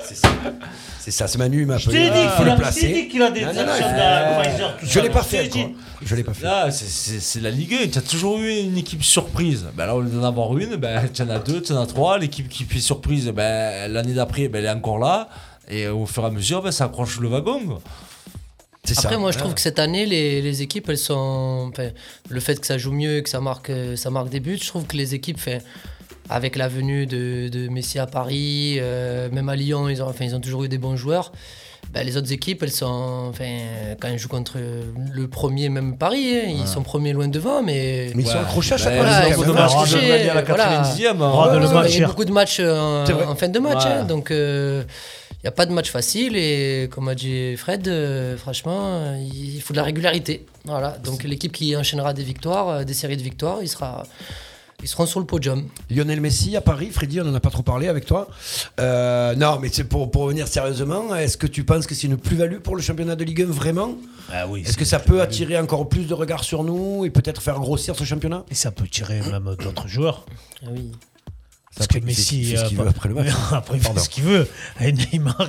[SPEAKER 7] C'est ça, c'est Manu, il m'a
[SPEAKER 10] Je t'ai
[SPEAKER 7] appelé. euh,
[SPEAKER 10] dit
[SPEAKER 7] il faut
[SPEAKER 10] qu'il
[SPEAKER 7] le
[SPEAKER 10] a- je t'ai
[SPEAKER 7] placer. Ah,
[SPEAKER 10] dit qu'il a des
[SPEAKER 7] Non, non, non,
[SPEAKER 10] actions
[SPEAKER 7] il faut-
[SPEAKER 10] de Pfizer, tout
[SPEAKER 7] Je
[SPEAKER 10] ça,
[SPEAKER 7] l'ai pas
[SPEAKER 10] je
[SPEAKER 7] fait,
[SPEAKER 10] t'ai dit.
[SPEAKER 7] quoi. Je l'ai pas fait.
[SPEAKER 11] Là, c'est- c'est c'est la Ligue 1. Tu as toujours eu une équipe surprise. Ben là, au lieu d'en avoir une, ben, tu en as deux, tu en as trois. L'équipe qui fait surprise, ben, l'année d'après, ben, elle est encore là. Et au fur et à mesure, ben, ça accroche le wagon.
[SPEAKER 9] Après, moi, je trouve que cette année, les, les équipes, elles sont. enfin, Le fait que ça joue mieux, que ça marque, euh, ça marque des buts, je trouve que les équipes, enfin, avec la venue de, de Messi à Paris, euh, même à Lyon, ils ont, enfin, ils ont toujours eu des bons joueurs. Ben, les autres équipes, elles sont. Enfin, quand ils jouent contre le premier, même Paris, hein, ils sont premiers loin devant, mais.
[SPEAKER 7] Mais ils sont Ouais. accrochés à chaque
[SPEAKER 9] Voilà,
[SPEAKER 7] match,
[SPEAKER 9] ils
[SPEAKER 7] quand
[SPEAKER 9] sont
[SPEAKER 7] même.
[SPEAKER 9] accrochés,
[SPEAKER 7] Rade le Mali à la
[SPEAKER 9] voilà.
[SPEAKER 7] 90e,
[SPEAKER 10] Oh,
[SPEAKER 7] hein.
[SPEAKER 9] Ouais,
[SPEAKER 7] Rade le
[SPEAKER 9] ouais,
[SPEAKER 7] match
[SPEAKER 9] Il y a
[SPEAKER 7] hier.
[SPEAKER 9] beaucoup de matchs euh,
[SPEAKER 7] C'est vrai.
[SPEAKER 9] en fin de match,
[SPEAKER 7] Ouais.
[SPEAKER 9] hein, donc. euh, il n'y a pas de match facile et comme a dit Fred, euh, franchement, euh, il faut de la régularité. Voilà. Donc l'équipe qui enchaînera des victoires, euh, des séries de victoires, il sera, ils seront sur le podium.
[SPEAKER 7] Lionel Messi à Paris, Freddy, on n'en a pas trop parlé avec toi. Euh, non, mais c'est pour, pour revenir sérieusement, est-ce que tu penses que c'est une plus-value pour le championnat de Ligue 1 vraiment
[SPEAKER 10] Ah oui.
[SPEAKER 7] Est-ce que ça peut attirer encore plus de regards sur nous et peut-être faire grossir ce championnat
[SPEAKER 10] Et ça peut tirer même d'autres joueurs.
[SPEAKER 9] Ah oui.
[SPEAKER 10] Parce
[SPEAKER 7] Après,
[SPEAKER 10] que
[SPEAKER 7] il fait- il
[SPEAKER 10] Messi.
[SPEAKER 7] fait ce
[SPEAKER 10] euh,
[SPEAKER 7] qu'il veut
[SPEAKER 10] pas-
[SPEAKER 7] après le match.
[SPEAKER 10] (laughs) Après, il fait
[SPEAKER 7] Pardon.
[SPEAKER 10] ce qu'il veut. Et Neymar.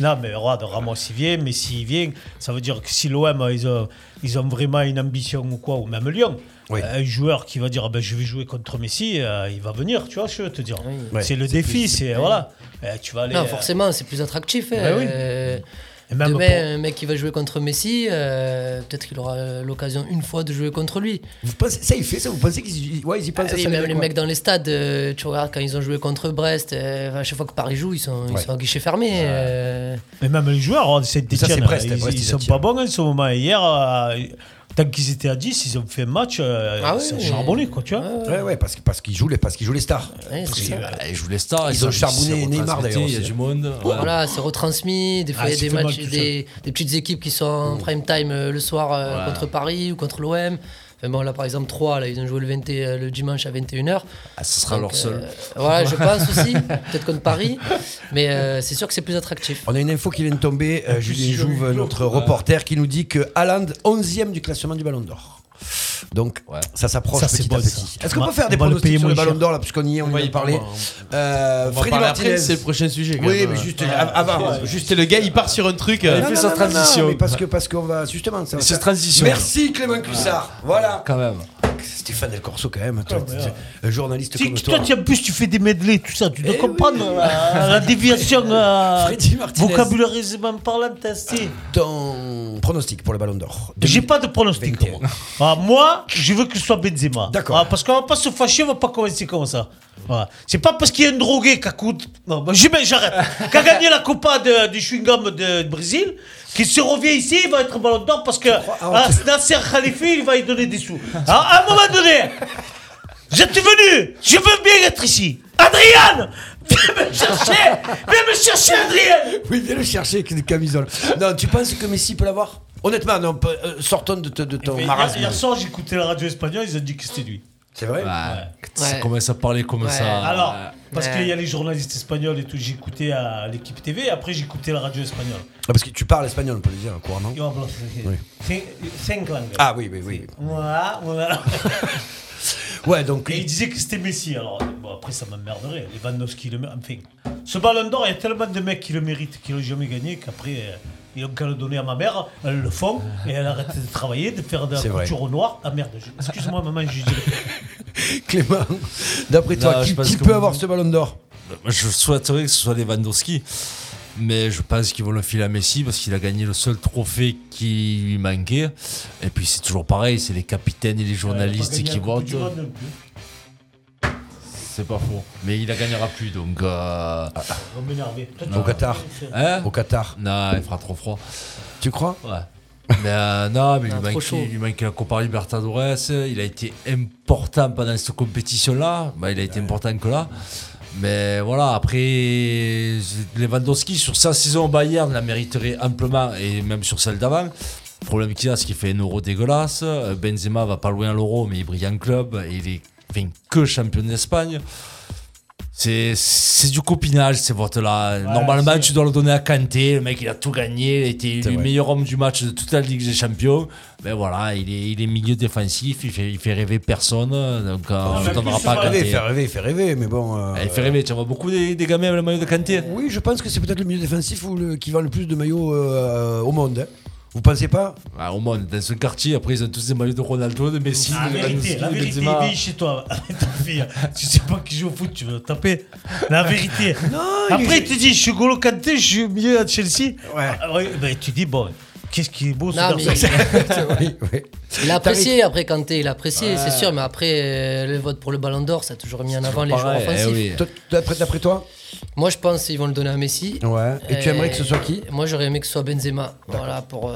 [SPEAKER 10] Non, mais regarde, Ramos, il vient. Messi, il vient. Ça veut dire que si l'OM, euh, ils ont, ils ont vraiment une ambition ou quoi, ou même Lyon.
[SPEAKER 7] Oui.
[SPEAKER 10] Un joueur qui va dire ah ben, je vais jouer contre Messi, euh, il va venir, tu vois, je veux te dire.
[SPEAKER 9] Ouais.
[SPEAKER 10] C'est le
[SPEAKER 9] C'est
[SPEAKER 10] défi,
[SPEAKER 9] plus-
[SPEAKER 10] c'est voilà. Eh, tu vas aller.
[SPEAKER 9] Non,
[SPEAKER 10] euh,
[SPEAKER 9] forcément, c'est plus attractif.
[SPEAKER 10] Ben
[SPEAKER 9] hein.
[SPEAKER 10] oui.
[SPEAKER 9] Euh,
[SPEAKER 10] Et même
[SPEAKER 9] demain,
[SPEAKER 10] pour-
[SPEAKER 9] un mec qui va jouer contre Messi, euh, peut-être qu'il aura euh, l'occasion une fois de jouer contre lui.
[SPEAKER 7] Vous pensez, ça, il fait ça Vous pensez qu'ils y- ouais, ils y pensent
[SPEAKER 9] Ah
[SPEAKER 7] à
[SPEAKER 9] oui,
[SPEAKER 7] ça, les
[SPEAKER 9] même
[SPEAKER 7] mecs,
[SPEAKER 9] les
[SPEAKER 7] ouais.
[SPEAKER 9] mecs dans les stades, euh, tu regardes quand ils ont joué contre Brest, euh, à chaque fois que Paris joue, ils sont,
[SPEAKER 10] Ouais.
[SPEAKER 9] ils sont à guichet fermé. euh.
[SPEAKER 10] Mais même les joueurs, hein, c'est
[SPEAKER 9] Ça,
[SPEAKER 10] Étienne,
[SPEAKER 9] c'est Brest,
[SPEAKER 10] ils,
[SPEAKER 9] Brest,
[SPEAKER 10] ils
[SPEAKER 9] ils
[SPEAKER 10] sont
[SPEAKER 9] attirent.
[SPEAKER 10] pas bons en ce moment. Hier, euh, tant qu'ils étaient à 10, ils ont fait un match, euh,
[SPEAKER 7] Ah
[SPEAKER 10] ça
[SPEAKER 7] oui.
[SPEAKER 10] charbonné, quoi, tu vois.
[SPEAKER 7] Ouais, ouais, parce, que- parce qu'ils jouent les, parce qu'ils jouent les stars. Parce que-
[SPEAKER 11] ils jouent les stars.
[SPEAKER 7] Ils ont charbonné
[SPEAKER 11] retransmis,
[SPEAKER 7] Neymar d'ailleurs.
[SPEAKER 11] Il y a
[SPEAKER 7] aussi.
[SPEAKER 11] du monde. voilà.
[SPEAKER 9] Voilà, c'est retransmis. Des fois,
[SPEAKER 11] Ah,
[SPEAKER 9] il y a
[SPEAKER 11] c'est
[SPEAKER 9] des
[SPEAKER 11] fait mal
[SPEAKER 9] matchs,
[SPEAKER 11] tout ça. Mm.
[SPEAKER 9] des, des petites équipes qui sont en prime time euh, le soir euh,
[SPEAKER 11] Voilà.
[SPEAKER 9] contre Paris ou contre l'OM. Enfin, bon, là, par exemple, 3, là, ils ont joué le, 20 euh, le dimanche à 21h.
[SPEAKER 11] Ah, ce sera leur seul.
[SPEAKER 9] euh, voilà, je pense aussi. Peut-être contre Paris. Mais euh, c'est sûr que c'est plus attractif.
[SPEAKER 7] On a une info qui vient de tomber,
[SPEAKER 6] Ah,
[SPEAKER 7] euh, Julien
[SPEAKER 9] sûr,
[SPEAKER 7] Jouve,
[SPEAKER 9] Hugo.
[SPEAKER 7] notre reporter, qui nous dit que Haaland, 11e du classement du Ballon d'Or. Donc, ça s'approche
[SPEAKER 10] Ça, c'est
[SPEAKER 7] petit
[SPEAKER 10] bon,
[SPEAKER 7] à petit.
[SPEAKER 10] ça.
[SPEAKER 7] Est-ce qu'on
[SPEAKER 10] On
[SPEAKER 7] peut
[SPEAKER 10] va-
[SPEAKER 7] faire des
[SPEAKER 10] on va le
[SPEAKER 7] pronostics
[SPEAKER 10] payer
[SPEAKER 7] sur le
[SPEAKER 10] moins
[SPEAKER 7] Ballon
[SPEAKER 10] cher.
[SPEAKER 7] d'or là, puisqu'on y est, on
[SPEAKER 6] va
[SPEAKER 7] vient
[SPEAKER 6] y
[SPEAKER 7] de parler.
[SPEAKER 6] parler,
[SPEAKER 7] Euh,
[SPEAKER 6] On va
[SPEAKER 7] Freddy
[SPEAKER 6] parler après,
[SPEAKER 7] Martinez.
[SPEAKER 6] c'est le prochain sujet, quand
[SPEAKER 7] Oui,
[SPEAKER 6] même.
[SPEAKER 7] mais Hein juste
[SPEAKER 6] Ouais.
[SPEAKER 7] av- avant.
[SPEAKER 6] Ah, Ouais. Juste le gars, il part sur un truc. euh,
[SPEAKER 7] Non, non, non, non, non, mais parce que parce qu'on va justement. ça va
[SPEAKER 11] C'est
[SPEAKER 7] faire-
[SPEAKER 11] transition.
[SPEAKER 7] Merci Clément Cussard.
[SPEAKER 6] Ah.
[SPEAKER 7] Voilà.
[SPEAKER 11] Quand même.
[SPEAKER 7] Stéphane Del Corso quand même. toi, t'es- un journaliste
[SPEAKER 10] Tu-
[SPEAKER 7] comme
[SPEAKER 10] toi,
[SPEAKER 7] toi.
[SPEAKER 10] tu- en plus, tu fais des medley, tout ça, tu dois
[SPEAKER 7] Eh
[SPEAKER 10] comprendre
[SPEAKER 7] oui.
[SPEAKER 10] la, la déviation euh,
[SPEAKER 7] Freddy Martinez.
[SPEAKER 10] vocabulairément parlant, t'as assez.
[SPEAKER 7] Ton pronostic pour le Ballon d'Or.
[SPEAKER 10] J'ai pas de pronostic. moi. Ah, moi, je veux que ce soit Benzema. D'accord. parce qu'on va pas se fâcher, on va pas commencer comme ça. Voilà. C'est pas parce qu'il y a un drogué qui a coûte. Non, bah, j'ai- ben, j'arrête. qui a gagné la Copa de, du chewing-gum de Brésil, qui se revient ici, il va être ballon d'or parce que ah, Nasser Khalifi, il va y donner des sous. Ah, à un moment donné, j'étais venu, je veux bien être ici. Adrien Viens me chercher Viens me chercher, Adrien
[SPEAKER 7] Oui, viens le chercher avec une camisole. Non, tu penses que Messi peut l'avoir Honnêtement, non, pe- euh, sortons de, te- de ton
[SPEAKER 10] Mais Hier
[SPEAKER 7] marasme.
[SPEAKER 10] hier soir, j'écoutais la radio espagnole, ils ont dit que c'était lui.
[SPEAKER 7] C'est vrai
[SPEAKER 11] Bah. Ah, Ça
[SPEAKER 10] Ouais.
[SPEAKER 11] commence à parler comme
[SPEAKER 10] Ouais.
[SPEAKER 11] ça.
[SPEAKER 7] Ah.
[SPEAKER 10] Alors, parce
[SPEAKER 11] Ouais.
[SPEAKER 10] qu'il y a les journalistes espagnols et tout, j'écoutais à l'équipe TV, et après j'écoutais la radio espagnole.
[SPEAKER 7] Ah, parce que tu parles espagnol, on peut le dire couramment.
[SPEAKER 10] Et on va- Cinq- cinq langues.
[SPEAKER 7] Ah oui, oui, oui.
[SPEAKER 10] Voilà,
[SPEAKER 7] (laughs)
[SPEAKER 10] voilà.
[SPEAKER 7] Ouais, donc.
[SPEAKER 10] Et il disait que c'était Messi, alors bon, après ça m'emmerderait. Lewandowski, le mé- enfin, ce ballon d'or, il y a tellement de mecs qui le méritent, qui l'ont jamais gagné, qu'après euh, ils ont qu'à le donner à ma mère, elle le font, et elle arrête de travailler, de faire de la
[SPEAKER 7] C'est vrai.
[SPEAKER 10] couture au noir. Ah merde, je- excuse-moi maman, je dis. euh,
[SPEAKER 7] Clément, d'après toi,
[SPEAKER 11] Non,
[SPEAKER 7] qui,
[SPEAKER 11] je pense
[SPEAKER 7] qui
[SPEAKER 11] que- Bah,
[SPEAKER 7] peut avoir ce Ballon d'Or
[SPEAKER 11] Je souhaiterais que ce soit Lewandowski, mais je pense qu'ils vont le filer à Messi parce qu'il a gagné le seul trophée qui lui manquait. Et puis c'est toujours pareil, c'est les capitaines et les journalistes qui votent. C'est pas faux. Mais il la gagnera plus donc. euh,
[SPEAKER 10] On va m'énerver. Toi, tu
[SPEAKER 11] non.
[SPEAKER 10] vas
[SPEAKER 11] Hein
[SPEAKER 7] Au Qatar.
[SPEAKER 11] Non, il fera trop froid.
[SPEAKER 7] Tu crois
[SPEAKER 11] Ouais. Mais euh, non, mais
[SPEAKER 7] Ah,
[SPEAKER 11] il lui
[SPEAKER 7] trop chaud.
[SPEAKER 11] manquait, il lui manquait la Copa Libertadores. Il a été important pendant cette compétition-là. Bah, il a été important que là. Mais voilà, après, Lewandowski, sur sa saison au Bayern, la mériterait amplement, et même sur celle d'avant. Le problème qu'il a, c'est qu'il fait un euro dégueulasse. Euh, Benzema va pas loin à l'euro, mais il brille en club. Et il est enfin, que champion d'Espagne. C'est, c'est du copinage ces votes-là. Normalement, tu dois le donner à Kanté. Le mec, il a tout gagné. Il a été élu meilleur homme du match de toute la Ligue des Champions. Mais voilà, il est, il est milieu défensif. Il fait, il fait rêver personne. Donc, euh, on ne donnera pas
[SPEAKER 7] Il
[SPEAKER 11] à Kanté.
[SPEAKER 7] fait rêver, il fait rêver, mais bon. euh,
[SPEAKER 11] Ah, Il fait rêver. Tu en vois beaucoup des, des gamins avec le maillot de Kanté.
[SPEAKER 7] Oui, je pense que c'est peut-être le milieu défensif ou le- qui vend le plus de maillots euh, au monde. hein. Vous pensez pas
[SPEAKER 11] Ah, au moins, dans ce quartier, après, ils ont tous des maillots de Ronaldo, de Messi,
[SPEAKER 10] Ah, La
[SPEAKER 11] de
[SPEAKER 10] vérité,
[SPEAKER 11] Lewandowski,
[SPEAKER 10] la
[SPEAKER 11] de
[SPEAKER 10] vérité,
[SPEAKER 11] Benzema.
[SPEAKER 10] vieille chez toi. (laughs) ta fille, tu sais pas qui joue au foot, tu veux taper. La
[SPEAKER 11] (laughs)
[SPEAKER 10] vérité.
[SPEAKER 7] Non, il
[SPEAKER 10] Après,
[SPEAKER 7] est-
[SPEAKER 10] il te dit, je suis Golo Kanté, je suis mieux à Chelsea.
[SPEAKER 7] Ouais.
[SPEAKER 11] Ah,
[SPEAKER 10] ben, tu dis, bon, qu'est-ce qui est beau ce
[SPEAKER 9] Non, mais-
[SPEAKER 10] (laughs) garçon
[SPEAKER 9] Il a apprécié après Kanté, il a apprécié,
[SPEAKER 7] Ouais.
[SPEAKER 9] c'est sûr, mais après euh, le vote pour le Ballon d'Or, ça a toujours mis en avant les joueurs
[SPEAKER 11] eh
[SPEAKER 9] offensifs.
[SPEAKER 7] Toi- D'après d'après toi
[SPEAKER 9] Moi, je pense qu'ils vont le donner à Messi.
[SPEAKER 7] Ouais. Et tu
[SPEAKER 9] Euh,
[SPEAKER 7] aimerais que ce soit qui Ah,
[SPEAKER 9] Moi, j'aurais aimé que ce soit Benzema. Voilà, pour, euh,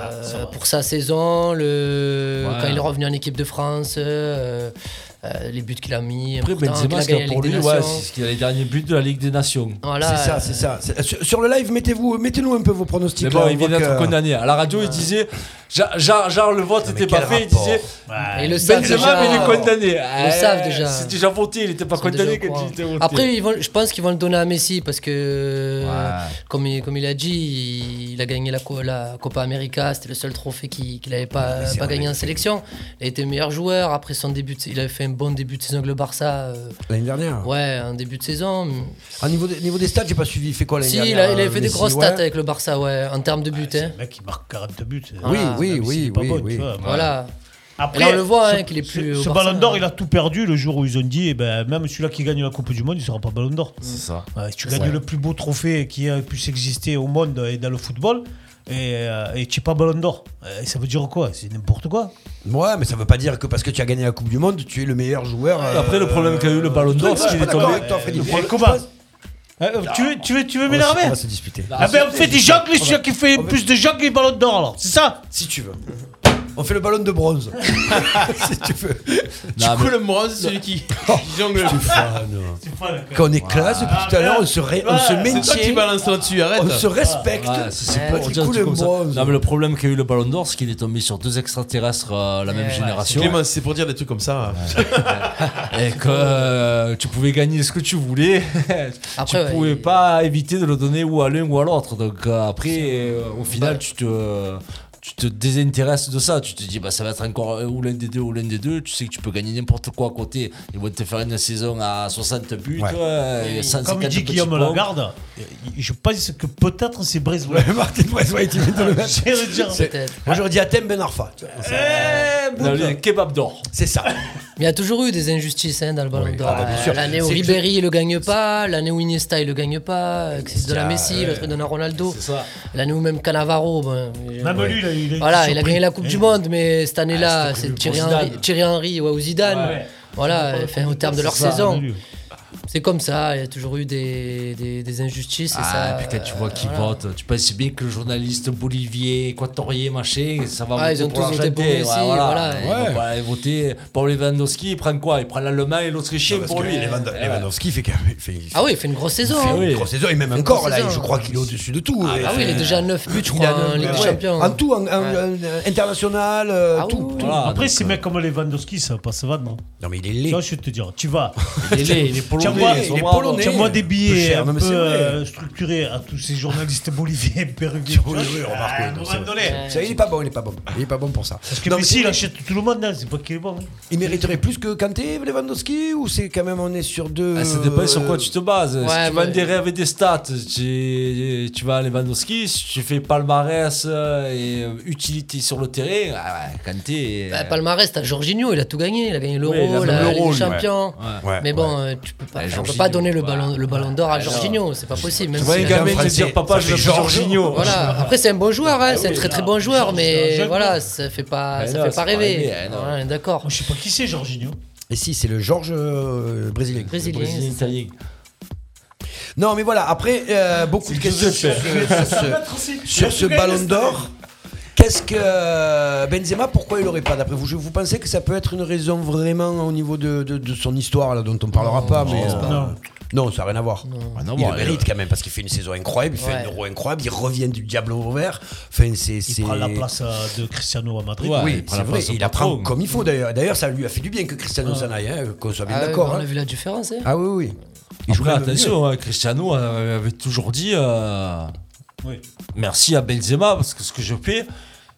[SPEAKER 9] pour sa saison, le...
[SPEAKER 11] Ouais.
[SPEAKER 9] quand il est revenu en équipe de France, euh, euh, les buts qu'il a mis.
[SPEAKER 11] Après,
[SPEAKER 9] important, qu'il a
[SPEAKER 11] Benzema, ce qu'il y a
[SPEAKER 9] gagné la
[SPEAKER 11] pour
[SPEAKER 9] Ligue
[SPEAKER 11] lui,
[SPEAKER 9] des
[SPEAKER 11] ouais,
[SPEAKER 9] Nations.
[SPEAKER 11] c'est ce qu'il a les derniers buts de la Ligue des Nations.
[SPEAKER 9] Voilà,
[SPEAKER 7] c'est ça, c'est ça. C'est- Sur, sur le live, mettez-vous, mettez-nous un peu vos pronostics. euh,
[SPEAKER 11] Mais bon,
[SPEAKER 7] là,
[SPEAKER 11] il
[SPEAKER 7] on voit
[SPEAKER 11] vient d'être
[SPEAKER 7] que-
[SPEAKER 11] condamné. À la radio, il disait genre, genre, genre, le vote n'était pas
[SPEAKER 7] quel
[SPEAKER 11] fait. Il
[SPEAKER 7] rapport
[SPEAKER 11] disait
[SPEAKER 9] Ils le savent
[SPEAKER 11] Benzema,
[SPEAKER 9] déjà.
[SPEAKER 11] mais il est condamné.
[SPEAKER 9] Ils le
[SPEAKER 11] Eh,
[SPEAKER 9] savent déjà.
[SPEAKER 11] C'est déjà voté, il n'était pas
[SPEAKER 9] Ils sont
[SPEAKER 11] condamné
[SPEAKER 9] déjà au
[SPEAKER 11] quand
[SPEAKER 9] courant.
[SPEAKER 11] il était voté.
[SPEAKER 9] Après, ils vont- je pense qu'ils vont le donner à Messi parce que, euh, comme, il, comme il a dit, il, il a gagné la, co- la Copa América. C'était le seul trophée qu'il n'avait pas,
[SPEAKER 7] Mais c'est
[SPEAKER 9] pas
[SPEAKER 7] vrai.
[SPEAKER 9] gagné en sélection. Il a été meilleur joueur. Après son début, de- il avait fait un bon début de saison avec le Barça. euh,
[SPEAKER 7] L'année dernière
[SPEAKER 9] Ouais, un début de saison. mais-
[SPEAKER 7] Au niveau, des- niveau des stats, j'ai pas suivi. Il fait quoi l'année
[SPEAKER 9] Si,
[SPEAKER 7] dernière euh,
[SPEAKER 9] il a, il avait fait des
[SPEAKER 7] Messi,
[SPEAKER 9] grosses
[SPEAKER 7] ouais.
[SPEAKER 9] stats avec le Barça, ouais, en termes de buts. hein.
[SPEAKER 10] Le mec, il marque 42 buts.
[SPEAKER 9] Oui,
[SPEAKER 7] oui,
[SPEAKER 10] même
[SPEAKER 7] oui,
[SPEAKER 10] s'il est pas
[SPEAKER 7] oui,
[SPEAKER 10] bon, tu
[SPEAKER 7] oui.
[SPEAKER 10] vois,
[SPEAKER 9] Voilà.
[SPEAKER 10] Après,
[SPEAKER 9] Et là, on le voit,
[SPEAKER 10] ce-
[SPEAKER 9] hein, qu'il est plus
[SPEAKER 10] Ce,
[SPEAKER 9] au
[SPEAKER 10] ce
[SPEAKER 9] Barça.
[SPEAKER 10] Ballon d'Or, il a tout perdu le jour où ils ont dit, eh ben, même celui-là qui gagne la Coupe du Monde, il sera pas Ballon d'Or.
[SPEAKER 11] C'est ça.
[SPEAKER 10] Ouais, tu
[SPEAKER 11] C'est
[SPEAKER 10] gagnes
[SPEAKER 11] ça.
[SPEAKER 10] le plus beau trophée qui a pu s'exister au monde et dans le football, et, euh, et tu n'es pas Ballon d'Or. Euh, ça veut dire quoi C'est n'importe quoi.
[SPEAKER 7] Ouais, mais ça veut pas dire que parce que tu as gagné la Coupe du Monde, tu es le meilleur joueur. euh,
[SPEAKER 10] Et après, le problème
[SPEAKER 11] qu'a eu le Ballon d'Or, c'est qu'il est tombé-
[SPEAKER 10] Le
[SPEAKER 7] Eh,
[SPEAKER 10] problème- Comment Euh, tu veux, tu veux,
[SPEAKER 11] Ah
[SPEAKER 10] tu veux m'énerver
[SPEAKER 7] on va se disputer.
[SPEAKER 10] Ah ben, on fait des jongles, celui qui fait plus de jongles, il est Ballon d'Or, alors. C'est
[SPEAKER 11] Ah,
[SPEAKER 10] ça
[SPEAKER 7] Si tu veux. On fait le ballon de bronze. (laughs) si tu veux.
[SPEAKER 5] Du coup, le bronze, celui qui
[SPEAKER 7] (laughs) Oh,
[SPEAKER 5] qui jongle.
[SPEAKER 7] Tu Quand on est classe depuis tout à l'heure, on se, ré- on se
[SPEAKER 5] C'est toi
[SPEAKER 7] maintient.
[SPEAKER 5] qui balance là-dessus, arrête.
[SPEAKER 7] On se respecte.
[SPEAKER 11] Ouais, c'est- c'est
[SPEAKER 7] Ouais,
[SPEAKER 11] pour
[SPEAKER 7] c'est
[SPEAKER 11] dire un
[SPEAKER 7] cool, le
[SPEAKER 11] truc comme ça.
[SPEAKER 7] bronze.
[SPEAKER 11] Non, mais le problème qu'a eu le Ballon d'Or, c'est qu'il est tombé sur deux extraterrestres euh, la même
[SPEAKER 5] Ouais,
[SPEAKER 11] génération.
[SPEAKER 5] c'est Clément, c'est pour dire des trucs comme ça.
[SPEAKER 11] et que euh, tu pouvais gagner ce que tu voulais, (laughs)
[SPEAKER 5] Après,
[SPEAKER 11] tu
[SPEAKER 5] ouais,
[SPEAKER 11] pouvais pas éviter de le donner ou à l'un ou à l'autre. Donc euh, après, euh, au final, tu te tu te désintéresses de ça, tu te dis bah ça va être encore euh, ou l'un des deux ou l'un des deux, tu sais que tu peux gagner n'importe quoi à côté, ils vont te faire une saison à 60 buts,
[SPEAKER 10] Ouais.
[SPEAKER 11] ouais, et 150
[SPEAKER 10] Comme dit
[SPEAKER 11] petits
[SPEAKER 10] Guillaume
[SPEAKER 11] points.
[SPEAKER 10] Lagarde, je pense que peut-être c'est Brezois.
[SPEAKER 7] Martin Brezois, tu viens de le mettre.
[SPEAKER 10] J'ai le dire.
[SPEAKER 7] C'est- Eh, Moi, j'aurais dit Atem Ben Arfa. tu vois.
[SPEAKER 11] Non, lui, kebab d'or.
[SPEAKER 7] C'est ça.
[SPEAKER 9] Il y a toujours eu des injustices hein, dans le Ballon d'Or.
[SPEAKER 7] ah bah, bien
[SPEAKER 9] Euh,
[SPEAKER 7] sûr.
[SPEAKER 9] l'année où
[SPEAKER 7] C'est-
[SPEAKER 9] Ribéry il le gagne pas, l'année où Iniesta il le gagne pas, euh, que c'est de la
[SPEAKER 7] Ah,
[SPEAKER 9] Messi,
[SPEAKER 7] ouais.
[SPEAKER 9] l'autre de Ronaldo, l'année où même Cannavaro. ben, euh,
[SPEAKER 10] Même lui, il a- il a été
[SPEAKER 9] voilà, il a
[SPEAKER 10] surpris.
[SPEAKER 9] gagné la Coupe
[SPEAKER 10] Eh.
[SPEAKER 9] du Monde, mais cette année-là,
[SPEAKER 10] Ah, c'était
[SPEAKER 9] c'est
[SPEAKER 10] prévu
[SPEAKER 9] Thierry
[SPEAKER 10] pour
[SPEAKER 9] Henry,
[SPEAKER 10] Zidane.
[SPEAKER 9] Thierry Henry, ouais, ou Zidane.
[SPEAKER 10] Ouais. C'était
[SPEAKER 9] Voilà,
[SPEAKER 10] pas
[SPEAKER 9] enfin, au
[SPEAKER 10] prévu
[SPEAKER 9] terme de
[SPEAKER 10] pour
[SPEAKER 9] leur
[SPEAKER 10] ça,
[SPEAKER 9] saison.
[SPEAKER 10] lui.
[SPEAKER 9] C'est comme ça, il y a toujours eu des, des- des injustices. et
[SPEAKER 11] Ah,
[SPEAKER 9] ça,
[SPEAKER 11] et puis quand tu
[SPEAKER 9] euh,
[SPEAKER 11] vois qui
[SPEAKER 9] voilà.
[SPEAKER 11] vote, tu penses bien que le journaliste bolivier, équatorien, machin, ça va
[SPEAKER 9] Ah,
[SPEAKER 11] voter
[SPEAKER 9] ils ont
[SPEAKER 11] pour
[SPEAKER 9] tous voté pour
[SPEAKER 11] l'Argentine,
[SPEAKER 9] Messi,
[SPEAKER 11] ouais,
[SPEAKER 9] voilà,
[SPEAKER 11] Ils
[SPEAKER 9] ouais.
[SPEAKER 11] vont pas aller voter pour Lewandowski, il prend quoi Il prend l'Allemand et l'Autrichien
[SPEAKER 7] Parce
[SPEAKER 11] pour
[SPEAKER 7] que
[SPEAKER 11] lui.
[SPEAKER 7] Lewand-
[SPEAKER 11] Eh ouais.
[SPEAKER 7] Lewandowski fait quand même. il fait-
[SPEAKER 9] Ah oui, il fait une grosse saison.
[SPEAKER 7] Il fait
[SPEAKER 9] hein.
[SPEAKER 7] une grosse saison et même
[SPEAKER 9] Il fait une
[SPEAKER 7] encore
[SPEAKER 9] grosse
[SPEAKER 7] là,
[SPEAKER 9] saison.
[SPEAKER 7] je crois qu'il est au-dessus de tout.
[SPEAKER 9] Ah, oui, il est déjà à 9 buts, je
[SPEAKER 7] Il est
[SPEAKER 9] crois,
[SPEAKER 7] à neuf,
[SPEAKER 9] en Ligue des
[SPEAKER 7] ouais.
[SPEAKER 9] Champions. hein. Ah
[SPEAKER 7] En tout, en, en- en- international, euh, tout. tout.
[SPEAKER 11] Ah,
[SPEAKER 9] Bah,
[SPEAKER 10] Après,
[SPEAKER 11] euh,
[SPEAKER 10] ces mecs comme Lewandowski, ça va pas se vendre.
[SPEAKER 7] Non, mais il est laid.
[SPEAKER 10] Ça, je vais te dire, tu vas.
[SPEAKER 11] Il est laid, il est (laughs) polonais,
[SPEAKER 10] Tiens-moi-
[SPEAKER 11] ils sont
[SPEAKER 10] tiens-moi
[SPEAKER 11] bravos.
[SPEAKER 10] Tiens-moi des
[SPEAKER 11] Peu
[SPEAKER 10] billets
[SPEAKER 11] cher,
[SPEAKER 10] un
[SPEAKER 11] non, mais
[SPEAKER 10] peu
[SPEAKER 11] c'est vrai.
[SPEAKER 10] euh, structurés à tous ces journalistes (laughs) boliviens, péruviens. Ah,
[SPEAKER 7] Oui, oui, remarque. oui, non, c'est vrai. Ça, il est pas bon, il est pas bon. Il est pas bon pour ça.
[SPEAKER 10] Parce que
[SPEAKER 7] Non, mais
[SPEAKER 10] Messi,
[SPEAKER 7] c'est
[SPEAKER 10] il
[SPEAKER 7] vrai.
[SPEAKER 10] achète tout le monde, hein, c'est pas qu'il est bon. hein.
[SPEAKER 7] Il mériterait plus que Kanté, Lewandowski, ou c'est quand même on est sur deux.
[SPEAKER 11] Ah, ça dépend sur quoi
[SPEAKER 7] euh,
[SPEAKER 11] tu te bases.
[SPEAKER 7] Ouais,
[SPEAKER 11] si tu vends
[SPEAKER 7] mais-
[SPEAKER 11] des rêves et des stats, tu, tu vas à Lewandowski. Si tu fais palmarès euh, et euh, utilité sur le terrain, ah ouais, Kanté.
[SPEAKER 9] Bah,
[SPEAKER 11] euh,
[SPEAKER 9] palmarès, t'as Jorginho, il a tout gagné. Il a gagné l'Euro,
[SPEAKER 11] Oui, il a
[SPEAKER 9] la
[SPEAKER 11] gagné
[SPEAKER 9] Ligue des
[SPEAKER 11] l'Euro, lui,
[SPEAKER 9] Champions.
[SPEAKER 11] ouais. Ouais,
[SPEAKER 9] Mais
[SPEAKER 11] ouais.
[SPEAKER 9] bon, euh, tu peux pas,
[SPEAKER 11] Ouais,
[SPEAKER 9] on peut
[SPEAKER 11] Jorginho,
[SPEAKER 9] pas donner le ballon, le ballon d'or à
[SPEAKER 11] Ouais, non.
[SPEAKER 9] Jorginho, c'est pas possible. Même
[SPEAKER 11] Tu vois
[SPEAKER 9] si-
[SPEAKER 11] un gamin te dire papa, je veux Jorginho.
[SPEAKER 9] Voilà. Après, c'est un bon joueur, hein, c'est un très très bon joueur,
[SPEAKER 10] c'est un
[SPEAKER 9] mais
[SPEAKER 10] jeune
[SPEAKER 9] voilà, ça fait pas,
[SPEAKER 10] Eh
[SPEAKER 9] ça
[SPEAKER 10] non,
[SPEAKER 9] fait
[SPEAKER 10] c'est
[SPEAKER 9] pas
[SPEAKER 10] pas
[SPEAKER 9] rêver.
[SPEAKER 10] rêver, eh non.
[SPEAKER 9] Voilà, on est D'accord.
[SPEAKER 10] Je sais pas qui c'est, Jorginho.
[SPEAKER 7] Et si, c'est le Georges euh, brésilien.
[SPEAKER 9] Brésilien,
[SPEAKER 11] Brésilien,
[SPEAKER 9] c'est ça.
[SPEAKER 11] Italien.
[SPEAKER 7] Non, mais voilà, après, euh, beaucoup de questions sur,
[SPEAKER 11] Giuseppe.
[SPEAKER 7] sur
[SPEAKER 11] Ça va
[SPEAKER 10] être aussi.
[SPEAKER 7] ce, sur ce ballon d'or. Qu'est-ce que euh, Benzema, pourquoi il l'aurait pas d'après vous Je- Vous pensez que ça peut être une raison vraiment au niveau de, de- de son histoire, là, dont on parlera pas mais,
[SPEAKER 11] pense
[SPEAKER 7] euh,
[SPEAKER 11] pas.
[SPEAKER 7] non. ça n'a rien à voir.
[SPEAKER 11] non,
[SPEAKER 7] il
[SPEAKER 11] bon,
[SPEAKER 7] le mérite quand même parce qu'il fait une saison incroyable, il fait
[SPEAKER 9] Ouais.
[SPEAKER 7] un euro incroyable, il revient du diable au vert. Enfin, c'est. c'est-
[SPEAKER 10] Il prend la place euh, de Cristiano à Madrid.
[SPEAKER 7] oui, c'est vrai, il apprend comme il faut d'ailleurs. D'ailleurs, ça lui a fait du bien que Cristiano s'en aille, hein, qu'on soit bien
[SPEAKER 9] Ah,
[SPEAKER 7] d'accord.
[SPEAKER 9] on a
[SPEAKER 7] hein.
[SPEAKER 9] vu la différence. hein.
[SPEAKER 7] Ah oui, oui. Il joue
[SPEAKER 11] Après,
[SPEAKER 7] quand même
[SPEAKER 11] attention, hein, Cristiano euh, avait toujours dit euh,
[SPEAKER 10] Oui.
[SPEAKER 11] merci à Benzema parce que ce que je fais,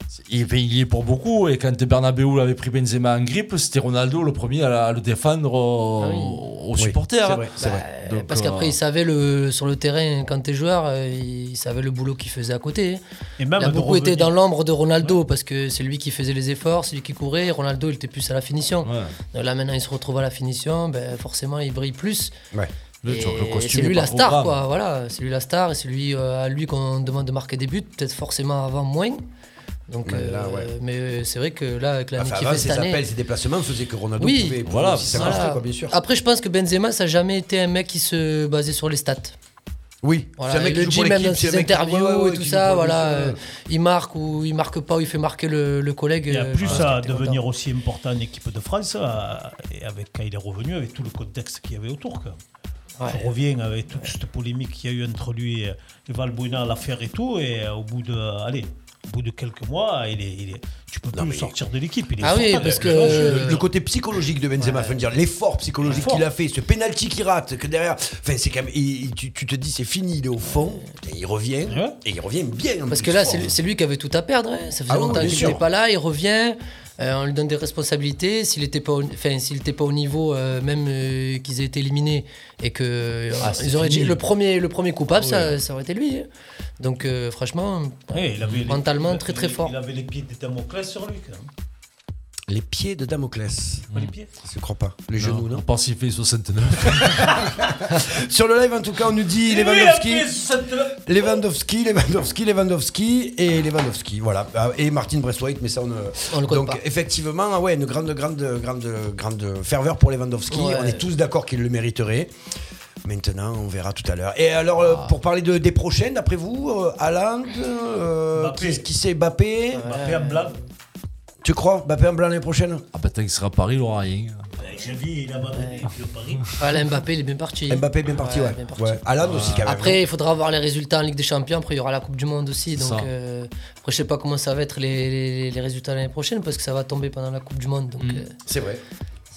[SPEAKER 11] c'est- il, ben, il y est pour beaucoup. Et quand Bernabeu avait pris Benzema en grippe, c'était Ronaldo le premier à, la- à le défendre euh,
[SPEAKER 9] Ah oui.
[SPEAKER 11] aux supporters. hein.
[SPEAKER 7] c'est vrai, c'est
[SPEAKER 9] Bah,
[SPEAKER 7] vrai.
[SPEAKER 11] Donc,
[SPEAKER 9] Parce qu'après,
[SPEAKER 11] euh,
[SPEAKER 9] il savait le, sur le terrain, quand t'es joueur, euh, il il savait le boulot qu'il faisait à côté. hein.
[SPEAKER 10] Et même
[SPEAKER 7] Ah,
[SPEAKER 9] il a
[SPEAKER 10] de
[SPEAKER 9] beaucoup
[SPEAKER 10] revenir-
[SPEAKER 9] été dans l'ombre de Ronaldo parce que c'est lui qui faisait les efforts, c'est lui qui courait. Ronaldo, il était plus à la finition. Donc là, maintenant, il se retrouve à la finition, ben, forcément, il brille plus.
[SPEAKER 7] Ouais.
[SPEAKER 11] Là,
[SPEAKER 9] Et
[SPEAKER 11] tu vois que le costume
[SPEAKER 9] c'est lui
[SPEAKER 11] est pas
[SPEAKER 9] la star,
[SPEAKER 11] programme.
[SPEAKER 9] quoi. Voilà, c'est lui la star et c'est lui euh, à lui qu'on demande de marquer des buts, peut-être forcément avant moins. Donc,
[SPEAKER 7] Mais là,
[SPEAKER 9] euh,
[SPEAKER 7] ouais.
[SPEAKER 9] mais euh, c'est vrai que là, avec l'année
[SPEAKER 7] Enfin,
[SPEAKER 9] qu'il
[SPEAKER 7] avant,
[SPEAKER 9] fait
[SPEAKER 7] ses
[SPEAKER 9] cette année,
[SPEAKER 7] appels, ses déplacements faisaient que Ronaldo
[SPEAKER 9] Oui.
[SPEAKER 7] pouvait.
[SPEAKER 11] Voilà,
[SPEAKER 7] pouvait- si ça
[SPEAKER 9] voilà.
[SPEAKER 7] marchait, quoi, bien sûr.
[SPEAKER 9] Après, je pense que Benzema, ça n'a jamais été un mec qui se basait sur les stats.
[SPEAKER 7] Oui,
[SPEAKER 9] Voilà,
[SPEAKER 7] c'est un mec qui
[SPEAKER 9] et
[SPEAKER 7] joue
[SPEAKER 9] le
[SPEAKER 7] pour
[SPEAKER 9] Jim, même
[SPEAKER 7] l'équipe,
[SPEAKER 9] dans
[SPEAKER 7] c'est un
[SPEAKER 9] ses
[SPEAKER 7] mec qui-
[SPEAKER 9] interviews
[SPEAKER 7] ouais, ouais,
[SPEAKER 9] et tout
[SPEAKER 7] qui joue
[SPEAKER 9] ça,
[SPEAKER 7] pour
[SPEAKER 9] voilà,
[SPEAKER 7] le-
[SPEAKER 9] euh, il marque ou il marque pas, ou il fait marquer le, le collègue.
[SPEAKER 10] Il y a
[SPEAKER 9] euh,
[SPEAKER 10] plus
[SPEAKER 9] je pense
[SPEAKER 10] à
[SPEAKER 9] qu'il était
[SPEAKER 10] devenir aussi important en équipe de France euh, et avec quand il est revenu, avec tout le contexte qu'il y avait autour. quoi. Je reviens avec toute cette polémique qu'il y a eu entre lui et, et Valbuena, l'affaire et tout, et euh, au bout de, allez, au bout de quelques mois, il est, il est- tu peux plus le sortir de l'équipe. il est
[SPEAKER 9] Ah oui,
[SPEAKER 10] sorti.
[SPEAKER 9] parce que-
[SPEAKER 10] Le-
[SPEAKER 7] Le, le côté psychologique de Benzema, faut dire l'effort psychologique qu'il a fait, ce penalty qu'il rate, que derrière, enfin c'est quand même, il- il- tu, tu te dis c'est fini, il est au fond, et il revient, et il revient bien. en
[SPEAKER 9] Parce
[SPEAKER 7] plus,
[SPEAKER 9] que là,
[SPEAKER 7] fort.
[SPEAKER 9] c'est lui- c'est lui qui avait tout à perdre. hein. Ça faisait
[SPEAKER 7] Ah oui,
[SPEAKER 9] longtemps
[SPEAKER 7] bien
[SPEAKER 9] qu'il
[SPEAKER 7] sûr.
[SPEAKER 9] n'était pas là, il revient. Euh, on lui donne des responsabilités. S'il n'était pas, au- enfin, s'il était pas au niveau, euh, même euh, qu'ils aient été éliminés et que
[SPEAKER 10] Ah,
[SPEAKER 9] ils
[SPEAKER 10] c'est
[SPEAKER 9] auraient
[SPEAKER 10] fini.
[SPEAKER 9] dit le premier, le premier coupable,
[SPEAKER 10] Ouais.
[SPEAKER 9] ça, ça aurait été lui. hein. Donc euh, franchement,
[SPEAKER 10] Ouais, il avait les-
[SPEAKER 9] mentalement
[SPEAKER 10] il a-
[SPEAKER 9] très
[SPEAKER 10] il-
[SPEAKER 9] très fort.
[SPEAKER 10] Il avait les pieds de Damoclès sur lui, quand même.
[SPEAKER 7] Les pieds de Damoclès.
[SPEAKER 10] les pieds
[SPEAKER 7] Je crois pas. Les genoux, non
[SPEAKER 11] Ah, On pense qu'il fait 69.
[SPEAKER 7] Sur le live, en tout cas, on nous dit
[SPEAKER 10] Et lui,
[SPEAKER 7] Lewandowski.
[SPEAKER 10] il a fait 69.
[SPEAKER 7] Lewandowski, Lewandowski, Lewandowski et Lewandowski. Voilà. Ah, Et Martin Bresswaite, mais ça, on ne. Donc, effectivement, ah ouais, une grande, grande, grande, grande ferveur pour Lewandowski.
[SPEAKER 9] Ouais.
[SPEAKER 7] On est tous d'accord qu'il le mériterait. Maintenant, on verra tout à l'heure. Et alors, euh,
[SPEAKER 9] Ah.
[SPEAKER 7] pour parler de- des prochaines, d'après vous, euh, Haaland, euh, qui, qui c'est Bappé
[SPEAKER 10] Mbappé en blanc.
[SPEAKER 7] Tu crois Bappé en blanc l'année prochaine
[SPEAKER 11] Ah bah tant qu'il sera à Paris, il aura rien.
[SPEAKER 10] Ouais, J'ai vu, il a abandonné le Paris.
[SPEAKER 9] Ah, là, Mbappé, il est bien parti.
[SPEAKER 7] Mbappé est bien parti, ouais.
[SPEAKER 9] bien
[SPEAKER 7] Ouais. Haaland aussi, quand même.
[SPEAKER 9] Après, il faudra voir les résultats en Ligue des Champions. Après, il y aura la Coupe du Monde aussi.
[SPEAKER 7] C'est
[SPEAKER 9] Donc,
[SPEAKER 7] ça.
[SPEAKER 9] euh, après, je sais pas comment ça va être les, les- les résultats l'année prochaine parce que ça va tomber pendant la Coupe du Monde. Donc, euh,
[SPEAKER 7] C'est vrai.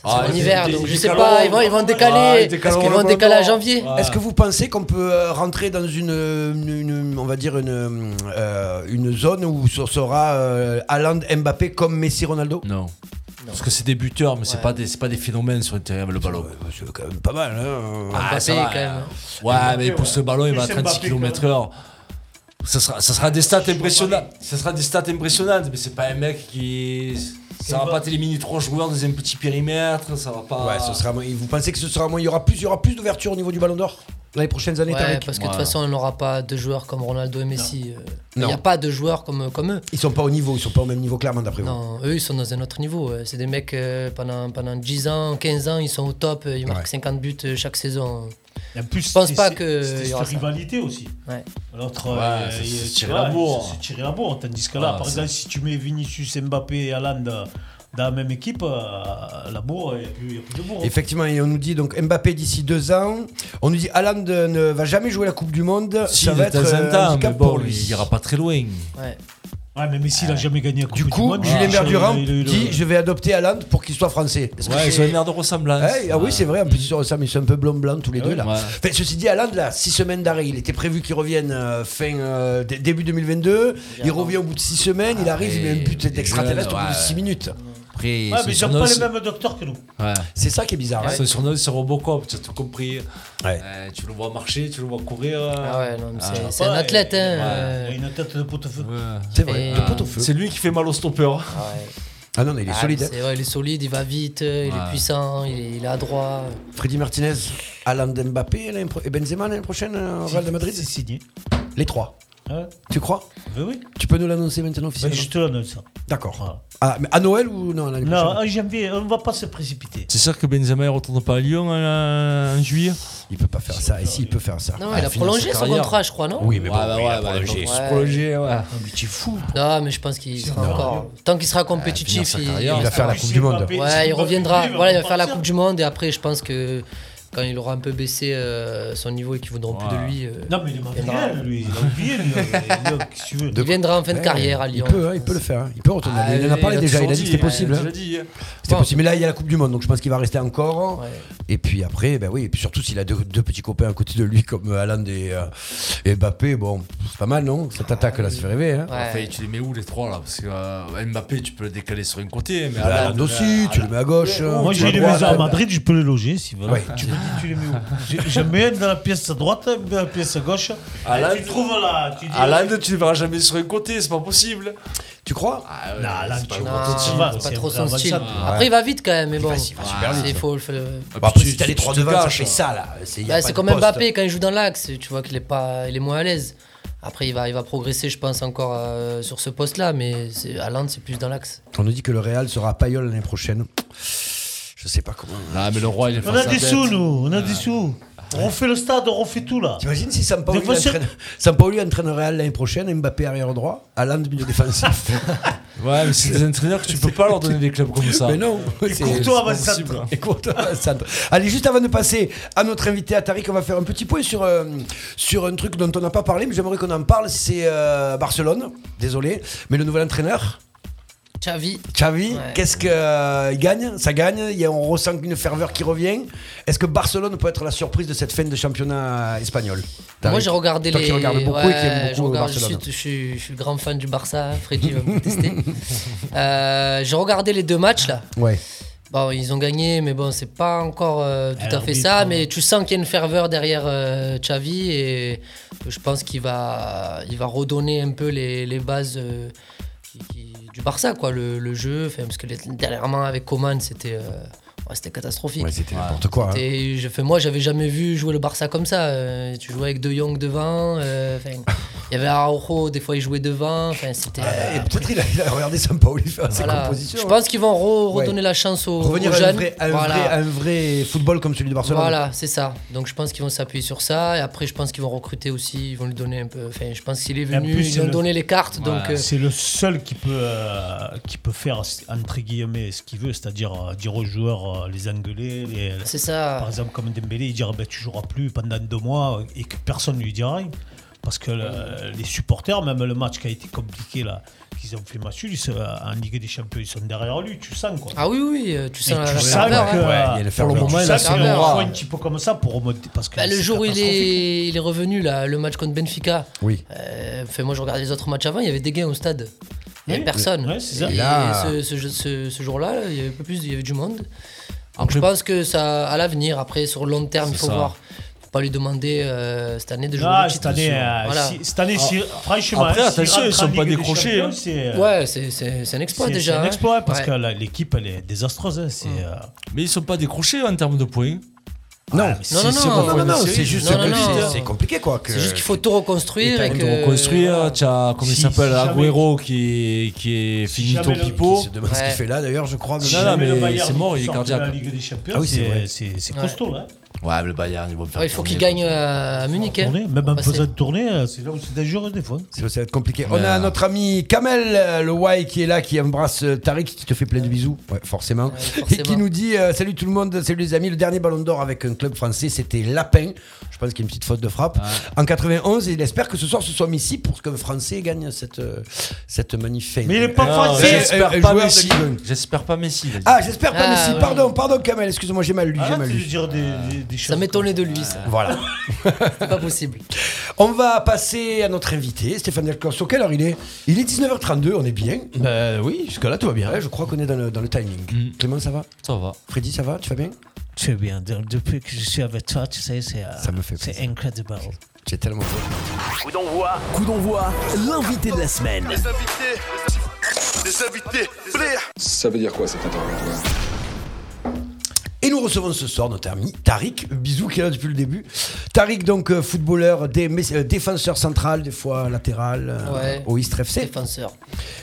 [SPEAKER 9] C'est en hiver, donc je sais pas. Ils vont, ils vont décaler. parce qu'ils vont décaler à janvier.
[SPEAKER 7] Est-ce que vous pensez qu'on peut euh, rentrer dans une, une- une- on va dire une, euh, une zone où ce sera euh, Haaland, Mbappé comme Messi, Ronaldo
[SPEAKER 11] Non. Parce que c'est des buteurs, mais c'est pas des c'est pas des phénomènes sur le terrain le ballon.
[SPEAKER 7] Euh, bah, C'est quand même pas mal.
[SPEAKER 11] Ah,
[SPEAKER 7] Mbappé,
[SPEAKER 11] ça va,
[SPEAKER 7] quand même.
[SPEAKER 11] hein. Ouais, mais il pousse le ballon, il va à
[SPEAKER 7] Plus
[SPEAKER 11] 36
[SPEAKER 7] Mbappé,
[SPEAKER 11] km/h. Ça sera, ça sera des stats impressionnantes. Ça sera des stats impressionnantes, mais c'est pas un mec qui. Ça va pas t'éliminer trois joueurs dans un petit périmètre, ça va
[SPEAKER 10] Ah.
[SPEAKER 11] pas.
[SPEAKER 7] Ouais, ce sera. moins- Vous pensez que ce sera moins Il y aura plus, il y aura plus d'ouverture au niveau du Ballon d'Or dans les prochaines années.
[SPEAKER 9] Ouais, bah.
[SPEAKER 7] Tariq
[SPEAKER 9] parce que de toute façon, on n'aura pas de joueurs comme Ronaldo et Messi. euh, Il
[SPEAKER 7] Non.
[SPEAKER 9] n'y a pas de joueurs comme, comme eux.
[SPEAKER 7] Ils sont pas au niveau, ils sont pas au même niveau clairement d'après vous.
[SPEAKER 9] Non, eux, ils sont dans un autre niveau. euh, C'est des mecs, euh, pendant, pendant 10 ans, 15 ans, ils sont au top. euh, Ils marquent 50 buts euh, chaque saison. je pense pas que.
[SPEAKER 10] C'était
[SPEAKER 9] il y
[SPEAKER 10] cette
[SPEAKER 9] aura ça.
[SPEAKER 10] rivalité aussi. L'autre,
[SPEAKER 9] Ouais,
[SPEAKER 10] euh,
[SPEAKER 9] c'est-
[SPEAKER 10] il-
[SPEAKER 9] c'est
[SPEAKER 10] tu
[SPEAKER 9] tiré
[SPEAKER 10] vois,
[SPEAKER 9] à bourre.
[SPEAKER 10] C'est tiré à bourre. Tandis que là,
[SPEAKER 9] Ah,
[SPEAKER 10] par
[SPEAKER 9] c'est-
[SPEAKER 10] exemple, si tu mets Vinicius, Mbappé et Haaland euh, dans la même équipe, euh, la bourre, il n'y a, plus- il y a plus de bourre.
[SPEAKER 7] Effectivement, et on nous dit donc Mbappé d'ici deux ans. On nous dit Haaland ne va jamais jouer la Coupe du Monde.
[SPEAKER 11] Si,
[SPEAKER 7] ça
[SPEAKER 11] de
[SPEAKER 7] va être
[SPEAKER 11] temps en
[SPEAKER 7] euh,
[SPEAKER 11] temps,
[SPEAKER 7] un handicap
[SPEAKER 11] mais bon,
[SPEAKER 7] pour
[SPEAKER 11] lui,
[SPEAKER 7] lui.
[SPEAKER 11] il ira pas très loin.
[SPEAKER 9] Ouais.
[SPEAKER 10] Ouais, mais Messi, il n'a jamais gagné la Coupe du,
[SPEAKER 7] Du coup,
[SPEAKER 10] Monde.
[SPEAKER 7] Julien
[SPEAKER 10] Il a-
[SPEAKER 7] Berdurin
[SPEAKER 10] il a- il a-
[SPEAKER 7] dit Je vais adopter Haaland pour qu'il soit français. Est-ce que
[SPEAKER 11] Ouais, ils
[SPEAKER 7] c'est-
[SPEAKER 11] ont une air de ressemblance.
[SPEAKER 7] Ouais, ah oui, c'est vrai, en plus ils se ressemblent, ils sont un peu blanc-blanc tous les
[SPEAKER 11] Ah
[SPEAKER 7] deux
[SPEAKER 11] oui.
[SPEAKER 7] là.
[SPEAKER 11] Ouais.
[SPEAKER 7] Enfin, ceci dit, Haaland, là, 6 semaines d'arrêt, il était prévu qu'il revienne euh, fin euh, dé- début 2022. Il revient au bout de 6 semaines, il arrive, il met un but
[SPEAKER 11] il est
[SPEAKER 7] extraterrestre au
[SPEAKER 11] jeune,
[SPEAKER 7] bout de
[SPEAKER 11] ouais.
[SPEAKER 7] 6 minutes.
[SPEAKER 11] Après,
[SPEAKER 10] Ouais,
[SPEAKER 11] son
[SPEAKER 10] mais ils n'ont
[SPEAKER 11] surnom,
[SPEAKER 10] pas les
[SPEAKER 11] c'est-
[SPEAKER 10] mêmes docteurs que nous.
[SPEAKER 11] Ouais.
[SPEAKER 7] C'est ça qui est bizarre. hein.
[SPEAKER 11] Son surnom, c'est Robocop, tu as tout compris. Euh, tu le vois marcher, tu le vois courir.
[SPEAKER 9] Ah ouais, non, mais c'est-
[SPEAKER 11] Ah.
[SPEAKER 9] c'est un athlète. hein,
[SPEAKER 11] Ouais.
[SPEAKER 9] euh,
[SPEAKER 10] Il a une tête de pot au feu.
[SPEAKER 7] C'est vrai,
[SPEAKER 9] Et-
[SPEAKER 7] de pot au feu.
[SPEAKER 11] C'est lui qui fait mal au stopper.
[SPEAKER 7] Ah non, mais il est
[SPEAKER 9] Ah,
[SPEAKER 7] solide.
[SPEAKER 9] mais c'est- ouais, il est solide, il va vite, euh, il
[SPEAKER 7] Ouais.
[SPEAKER 9] est puissant, il est, il est adroit.
[SPEAKER 7] Freddy Martinez, Alain Mbappé l'année pro- et Benzema l'année prochaine euh, au Real de Madrid
[SPEAKER 10] C'est signé.
[SPEAKER 7] Les trois.
[SPEAKER 10] Ouais.
[SPEAKER 7] Tu crois
[SPEAKER 10] Ben oui.
[SPEAKER 7] Tu peux nous l'annoncer
[SPEAKER 11] Bah,
[SPEAKER 7] maintenant
[SPEAKER 10] Ben,
[SPEAKER 7] officiellement
[SPEAKER 10] je te l'annonce. ça.
[SPEAKER 7] D'accord. Ah, mais à Noël ou non l'année prochaine
[SPEAKER 10] Non, en janvier, on ne va pas se précipiter.
[SPEAKER 11] C'est sûr que Benzema ne retourne pas à Lyon hein, en, juillet
[SPEAKER 7] Il peut pas faire ça, et si, il peut faire ça. Ah,
[SPEAKER 9] Non, il a prolongé son contrat, je crois, non
[SPEAKER 7] Oui, mais bon,
[SPEAKER 11] bah,
[SPEAKER 7] il a
[SPEAKER 11] ouais, bah,
[SPEAKER 7] prolongé.
[SPEAKER 11] il a prolongé,
[SPEAKER 9] Ah.
[SPEAKER 11] ouais.
[SPEAKER 10] mais tu es fou.
[SPEAKER 9] Non, mais je pense qu'il sera encore. Tant
[SPEAKER 7] Ah,
[SPEAKER 9] qu'il sera
[SPEAKER 11] finir
[SPEAKER 9] compétitif,
[SPEAKER 11] sa
[SPEAKER 9] il,
[SPEAKER 11] carrière. Il
[SPEAKER 10] Ah,
[SPEAKER 11] va
[SPEAKER 7] faire la Coupe du Monde. Mbappé, si
[SPEAKER 9] Ouais, il
[SPEAKER 7] Mbappé
[SPEAKER 9] reviendra.
[SPEAKER 7] vit, il va
[SPEAKER 9] Voilà, il va
[SPEAKER 7] pas
[SPEAKER 9] faire la
[SPEAKER 7] partir.
[SPEAKER 9] Coupe du Monde et après, je pense que quand il aura un peu baissé euh, son niveau et qu'ils voudront plus de lui. euh,
[SPEAKER 10] Non, mais il est
[SPEAKER 9] viendra.
[SPEAKER 10] marginal, lui. Il a oublié, lui. Il a- qu'est-ce que tu veux
[SPEAKER 9] Il viendra en fin de
[SPEAKER 7] Ouais,
[SPEAKER 9] carrière à
[SPEAKER 7] il
[SPEAKER 9] Lyon.
[SPEAKER 7] peut, hein, il peut le faire. hein. Il peut retourner.
[SPEAKER 9] Ah,
[SPEAKER 7] il en a
[SPEAKER 9] il
[SPEAKER 7] parlé
[SPEAKER 9] a
[SPEAKER 7] déjà. Il
[SPEAKER 9] toujours
[SPEAKER 7] a dit que
[SPEAKER 9] dit,
[SPEAKER 7] c'était
[SPEAKER 9] ouais,
[SPEAKER 7] possible.
[SPEAKER 9] il a
[SPEAKER 7] hein.
[SPEAKER 11] déjà dit.
[SPEAKER 7] C'était
[SPEAKER 9] Bon.
[SPEAKER 7] possible. Mais là, il y a la Coupe du Monde, donc je pense qu'il va rester encore.
[SPEAKER 9] Ouais.
[SPEAKER 7] Et puis après, ben oui, et puis surtout s'il a deux, deux petits copains à côté de lui comme Alain et, euh, et Mbappé, bon, c'est pas mal, non Cette attaque là, ça fait rêver. Hein.
[SPEAKER 11] Enfin, tu les mets où les trois là Parce que euh, Mbappé, tu peux le décaler sur un côté, mais
[SPEAKER 7] Bah, Haaland aussi, tu le mets à gauche. hein,
[SPEAKER 10] Moi,
[SPEAKER 7] tu
[SPEAKER 10] j'ai
[SPEAKER 7] le
[SPEAKER 10] les
[SPEAKER 7] mets à
[SPEAKER 10] maisons à
[SPEAKER 7] droite.
[SPEAKER 10] Madrid, je peux les loger si voilà.
[SPEAKER 7] Ouais.
[SPEAKER 10] Tu me dis, tu les mets où J'ai- J'en mets une dans la pièce à droite, une dans la pièce à gauche.
[SPEAKER 11] Haaland-
[SPEAKER 10] Et tu trouves là, tu dis.
[SPEAKER 11] Alain, tu le verras jamais sur un côté, c'est pas possible.
[SPEAKER 7] Tu crois
[SPEAKER 11] ah, ouais,
[SPEAKER 10] Non, Haaland,
[SPEAKER 11] c'est pas
[SPEAKER 10] tu
[SPEAKER 11] un
[SPEAKER 10] vois,
[SPEAKER 11] prototype,
[SPEAKER 10] tu vas,
[SPEAKER 11] c'est
[SPEAKER 9] Pas
[SPEAKER 11] un
[SPEAKER 9] trop
[SPEAKER 11] vrai
[SPEAKER 9] son
[SPEAKER 11] avançage.
[SPEAKER 9] style.
[SPEAKER 11] Ouais.
[SPEAKER 9] Après, il va vite quand même, mais bon.
[SPEAKER 7] va super
[SPEAKER 9] Ouais,
[SPEAKER 7] vite.
[SPEAKER 9] Il faut le faire.
[SPEAKER 7] Ah, bah, après, si t'as
[SPEAKER 11] tu-
[SPEAKER 7] les trois
[SPEAKER 11] tu te
[SPEAKER 7] devant, ça
[SPEAKER 11] gâches,
[SPEAKER 7] fait
[SPEAKER 11] hein.
[SPEAKER 7] ça là. C'est y a
[SPEAKER 9] Ouais,
[SPEAKER 7] pas
[SPEAKER 9] Bah, c'est
[SPEAKER 7] de
[SPEAKER 9] comme
[SPEAKER 7] poste.
[SPEAKER 9] Mbappé quand il joue dans l'axe, tu vois qu'il est pas, il est moins à l'aise. Après, il va, il va progresser, je pense, encore euh, sur ce poste-là, mais c'est- Haaland, c'est plus dans l'axe.
[SPEAKER 7] On nous dit que le Real sera à Payol l'année prochaine. Je sais pas comment.
[SPEAKER 11] Ah, mais le roi, il est
[SPEAKER 10] On a
[SPEAKER 11] face à
[SPEAKER 10] des
[SPEAKER 11] tête.
[SPEAKER 10] sous, nous, on a des sous. On refait le stade, on refait tout là.
[SPEAKER 7] T'imagines si Sampaoli
[SPEAKER 10] Des fois, c'est-
[SPEAKER 7] entraîne, Sampaoli entraîne le Real l'année prochaine, Mbappé arrière droit, Haaland milieu
[SPEAKER 11] (laughs)
[SPEAKER 7] défensif.
[SPEAKER 11] Ouais, mais c'est des entraîneurs que tu peux pas leur donner des clubs (laughs) comme ça.
[SPEAKER 7] Mais non,
[SPEAKER 11] Et
[SPEAKER 7] c'est-
[SPEAKER 11] Courtois
[SPEAKER 7] c'est pas
[SPEAKER 11] avant-centre.
[SPEAKER 7] possible. Et Courtois avant-centre. Allez, juste avant de passer à notre invité à Tariq, on va faire un petit point sur, euh, sur un truc dont on n'a pas parlé, mais j'aimerais qu'on en parle. C'est euh, Barcelone, désolé, mais le nouvel entraîneur.
[SPEAKER 9] Xavi.
[SPEAKER 7] Xavi,
[SPEAKER 9] Ouais.
[SPEAKER 7] qu'est-ce que euh, il gagne Ça gagne. il y a- on ressent une ferveur qui revient. Est-ce que Barcelone peut être la surprise de cette fin de championnat espagnol
[SPEAKER 9] Moi,
[SPEAKER 7] Tariq,
[SPEAKER 9] j'ai regardé
[SPEAKER 7] toi
[SPEAKER 9] les.
[SPEAKER 7] qui regardes beaucoup et qui
[SPEAKER 9] Ouais,
[SPEAKER 7] aimes beaucoup
[SPEAKER 9] je, regarde- je suis,
[SPEAKER 7] Barcelone.
[SPEAKER 9] je, suis, je suis grand fan du Barça. Freddy va me (laughs) tester. Euh, j'ai regardé les deux matchs là.
[SPEAKER 7] Ouais.
[SPEAKER 9] Bon, ils ont gagné, mais bon, c'est pas encore euh, tout à
[SPEAKER 10] Alors,
[SPEAKER 9] fait
[SPEAKER 10] oui,
[SPEAKER 9] ça.
[SPEAKER 10] bon.
[SPEAKER 9] Mais tu sens qu'il y a une ferveur derrière euh, Xavi et je pense qu'il va, il va redonner un peu les, les bases euh, qui- qui- du Barça, quoi, le, le jeu. Enfin, parce que les- dernièrement avec Coman, c'était euh, ouais, c'était catastrophique.
[SPEAKER 7] Ouais, c'était n'importe quoi, hein.
[SPEAKER 9] C'était- je fais, moi, j'avais jamais vu jouer le Barça comme ça. Euh, tu jouais avec De Jong devant. euh, enfin, il y avait Araujo, des fois il jouait devant. Enfin, c'était.
[SPEAKER 7] Ah, Euh, Et peut-être il, a- il a regardé Sampaoli faire ses
[SPEAKER 9] Voilà.
[SPEAKER 7] compositions.
[SPEAKER 9] Je pense qu'ils vont re- redonner
[SPEAKER 7] hein. Ouais.
[SPEAKER 9] la chance aux,
[SPEAKER 7] Revenir
[SPEAKER 9] aux
[SPEAKER 7] à un
[SPEAKER 9] jeunes.
[SPEAKER 7] vrai, à un
[SPEAKER 9] Voilà.
[SPEAKER 7] vrai- à un vrai football comme celui de Barcelone.
[SPEAKER 9] Voilà, c'est ça. Donc je pense qu'ils vont s'appuyer sur ça. Et après, je pense qu'ils vont recruter aussi. Ils vont lui donner un peu. Enfin, je pense qu'il est
[SPEAKER 10] Et en
[SPEAKER 9] venu.
[SPEAKER 10] plus,
[SPEAKER 9] ils
[SPEAKER 10] c'est
[SPEAKER 9] lui ont
[SPEAKER 10] le-
[SPEAKER 9] donné les cartes.
[SPEAKER 10] Voilà,
[SPEAKER 9] donc euh,
[SPEAKER 10] Ah, c'est le seul qui peut euh, qui peut faire entre guillemets ce qu'il veut, c'est-à-dire euh, dire aux joueurs euh, les engueuler. les-
[SPEAKER 9] C'est
[SPEAKER 11] Ah.
[SPEAKER 9] ça.
[SPEAKER 10] Par exemple, comme Dembélé, il dira ben tu joueras plus pendant deux mois euh, et que personne lui dira rien. Parce que euh, les supporters, même le match qui a été compliqué là, qu'ils ont fait match nul, ils sont, euh, en Ligue des Champions, ils sont derrière lui, tu sens quoi.
[SPEAKER 9] Ah oui, oui, euh, tu
[SPEAKER 10] Et
[SPEAKER 9] sens la- la
[SPEAKER 10] sens
[SPEAKER 9] ferveur,
[SPEAKER 10] que, euh,
[SPEAKER 9] hein. Ouais, il y a la
[SPEAKER 10] pour le
[SPEAKER 9] ferveur.
[SPEAKER 10] moment,
[SPEAKER 9] Tu
[SPEAKER 10] il a
[SPEAKER 9] sens la ferveur.
[SPEAKER 10] un petit peu comme ça pour remonter. Parce que
[SPEAKER 9] Bah, le
[SPEAKER 10] c'est
[SPEAKER 9] jour où il
[SPEAKER 10] catastrophique.
[SPEAKER 9] est, il est revenu, là, le match contre Benfica,
[SPEAKER 7] Oui.
[SPEAKER 9] euh, fait, moi je regardais les autres matchs avant, il y avait des gains au stade. Il n'y avait
[SPEAKER 10] Oui.
[SPEAKER 9] personne.
[SPEAKER 10] Ouais, c'est ça.
[SPEAKER 9] Et
[SPEAKER 10] Là-
[SPEAKER 9] ce, ce- ce- ce jour-là, là, il y avait un peu plus, il y avait du monde. Donc,
[SPEAKER 11] Après-
[SPEAKER 9] je pense que ça, à l'avenir, après, sur le long terme, il
[SPEAKER 11] C'est
[SPEAKER 9] faut
[SPEAKER 11] ça.
[SPEAKER 9] voir. faut pas lui demander euh, cette année de jouer
[SPEAKER 10] Ah,
[SPEAKER 9] le
[SPEAKER 10] cette
[SPEAKER 9] titre. hein.
[SPEAKER 10] année, euh,
[SPEAKER 9] Voilà.
[SPEAKER 10] si- cette année, si-
[SPEAKER 9] Ah.
[SPEAKER 10] franchement, Après, hein, si attention, rentre ils sont en pas Ligue des décrochés, Champions, hein. c'est, euh,
[SPEAKER 9] Ouais, c'est- c'est c'est un exploit
[SPEAKER 10] C'est-
[SPEAKER 9] déjà.
[SPEAKER 10] C'est un
[SPEAKER 9] hein.
[SPEAKER 10] exploit parce
[SPEAKER 9] Ouais.
[SPEAKER 10] que là, l'équipe elle est désastreuse. hein, c'est, euh,
[SPEAKER 11] Mais ils sont pas décrochés en termes de points.
[SPEAKER 7] Non,
[SPEAKER 11] si,
[SPEAKER 9] Ah, non, non,
[SPEAKER 11] c'est
[SPEAKER 9] non,
[SPEAKER 11] bon,
[SPEAKER 9] non,
[SPEAKER 11] on
[SPEAKER 9] non,
[SPEAKER 11] essaye.
[SPEAKER 9] c'est juste Non, que non, c'est- non. c'est
[SPEAKER 7] compliqué quoi.
[SPEAKER 9] C'est juste qu'il faut tout reconstruire.
[SPEAKER 11] T'as
[SPEAKER 9] Et
[SPEAKER 11] tout
[SPEAKER 9] que-
[SPEAKER 11] reconstruit, hein, t'as, comment il
[SPEAKER 9] Si-
[SPEAKER 11] s'appelle,
[SPEAKER 9] si jamais-
[SPEAKER 11] Agüero qui est, qui est fini
[SPEAKER 10] jamais
[SPEAKER 11] ton
[SPEAKER 10] le-
[SPEAKER 11] pipeau.
[SPEAKER 7] C'est demain ce qu'il
[SPEAKER 11] Ouais.
[SPEAKER 7] fait là d'ailleurs, je crois.
[SPEAKER 11] Non,
[SPEAKER 7] mais-
[SPEAKER 11] non,
[SPEAKER 10] mais le
[SPEAKER 11] mais
[SPEAKER 10] Bayern
[SPEAKER 11] c'est mort, il est
[SPEAKER 10] sort de la
[SPEAKER 11] cardiaque.
[SPEAKER 10] Ligue des Champions,
[SPEAKER 11] Ah oui, c'est
[SPEAKER 10] c'est-
[SPEAKER 11] vrai.
[SPEAKER 10] c'est- c'est
[SPEAKER 9] Ouais.
[SPEAKER 10] costaud. hein. là.
[SPEAKER 11] Ouais, le Bayern, ils vont me faire
[SPEAKER 9] Ouais, Ah, il faut qu'il
[SPEAKER 11] tourner,
[SPEAKER 9] gagne euh, à Munich. hein.
[SPEAKER 10] Tourner, même en
[SPEAKER 7] Bah,
[SPEAKER 9] Faut passer.
[SPEAKER 10] faisant tourner, euh, c'est là où c'est dangereux des fois.
[SPEAKER 7] Ça va être compliqué. On a notre ami Kamel, euh, le Y qui est là, qui embrasse euh, Tariq, qui te fait plein de bisous, ouais, forcément. Et qui nous dit euh, Salut tout le monde, salut les amis. Le dernier ballon d'or avec un club français, c'était Lapin. Je pense qu'il y a une petite faute de frappe. En 91, et il espère que ce soir, ce soit Messi pour qu'un Français gagne cette, euh, cette magnifique. fin.
[SPEAKER 11] Mais il est
[SPEAKER 7] Un-
[SPEAKER 11] pas français.
[SPEAKER 7] un- un
[SPEAKER 11] J'espère
[SPEAKER 7] joueur
[SPEAKER 11] pas
[SPEAKER 7] de
[SPEAKER 11] Messi.
[SPEAKER 7] Ligue 1.
[SPEAKER 11] J'espère pas Messi. il a dit.
[SPEAKER 7] Ah, j'espère pas
[SPEAKER 11] Ah,
[SPEAKER 7] Messi.
[SPEAKER 11] ouais.
[SPEAKER 7] Pardon, pardon, Kamel. Excuse-moi, j'ai mal lu. j'ai mal lu.
[SPEAKER 9] Ça m'étonnait de lui, ça.
[SPEAKER 7] Voilà.
[SPEAKER 9] C'est pas possible.
[SPEAKER 7] On va passer à notre invité, Stéphane Delcorso. Quelle heure il est Il est 19h32, on est bien.
[SPEAKER 6] Bah oui, jusque-là tout va bien. Mm.
[SPEAKER 7] Ouais, je crois qu'on est dans le, dans le timing. Clément, ça va
[SPEAKER 11] Ça va.
[SPEAKER 7] Freddy, ça va Tu vas bien
[SPEAKER 10] Tu es bien. de- Depuis que je suis avec toi, tu sais, c'est euh,
[SPEAKER 7] Ça me fait
[SPEAKER 10] c'est incredible.
[SPEAKER 7] J'ai tellement
[SPEAKER 1] Coup d'envoi.
[SPEAKER 12] Coup d'envoi, l'invité de la semaine.
[SPEAKER 1] Les invités. Les invités.
[SPEAKER 2] Ça veut dire quoi cet interrogatoire
[SPEAKER 7] Et nous recevons ce soir notre ami Tariq, bisou qui est là depuis le début. Tariq, donc euh, footballeur, dé- mais- euh, défenseur central, des fois latéral, euh,
[SPEAKER 9] Ouais.
[SPEAKER 7] au Istres FC.
[SPEAKER 9] Défenseur.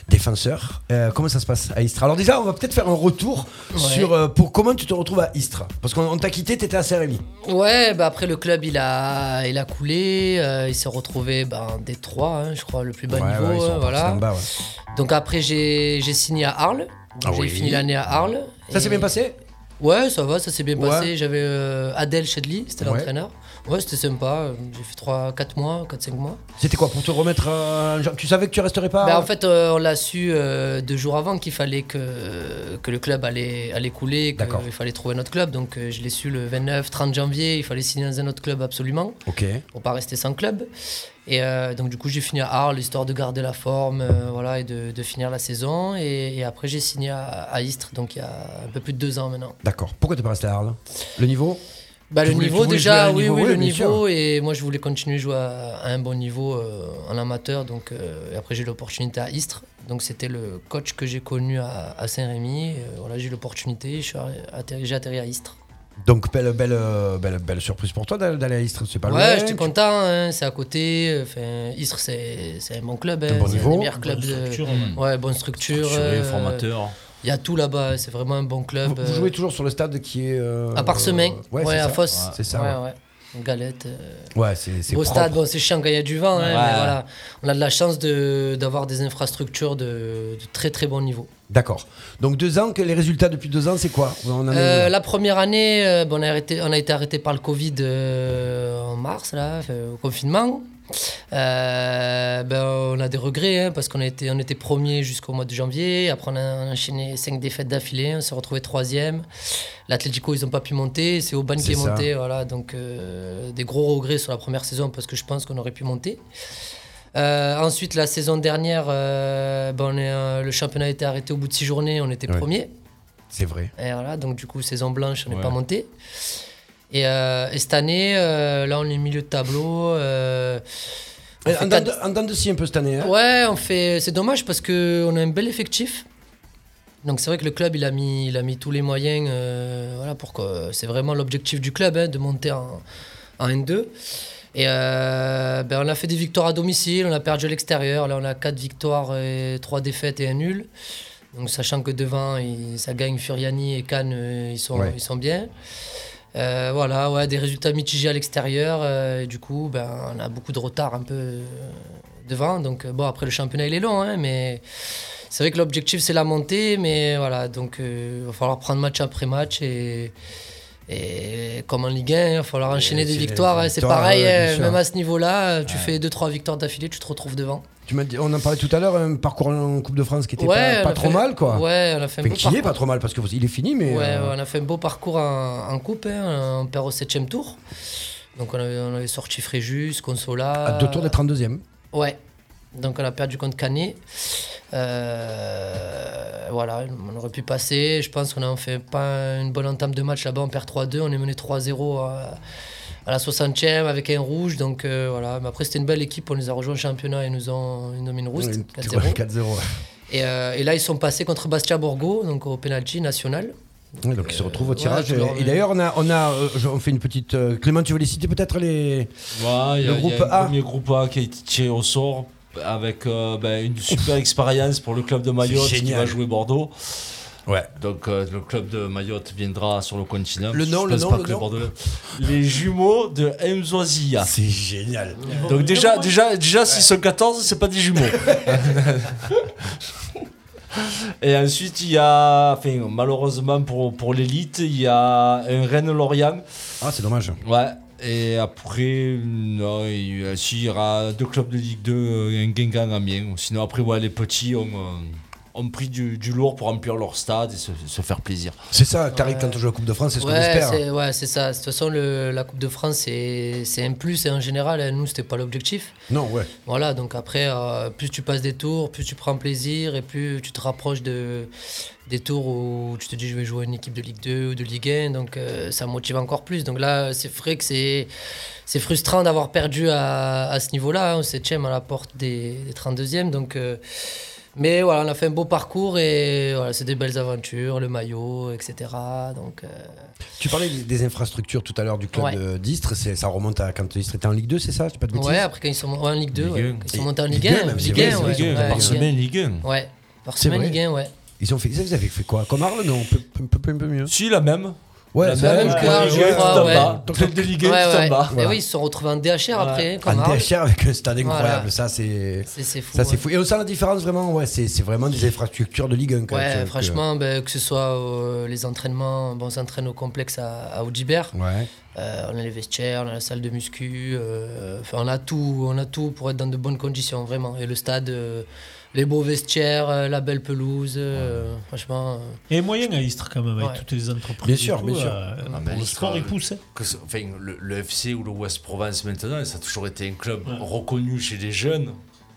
[SPEAKER 7] Défenseur. Euh, comment ça se passe à Istres Alors déjà, on va peut-être faire un retour
[SPEAKER 9] Ouais.
[SPEAKER 7] sur euh, pour comment tu te retrouves à Istres. Parce qu'on on t'a quitté, t'étais à Saint-Rémy.
[SPEAKER 9] Ouais, bah après le club il a, il a coulé, euh, il s'est retrouvé ben, en D3, hein, je crois, le plus bas
[SPEAKER 7] Ouais,
[SPEAKER 9] niveau.
[SPEAKER 7] ouais, ils sont
[SPEAKER 9] hein,
[SPEAKER 7] repartis
[SPEAKER 9] voilà.
[SPEAKER 7] d'en bas, ouais.
[SPEAKER 9] Donc après j'ai j'ai signé à Arles,
[SPEAKER 7] Ah
[SPEAKER 9] j'ai
[SPEAKER 7] oui.
[SPEAKER 9] fini l'année à Arles.
[SPEAKER 7] Ça s'est bien passé
[SPEAKER 9] Ouais, ça va, ça s'est bien
[SPEAKER 7] Ouais.
[SPEAKER 9] passé. J'avais euh, Adèle Chedli, c'était
[SPEAKER 7] Ouais.
[SPEAKER 9] l'entraîneur. Ouais, c'était sympa, j'ai fait 3, 4 mois, 4-5 mois.
[SPEAKER 7] C'était quoi Pour te remettre. euh, genre, tu savais que tu resterais pas
[SPEAKER 9] Bah, en fait, euh, on l'a su euh, deux jours avant qu'il fallait que, que le club allait, allait couler,
[SPEAKER 7] D'accord.
[SPEAKER 9] qu'il fallait trouver un autre club. Donc euh, je l'ai su le 29, 30 janvier, il fallait signer dans un autre club absolument
[SPEAKER 7] Ok.
[SPEAKER 9] pour pas rester sans club. Et euh, donc du coup j'ai fini à Arles, histoire de garder la forme euh, voilà, et de, de finir la saison. Et, et après j'ai signé à, à Istres, donc il y a un peu plus de deux ans maintenant.
[SPEAKER 7] D'accord. Pourquoi t'es pas resté à Arles Le niveau
[SPEAKER 9] Bah,
[SPEAKER 7] Tu
[SPEAKER 9] le
[SPEAKER 7] voulais- tu
[SPEAKER 9] niveau
[SPEAKER 7] voulais
[SPEAKER 9] déjà,
[SPEAKER 7] jouer à un
[SPEAKER 9] oui,
[SPEAKER 7] niveau,
[SPEAKER 9] oui,
[SPEAKER 7] ouais,
[SPEAKER 9] le
[SPEAKER 7] bien
[SPEAKER 9] niveau. Et moi je voulais continuer à jouer à, à un bon niveau euh, en amateur. Donc euh, et après j'ai eu l'opportunité à Istres. Donc c'était le coach que j'ai connu à, à Saint-Rémy. Euh, voilà, j'ai eu l'opportunité, je suis arri- atterri- j'ai atterri à Istres.
[SPEAKER 7] Donc, belle, belle, euh, belle, belle surprise pour toi d'aller d'aller à Istres, c'est pas loin.
[SPEAKER 9] ouais, j'étais content, hein, c'est à côté. Enfin, Istres, c'est c'est un bon club. hein,
[SPEAKER 7] bon
[SPEAKER 9] c'est
[SPEAKER 7] niveau.
[SPEAKER 9] un des meilleurs clubs.
[SPEAKER 11] Bonne
[SPEAKER 7] Euh,
[SPEAKER 11] structure,
[SPEAKER 7] hmm.
[SPEAKER 9] de...
[SPEAKER 11] ouais.
[SPEAKER 9] Ouais, bonne structure. euh,
[SPEAKER 11] Structuré, formateur.
[SPEAKER 9] Il y a tout là-bas, c'est vraiment un bon club.
[SPEAKER 7] Vous jouez toujours sur le stade qui est. euh,
[SPEAKER 9] euh, bah- À Parsemin,
[SPEAKER 7] Ouais,
[SPEAKER 9] ouais,
[SPEAKER 7] c'est
[SPEAKER 9] à
[SPEAKER 7] ça.
[SPEAKER 9] Foss.
[SPEAKER 7] C'est ça. ouais.
[SPEAKER 9] Ouais, ouais. Galette. euh,
[SPEAKER 7] Ouais, c'est- c'est
[SPEAKER 9] Beau
[SPEAKER 7] propre.
[SPEAKER 9] stade, bon, c'est chiant quand il y a du vent. hein,
[SPEAKER 7] Ouais.
[SPEAKER 9] mais voilà. On a de la chance de- d'avoir des infrastructures de, de très très bon niveau.
[SPEAKER 7] D'accord. Donc deux ans, que les résultats depuis deux ans, c'est quoi On en est où,
[SPEAKER 9] Euh,
[SPEAKER 7] là
[SPEAKER 9] la première année, euh, bon, on, a arrêté- on a été arrêté par le Covid euh, en mars, là, fait, au confinement. Euh, ben, on a des regrets hein, parce qu'on a été- on était premier jusqu'au mois de janvier. Après, on a enchaîné cinq défaites d'affilée. On s'est retrouvé troisième. L'Atlético, ils n'ont pas pu monter. C'est Oban qui
[SPEAKER 14] C'est
[SPEAKER 9] est
[SPEAKER 14] ça.
[SPEAKER 9] monté. Voilà, donc euh, des gros regrets sur la première saison parce que je pense qu'on aurait pu monter. Euh, ensuite, la saison dernière, euh, ben, on est, euh, le championnat a été arrêté au bout de six journées. On était
[SPEAKER 5] Ouais.
[SPEAKER 9] premier.
[SPEAKER 5] C'est vrai.
[SPEAKER 9] Et voilà, donc du coup, saison blanche, on n'est
[SPEAKER 5] Ouais.
[SPEAKER 9] pas monté. Et, euh, et cette année, euh, là, on est milieu de tableau. euh, on
[SPEAKER 7] Eh,
[SPEAKER 9] fait
[SPEAKER 7] En dents
[SPEAKER 9] quatre-
[SPEAKER 7] de- en dents de scie un peu cette année. hein.
[SPEAKER 9] Ouais, on fait. C'est dommage parce que on a un bel effectif. Donc c'est vrai que le club il a mis, il a mis tous les moyens. euh, voilà pourquoi. C'est vraiment l'objectif du club hein, de monter en, en N2. Et euh, ben, on a fait des victoires à domicile, on a perdu à l'extérieur. Là on a 4 victoires, et 3 défaites et un nul. Donc sachant que devant il- ça gagne Furiani et Cannes, euh, ils sont,
[SPEAKER 7] Ouais.
[SPEAKER 9] ils sont bien. Euh, voilà, ouais, des résultats mitigés à l'extérieur. euh, et du coup, ben, on a beaucoup de retard un peu euh, devant. Donc, euh, bon, après le championnat, il est long, hein, mais c'est vrai que l'objectif, c'est la montée. Mais voilà, donc euh, il va falloir prendre match après match. Et, et comme en Ligue 1, il va falloir enchaîner des
[SPEAKER 7] c'est-
[SPEAKER 9] victoires.
[SPEAKER 7] des
[SPEAKER 9] hein, c'est
[SPEAKER 7] victoires,
[SPEAKER 9] pareil,
[SPEAKER 7] ouais, bien
[SPEAKER 9] euh,
[SPEAKER 7] sûr.
[SPEAKER 9] même à ce niveau-là, euh, tu
[SPEAKER 7] Ouais.
[SPEAKER 9] fais 2-3 victoires d'affilée, tu te retrouves devant.
[SPEAKER 7] Tu m'as dit- on en parlait tout à l'heure, un parcours en Coupe de France qui était
[SPEAKER 9] Ouais,
[SPEAKER 7] pas,
[SPEAKER 9] on
[SPEAKER 7] pas
[SPEAKER 9] a
[SPEAKER 7] trop
[SPEAKER 9] fait-
[SPEAKER 7] mal, quoi.
[SPEAKER 9] ouais, on a
[SPEAKER 7] Enfin,
[SPEAKER 9] fait un beau
[SPEAKER 7] qui est pas
[SPEAKER 9] parcours.
[SPEAKER 7] trop mal parce que vous- il est fini, mais.
[SPEAKER 9] Ouais,
[SPEAKER 7] euh,
[SPEAKER 9] on a fait un beau parcours en, en coupe. hein. On perd au 7 tour. Donc on avait, on avait sorti Fréjus, Consola.
[SPEAKER 7] À deux tours d'être en deuxième.
[SPEAKER 9] Ouais. Donc on a perdu contre Canet. Euh, voilà, on aurait pu passer. Je pense qu'on n'a fait pas une bonne entame de match là-bas. On perd 3-2. On est mené 3-0 à, à la 60e avec un rouge. Donc euh, voilà. Mais après, c'était une belle équipe. On les a rejoints au championnat et ils nous ont une domine
[SPEAKER 7] (laughs)
[SPEAKER 9] rousse.
[SPEAKER 7] Ouais, une-
[SPEAKER 9] 4-0.
[SPEAKER 7] 4-0, ouais.
[SPEAKER 9] Et, euh, et là, ils sont passés contre Bastia Borgo, donc au penalty national.
[SPEAKER 7] Ouais, donc il se retrouve au
[SPEAKER 9] ouais,
[SPEAKER 7] tirage.
[SPEAKER 9] tu leur
[SPEAKER 7] et
[SPEAKER 9] mets-
[SPEAKER 7] d'ailleurs, on a, on a, euh, je- on fait une petite. euh, Clément, tu veux les citer peut-être les.
[SPEAKER 11] Ouais, il y a-
[SPEAKER 7] le
[SPEAKER 11] il y
[SPEAKER 7] groupe
[SPEAKER 11] a
[SPEAKER 7] A.
[SPEAKER 11] Le premier groupe A qui a été tiré au sort avec euh, ben, une super expérience pour le club de Mayotte
[SPEAKER 7] C'est
[SPEAKER 11] qui
[SPEAKER 7] génial.
[SPEAKER 11] va jouer Bordeaux. Ouais. Donc euh, le club de Mayotte viendra sur le continent.
[SPEAKER 7] Le nom,
[SPEAKER 11] Je
[SPEAKER 7] le
[SPEAKER 11] pense
[SPEAKER 7] nom,
[SPEAKER 11] pas
[SPEAKER 7] le
[SPEAKER 11] que
[SPEAKER 7] nom.
[SPEAKER 11] Bordelais- Les jumeaux de Mzouazia.
[SPEAKER 7] C'est génial.
[SPEAKER 11] Donc déjà, déjà, déjà, s'ils sont 14, c'est pas des jumeaux. Et ensuite, il y a, enfin, malheureusement pour, pour l'élite, il y a un Rennes-Lorient.
[SPEAKER 7] Ah, c'est dommage.
[SPEAKER 11] Ouais. Et après, non, il y a- si, il y aura deux clubs de Ligue 2, euh, un Guingamp Amiens. Sinon, après, ouais, les petits ont, euh, ont pris du, du lourd pour remplir leur stade et se, se faire plaisir.
[SPEAKER 7] C'est ça, Tariq, quand on joue la Coupe de France, c'est ce qu'on
[SPEAKER 9] ouais,
[SPEAKER 7] espère.
[SPEAKER 9] c'est- ouais, c'est ça. De toute façon, le- la Coupe de France, c'est c'est un plus. Et en général, hein, nous, c'était pas l'objectif.
[SPEAKER 7] Non, ouais.
[SPEAKER 9] Voilà, donc après, euh, plus tu passes des tours, plus tu prends plaisir et plus tu te rapproches de, des tours où tu te dis je vais jouer une équipe de Ligue 2 ou de Ligue 1, donc euh, ça motive encore plus. Donc là, c'est vrai que c'est c'est frustrant d'avoir perdu à, à ce niveau-là, hein, au 7ème à la porte des, des 32e. Donc, euh, mais voilà, on a fait un beau parcours et voilà, c'est des belles aventures, le maillot, etc. Donc, euh,
[SPEAKER 7] Tu parlais des- des infrastructures tout à l'heure du club
[SPEAKER 9] Ouais.
[SPEAKER 7] de d'Istres, c'est- ça remonte à quand Istres était en Ligue 2, c'est ça J'ai pas de bêtises
[SPEAKER 9] Ouais, après quand ils sont ouais, en Ligue 2,
[SPEAKER 7] Ligue
[SPEAKER 9] ouais,
[SPEAKER 7] un.
[SPEAKER 9] quand ils sont
[SPEAKER 7] Et
[SPEAKER 9] montés en
[SPEAKER 7] Ligue
[SPEAKER 9] Ligue
[SPEAKER 7] un,
[SPEAKER 9] 1.
[SPEAKER 7] même, c'est
[SPEAKER 9] Ligue
[SPEAKER 7] vrai,
[SPEAKER 9] 1,
[SPEAKER 7] c'est
[SPEAKER 9] ouais,
[SPEAKER 7] Ligue un,
[SPEAKER 9] ouais,
[SPEAKER 7] par semaine, Ligue un.
[SPEAKER 9] Ouais, par
[SPEAKER 7] C'est
[SPEAKER 9] semaine
[SPEAKER 7] vrai.
[SPEAKER 9] Ligue 1, ouais.
[SPEAKER 7] Ils ont fait, ils avaient fait quoi Comme Arles Non, un peu, un peu- un peu mieux.
[SPEAKER 11] Si, la même.
[SPEAKER 7] Ouais,
[SPEAKER 11] La
[SPEAKER 7] c'est
[SPEAKER 11] même,
[SPEAKER 7] la
[SPEAKER 11] je crois,
[SPEAKER 7] je
[SPEAKER 11] ouais,
[SPEAKER 7] crois,
[SPEAKER 11] tout en
[SPEAKER 7] ouais.
[SPEAKER 11] bas. Club de Ligue un,
[SPEAKER 9] Ouais,
[SPEAKER 11] tout en
[SPEAKER 9] ouais.
[SPEAKER 11] bas.
[SPEAKER 9] Et
[SPEAKER 11] Voilà.
[SPEAKER 9] oui, ils se sont retrouvés en DHR après. comme
[SPEAKER 7] Un
[SPEAKER 9] Arles.
[SPEAKER 7] DHR avec un stade incroyable,
[SPEAKER 9] Voilà.
[SPEAKER 7] ça c'est.
[SPEAKER 9] C'est- c'est fou,
[SPEAKER 7] Ça c'est
[SPEAKER 9] ouais.
[SPEAKER 7] fou. Et on sent la différence vraiment, ouais, c'est c'est vraiment des infrastructures de Ligue 1. quand
[SPEAKER 9] Ouais,
[SPEAKER 7] même, que-
[SPEAKER 9] franchement, ben, que ce soit euh, les entraînements, bon, on s'entraîne au complexe à, à Audibert.
[SPEAKER 7] Ouais.
[SPEAKER 9] Euh, on a les vestiaires, on a la salle de muscu, euh, enfin, on a tout, on a tout pour être dans de bonnes conditions vraiment. Et le stade, euh, les beaux vestiaires, euh, la belle pelouse, euh, franchement.
[SPEAKER 10] Et moyen à Istres quand même, avec
[SPEAKER 9] Ouais.
[SPEAKER 10] toutes les entreprises.
[SPEAKER 9] Bien
[SPEAKER 10] et
[SPEAKER 9] sûr,
[SPEAKER 10] tout,
[SPEAKER 9] bien sûr.
[SPEAKER 10] euh,
[SPEAKER 11] Ah,
[SPEAKER 10] pour
[SPEAKER 11] mais
[SPEAKER 10] le
[SPEAKER 11] l'Istre,
[SPEAKER 10] sport, ils
[SPEAKER 11] euh,
[SPEAKER 10] poussent. hein.
[SPEAKER 11] que ce- enfin, le, le FC ou le West Provence maintenant, ça a toujours été un club reconnu chez les jeunes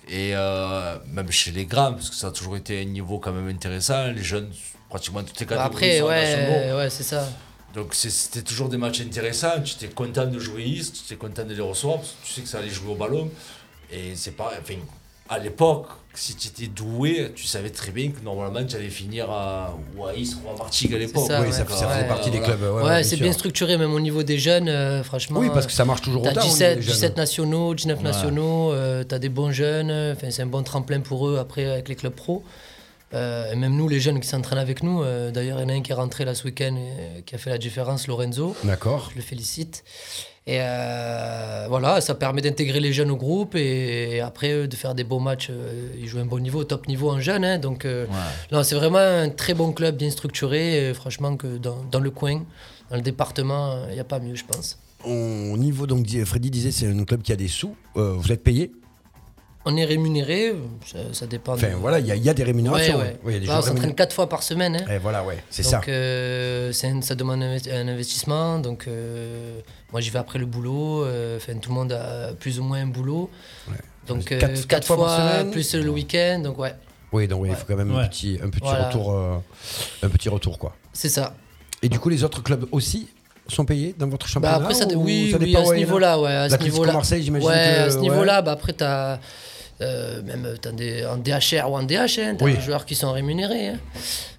[SPEAKER 11] et euh, même chez les grands, parce que ça a toujours été un niveau quand même intéressant. Les jeunes, pratiquement toutes les
[SPEAKER 9] Bah,
[SPEAKER 11] catégories
[SPEAKER 9] après,
[SPEAKER 11] sont
[SPEAKER 9] ouais,
[SPEAKER 11] nationaux.
[SPEAKER 9] ouais c'est ça.
[SPEAKER 11] Donc c'est- c'était toujours des matchs intéressants. Tu étais content de jouer East, tu étais content de les recevoir, parce que tu sais que ça allait jouer au ballon. Et c'est pas. Enfin, à l'époque, si tu étais doué, tu savais très bien que normalement tu allais finir à, ou à East ou à Martigues à
[SPEAKER 7] Oh,
[SPEAKER 11] l'époque.
[SPEAKER 9] C'est ça,
[SPEAKER 11] Donc,
[SPEAKER 9] ouais.
[SPEAKER 11] euh,
[SPEAKER 9] Ouais.
[SPEAKER 7] Ah
[SPEAKER 11] voilà.
[SPEAKER 7] bah
[SPEAKER 9] Ouais, c'est bien structuré, même au niveau des jeunes, euh, franchement. euh,
[SPEAKER 7] Oui, parce que ça marche toujours
[SPEAKER 9] T'as
[SPEAKER 7] autant, au niveau
[SPEAKER 9] 17,
[SPEAKER 7] des jeunes.
[SPEAKER 9] 17 nationaux, 19
[SPEAKER 7] Ouais.
[SPEAKER 9] nationaux, euh, t'as des bons jeunes, euh, enfin, c'est un bon tremplin pour eux après avec les clubs pro. Euh, et même nous, les jeunes qui s'entraînent avec nous, euh, d'ailleurs, il y en a un qui est rentré là ce week-end et, euh, qui a fait la différence, Lorenzo.
[SPEAKER 7] D'accord.
[SPEAKER 9] Je le félicite. Et euh, voilà, ça permet d'intégrer les jeunes au groupe et, après eux, de faire des beaux matchs. euh, ils jouent un bon niveau, top niveau en jeune. hein. donc euh, non, c'est vraiment un très bon club, bien structuré. et franchement, que dans, dans le coin, dans le département, il n'y a pas mieux, je pense.
[SPEAKER 7] au niveau, donc dis- Freddy disait, c'est un club qui a des sous. Euh, vous êtes payé
[SPEAKER 9] Oh, On est rémunéré, ça, ça dépend.
[SPEAKER 7] Enfin,
[SPEAKER 9] de-
[SPEAKER 7] voilà, il y a- il y a des rémunérations,
[SPEAKER 9] Ouais, Bah, ouais.
[SPEAKER 7] ouais. Oui, il y a des
[SPEAKER 9] Là,
[SPEAKER 7] gens
[SPEAKER 9] on s'entraîne
[SPEAKER 7] rémunérés.
[SPEAKER 9] 4 fois par semaine. hein.
[SPEAKER 7] Eh, voilà, ouais, c'est
[SPEAKER 9] Donc,
[SPEAKER 7] ça.
[SPEAKER 9] euh, c'est un- ça demande un investi- un investissement. Donc, euh, moi, j'y vais après le boulot. euh, Enfin, tout le monde a plus ou moins un boulot. Donc,
[SPEAKER 7] Quatre-
[SPEAKER 9] 4,
[SPEAKER 7] quatre
[SPEAKER 9] fois,
[SPEAKER 7] fois par semaine.
[SPEAKER 9] plus le week-end. Donc, ouais,
[SPEAKER 7] Oui, donc ouais, il faut quand même un
[SPEAKER 9] Ouais.
[SPEAKER 7] petit, un petit
[SPEAKER 9] Voilà.
[SPEAKER 7] retour, euh, un petit retour quoi.
[SPEAKER 9] c'est ça.
[SPEAKER 7] Et du coup, les autres clubs aussi sont payés dans votre
[SPEAKER 9] Bah,
[SPEAKER 7] championnat
[SPEAKER 9] après, ça, dé-
[SPEAKER 7] ou
[SPEAKER 9] oui,
[SPEAKER 7] ça
[SPEAKER 9] oui,
[SPEAKER 7] dépend,
[SPEAKER 9] à ce
[SPEAKER 7] ouais,
[SPEAKER 9] niveau-là, ouais, à ce
[SPEAKER 7] L'Atlético
[SPEAKER 9] niveau-là.
[SPEAKER 7] Marseille, j'imagine.
[SPEAKER 9] Ouais,
[SPEAKER 7] que-
[SPEAKER 9] à ce
[SPEAKER 7] ouais.
[SPEAKER 9] niveau-là, bah, après, t'as euh, même euh, t'as des, en DHR ou en DH, hein, t'as
[SPEAKER 7] Oui.
[SPEAKER 9] des joueurs qui sont rémunérés. hein.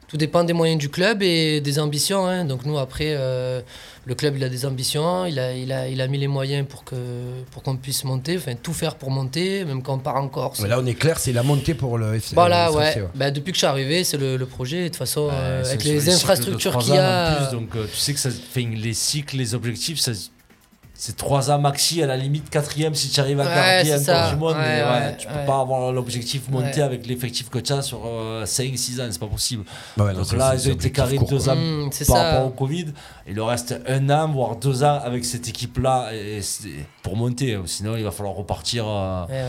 [SPEAKER 9] Tout dépend des moyens du club et des ambitions. hein. Donc nous, après, euh, le club, il a des ambitions, il a, il a, il a mis les moyens pour que pour qu'on puisse monter, enfin tout faire pour monter, même quand on part en Corse.
[SPEAKER 7] Mais là, on est clair, c'est la montée pour le FC.
[SPEAKER 9] Voilà,
[SPEAKER 7] le
[SPEAKER 9] ouais.
[SPEAKER 7] FC,
[SPEAKER 9] Bah, depuis que je suis arrivé, c'est le, le projet. De toute façon, euh,
[SPEAKER 11] C'est
[SPEAKER 9] avec
[SPEAKER 11] sur
[SPEAKER 9] les
[SPEAKER 11] cycles de
[SPEAKER 9] infrastructures
[SPEAKER 11] trois
[SPEAKER 9] qu'il y
[SPEAKER 11] ans en
[SPEAKER 9] a.
[SPEAKER 11] plus, donc euh, tu sais que ça fait une- les cycles, les objectifs, ça- c'est 3 ans maxi, à la limite quatrième si tu arrives à
[SPEAKER 9] Ouais,
[SPEAKER 11] garder
[SPEAKER 9] c'est
[SPEAKER 11] un
[SPEAKER 9] ça.
[SPEAKER 11] du monde.
[SPEAKER 9] Ouais,
[SPEAKER 11] mais
[SPEAKER 9] ouais,
[SPEAKER 11] tu
[SPEAKER 9] ouais.
[SPEAKER 11] peux pas avoir l'objectif monté
[SPEAKER 9] Ouais.
[SPEAKER 11] avec l'effectif que tu as sur 5-6 ans, c'est pas possible.
[SPEAKER 7] Bah ouais, non,
[SPEAKER 11] donc
[SPEAKER 7] c'est-
[SPEAKER 11] là,
[SPEAKER 7] c'est
[SPEAKER 11] ils
[SPEAKER 7] des
[SPEAKER 11] ont été
[SPEAKER 7] objectifs
[SPEAKER 11] carrés
[SPEAKER 7] courts,
[SPEAKER 11] 2
[SPEAKER 7] quoi.
[SPEAKER 11] ans
[SPEAKER 7] Mmh, c'est
[SPEAKER 11] par
[SPEAKER 7] ça.
[SPEAKER 11] rapport au Covid. Il leur reste un an, voire 2 ans avec cette équipe-là et c'est- pour monter. hein, Sinon, il va falloir repartir euh,
[SPEAKER 9] Ouais, ouais.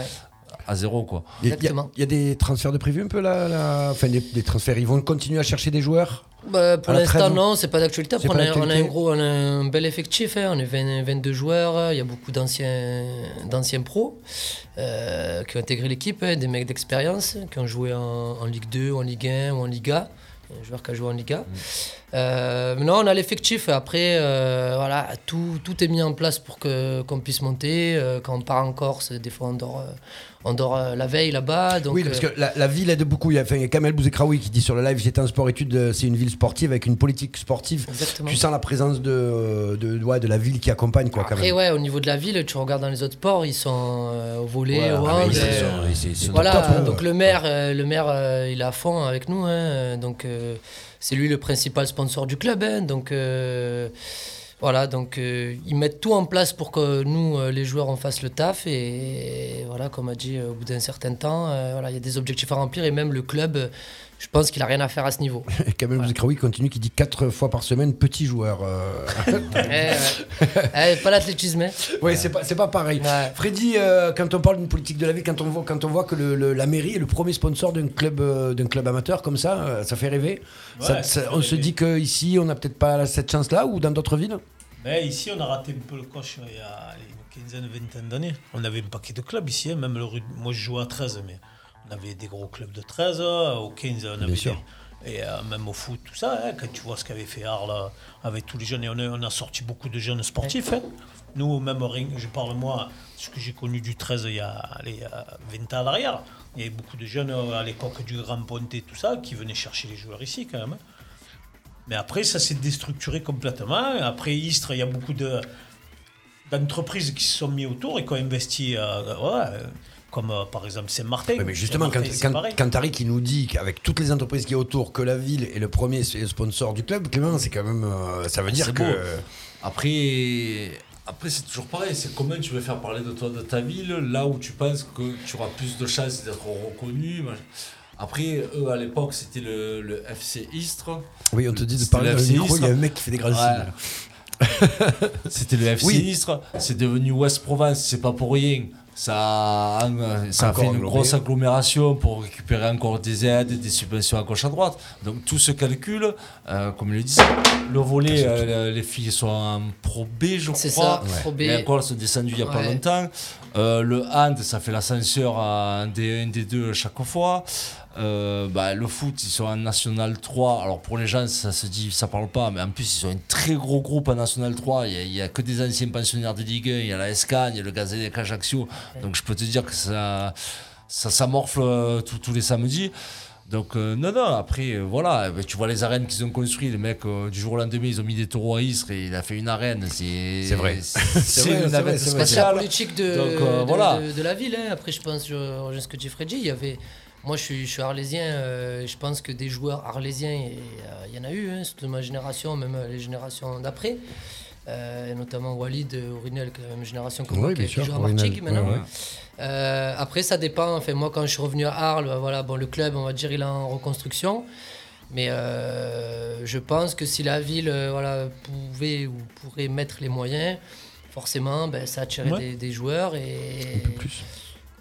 [SPEAKER 11] à zéro. quoi.
[SPEAKER 7] Il y a- il y, a- il y a des transferts de prévu un peu là, là Enfin, des, des transferts. Ils vont continuer à chercher des joueurs
[SPEAKER 9] Bah, pour
[SPEAKER 7] À la
[SPEAKER 9] l'instant,
[SPEAKER 7] trêve
[SPEAKER 9] non, c'est pas d'actualité.
[SPEAKER 7] C'est
[SPEAKER 9] Après, on,
[SPEAKER 7] pas
[SPEAKER 9] a, on a un
[SPEAKER 7] d'actualité.
[SPEAKER 9] gros, on a un bel effectif. hein. On est 20 22 joueurs. Il y a beaucoup d'anciens, d'anciens pros euh, qui ont intégré l'équipe, hein, des mecs d'expérience qui ont joué en, en Ligue 2, en Ligue 1 ou en Liga. Un joueur qui a joué en
[SPEAKER 7] Mm.
[SPEAKER 9] Liga. Euh, mais non, on a l'effectif. Après, euh, voilà, tout, tout est mis en place pour que, qu'on puisse monter. Euh, quand on part en Corse, des fois, on dort, euh, on dort euh, la veille là-bas. Donc,
[SPEAKER 7] oui, parce que
[SPEAKER 9] euh,
[SPEAKER 7] la, la ville aide beaucoup. Il y a, enfin, il y a Kamel Bouzekraoui qui dit sur le live j'étais en sport-études, euh, c'est une ville sportive avec une politique sportive. Tu sens la présence de, euh, de, ouais, de la ville qui accompagne, quoi, quand
[SPEAKER 9] Après,
[SPEAKER 7] même.
[SPEAKER 9] ouais, au niveau de la ville, tu regardes dans les autres sports, ils sont euh, au volet,
[SPEAKER 7] Ouais,
[SPEAKER 9] au
[SPEAKER 7] ah, mais
[SPEAKER 9] hand,
[SPEAKER 7] ils
[SPEAKER 9] euh,
[SPEAKER 7] sont- ils- ils sont
[SPEAKER 9] voilà,
[SPEAKER 7] au top, hein.
[SPEAKER 9] donc le maire, euh, le maire euh, il est à fond avec nous. hein, euh, donc, euh, c'est lui le principal sponsor du club. hein, donc, euh, voilà, donc euh, ils mettent tout en place pour que nous, euh, les joueurs, on fasse le taf. Et, voilà, comme a dit, euh, au bout d'un certain temps, euh, voilà, il y a des objectifs à remplir. Et même le club, euh, je pense qu'il a rien à faire à ce
[SPEAKER 7] (laughs)
[SPEAKER 9] niveau.
[SPEAKER 7] Et Kamel Bouzekraoui continue qui dit quatre fois par semaine petit joueur. euh.
[SPEAKER 9] (laughs) Eh, ouais. Eh, pas l'athlétisme. hein.
[SPEAKER 7] Oui, c'est pas, c'est pas pareil. Freddy, euh, quand on parle d'une politique de la ville, quand on voit, quand on voit que le- le- la mairie est le premier sponsor d'un club, euh, d'un club amateur comme ça, euh, ça fait rêver.
[SPEAKER 10] Ouais,
[SPEAKER 7] Ça-
[SPEAKER 10] ça
[SPEAKER 7] ça-
[SPEAKER 10] fait
[SPEAKER 7] on se
[SPEAKER 10] rêver.
[SPEAKER 7] dit qu'ici, on n'a peut-être pas cette chance-là ou dans d'autres villes
[SPEAKER 10] Mais ici, on a raté un peu le coche il y a allez, une quinzaine, vingtaine d'années. On avait un paquet de clubs ici, hein, même le rugby. Moi, je jouais à 13, mais on avait des gros clubs de 13, euh, au 15, on avait des-
[SPEAKER 7] sûr.
[SPEAKER 10] Et euh, même au foot, tout ça, hein, quand tu vois ce qu'avait fait Arles euh, avec tous les jeunes, et on a, on a sorti beaucoup de jeunes sportifs. hein. Nous, même au ring, je parle moi, ce que j'ai connu du 13 il y a allez, il y a 20 ans à l'arrière, il y avait beaucoup de jeunes euh, à l'époque du Grand Ponté, tout ça, qui venaient chercher les joueurs ici quand même. hein. Mais après, ça s'est déstructuré complètement. Après Istres, il y a beaucoup de- d'entreprises qui se sont mises autour et qui ont investi, euh, ouais, euh, comme euh, par exemple Saint-Martin.
[SPEAKER 7] Ouais, mais justement, quand,
[SPEAKER 10] Saint-Martin, c'est
[SPEAKER 7] quand,
[SPEAKER 10] pareil.
[SPEAKER 7] quand Tariq il nous dit qu'avec toutes les entreprises qui est autour, que la ville est le premier s- sponsor du club, Clément, c'est quand même. euh, ça veut dire
[SPEAKER 11] C'est
[SPEAKER 7] que.
[SPEAKER 11] beau. Après, après c'est toujours pareil. C'est comment tu veux faire parler de toi, de ta ville, là où tu penses que tu auras plus de chances d'être reconnu. mach- Après, eux, à l'époque, c'était le, le FC Istres.
[SPEAKER 7] Oui, on te dit de
[SPEAKER 11] C'était
[SPEAKER 7] parler
[SPEAKER 11] le
[SPEAKER 7] dans le
[SPEAKER 11] FC
[SPEAKER 7] micro, il y a
[SPEAKER 11] Istres.
[SPEAKER 7] un mec qui fait des grands
[SPEAKER 11] Ouais.
[SPEAKER 7] signes.
[SPEAKER 11] C'était le FC
[SPEAKER 7] Oui.
[SPEAKER 11] Istres, c'est devenu West Provence, c'est pas pour rien. Ça, a- ça a
[SPEAKER 7] Encore
[SPEAKER 11] fait une
[SPEAKER 7] englobé.
[SPEAKER 11] grosse agglomération pour récupérer encore des aides, des subventions à gauche à droite. Donc tout se calcule, euh, comme je le disais, le volet, euh, les filles sont en Pro B, je
[SPEAKER 9] C'est
[SPEAKER 11] crois.
[SPEAKER 9] ça, Pro B.
[SPEAKER 11] Et encore, elles sont descendues il n'y a pas
[SPEAKER 9] Ouais.
[SPEAKER 11] longtemps. Euh, le hand, ça fait l'ascenseur à un D1, D2 chaque fois. Euh, bah, le foot, ils sont en National 3. Alors pour les gens, ça se dit, ça parle pas, mais en plus, ils ont un très gros groupe en National 3. Il n'y a, que des anciens pensionnaires de Ligue 1. Il y a la Escagne, il y a le Gazelle Ajaccio. Donc je peux te dire que ça, ça s'amorfle euh, tous- tous les samedis. Donc euh, non, non, après, euh, voilà, euh, bah, tu vois les arènes qu'ils ont construites, les mecs, euh, du jour au lendemain, ils ont mis des taureaux à Istres et il a fait une arène. C'est
[SPEAKER 7] C'est vrai. (laughs) C'est
[SPEAKER 11] C'est
[SPEAKER 7] vrai,
[SPEAKER 11] une
[SPEAKER 7] c'est vrai, c'est
[SPEAKER 11] arène
[SPEAKER 9] Bah,
[SPEAKER 7] vrai.
[SPEAKER 9] c'est la
[SPEAKER 11] spéciale.
[SPEAKER 9] politique de,
[SPEAKER 11] Donc, euh,
[SPEAKER 9] de-
[SPEAKER 11] voilà.
[SPEAKER 9] de- de la ville. hein. Après, je pense, je rejoins ce que dit Freddy, il y avait... Moi, je suis, je suis arlésien, euh, je pense que des joueurs arlésiens, et, euh, il y en a eu, hein, surtout de ma génération, même euh, les générations d'après. Euh, et notamment Walid euh, Ourinel, qui est la même génération que moi,
[SPEAKER 7] Oui,
[SPEAKER 9] qui,
[SPEAKER 7] bien
[SPEAKER 9] qui
[SPEAKER 7] sûr,
[SPEAKER 9] joue à
[SPEAKER 7] Ourinel,
[SPEAKER 9] Martigues maintenant.
[SPEAKER 7] ouais, ouais.
[SPEAKER 9] Euh, après, ça dépend. Enfin, moi, quand je suis revenu à Arles, bah, voilà, bon, le club, on va dire, il est en reconstruction. Mais euh, je pense que si la ville euh, voilà, pouvait ou pourrait mettre les moyens, enfin, forcément, ben, ça attirait
[SPEAKER 10] Ouais.
[SPEAKER 9] des, des joueurs et.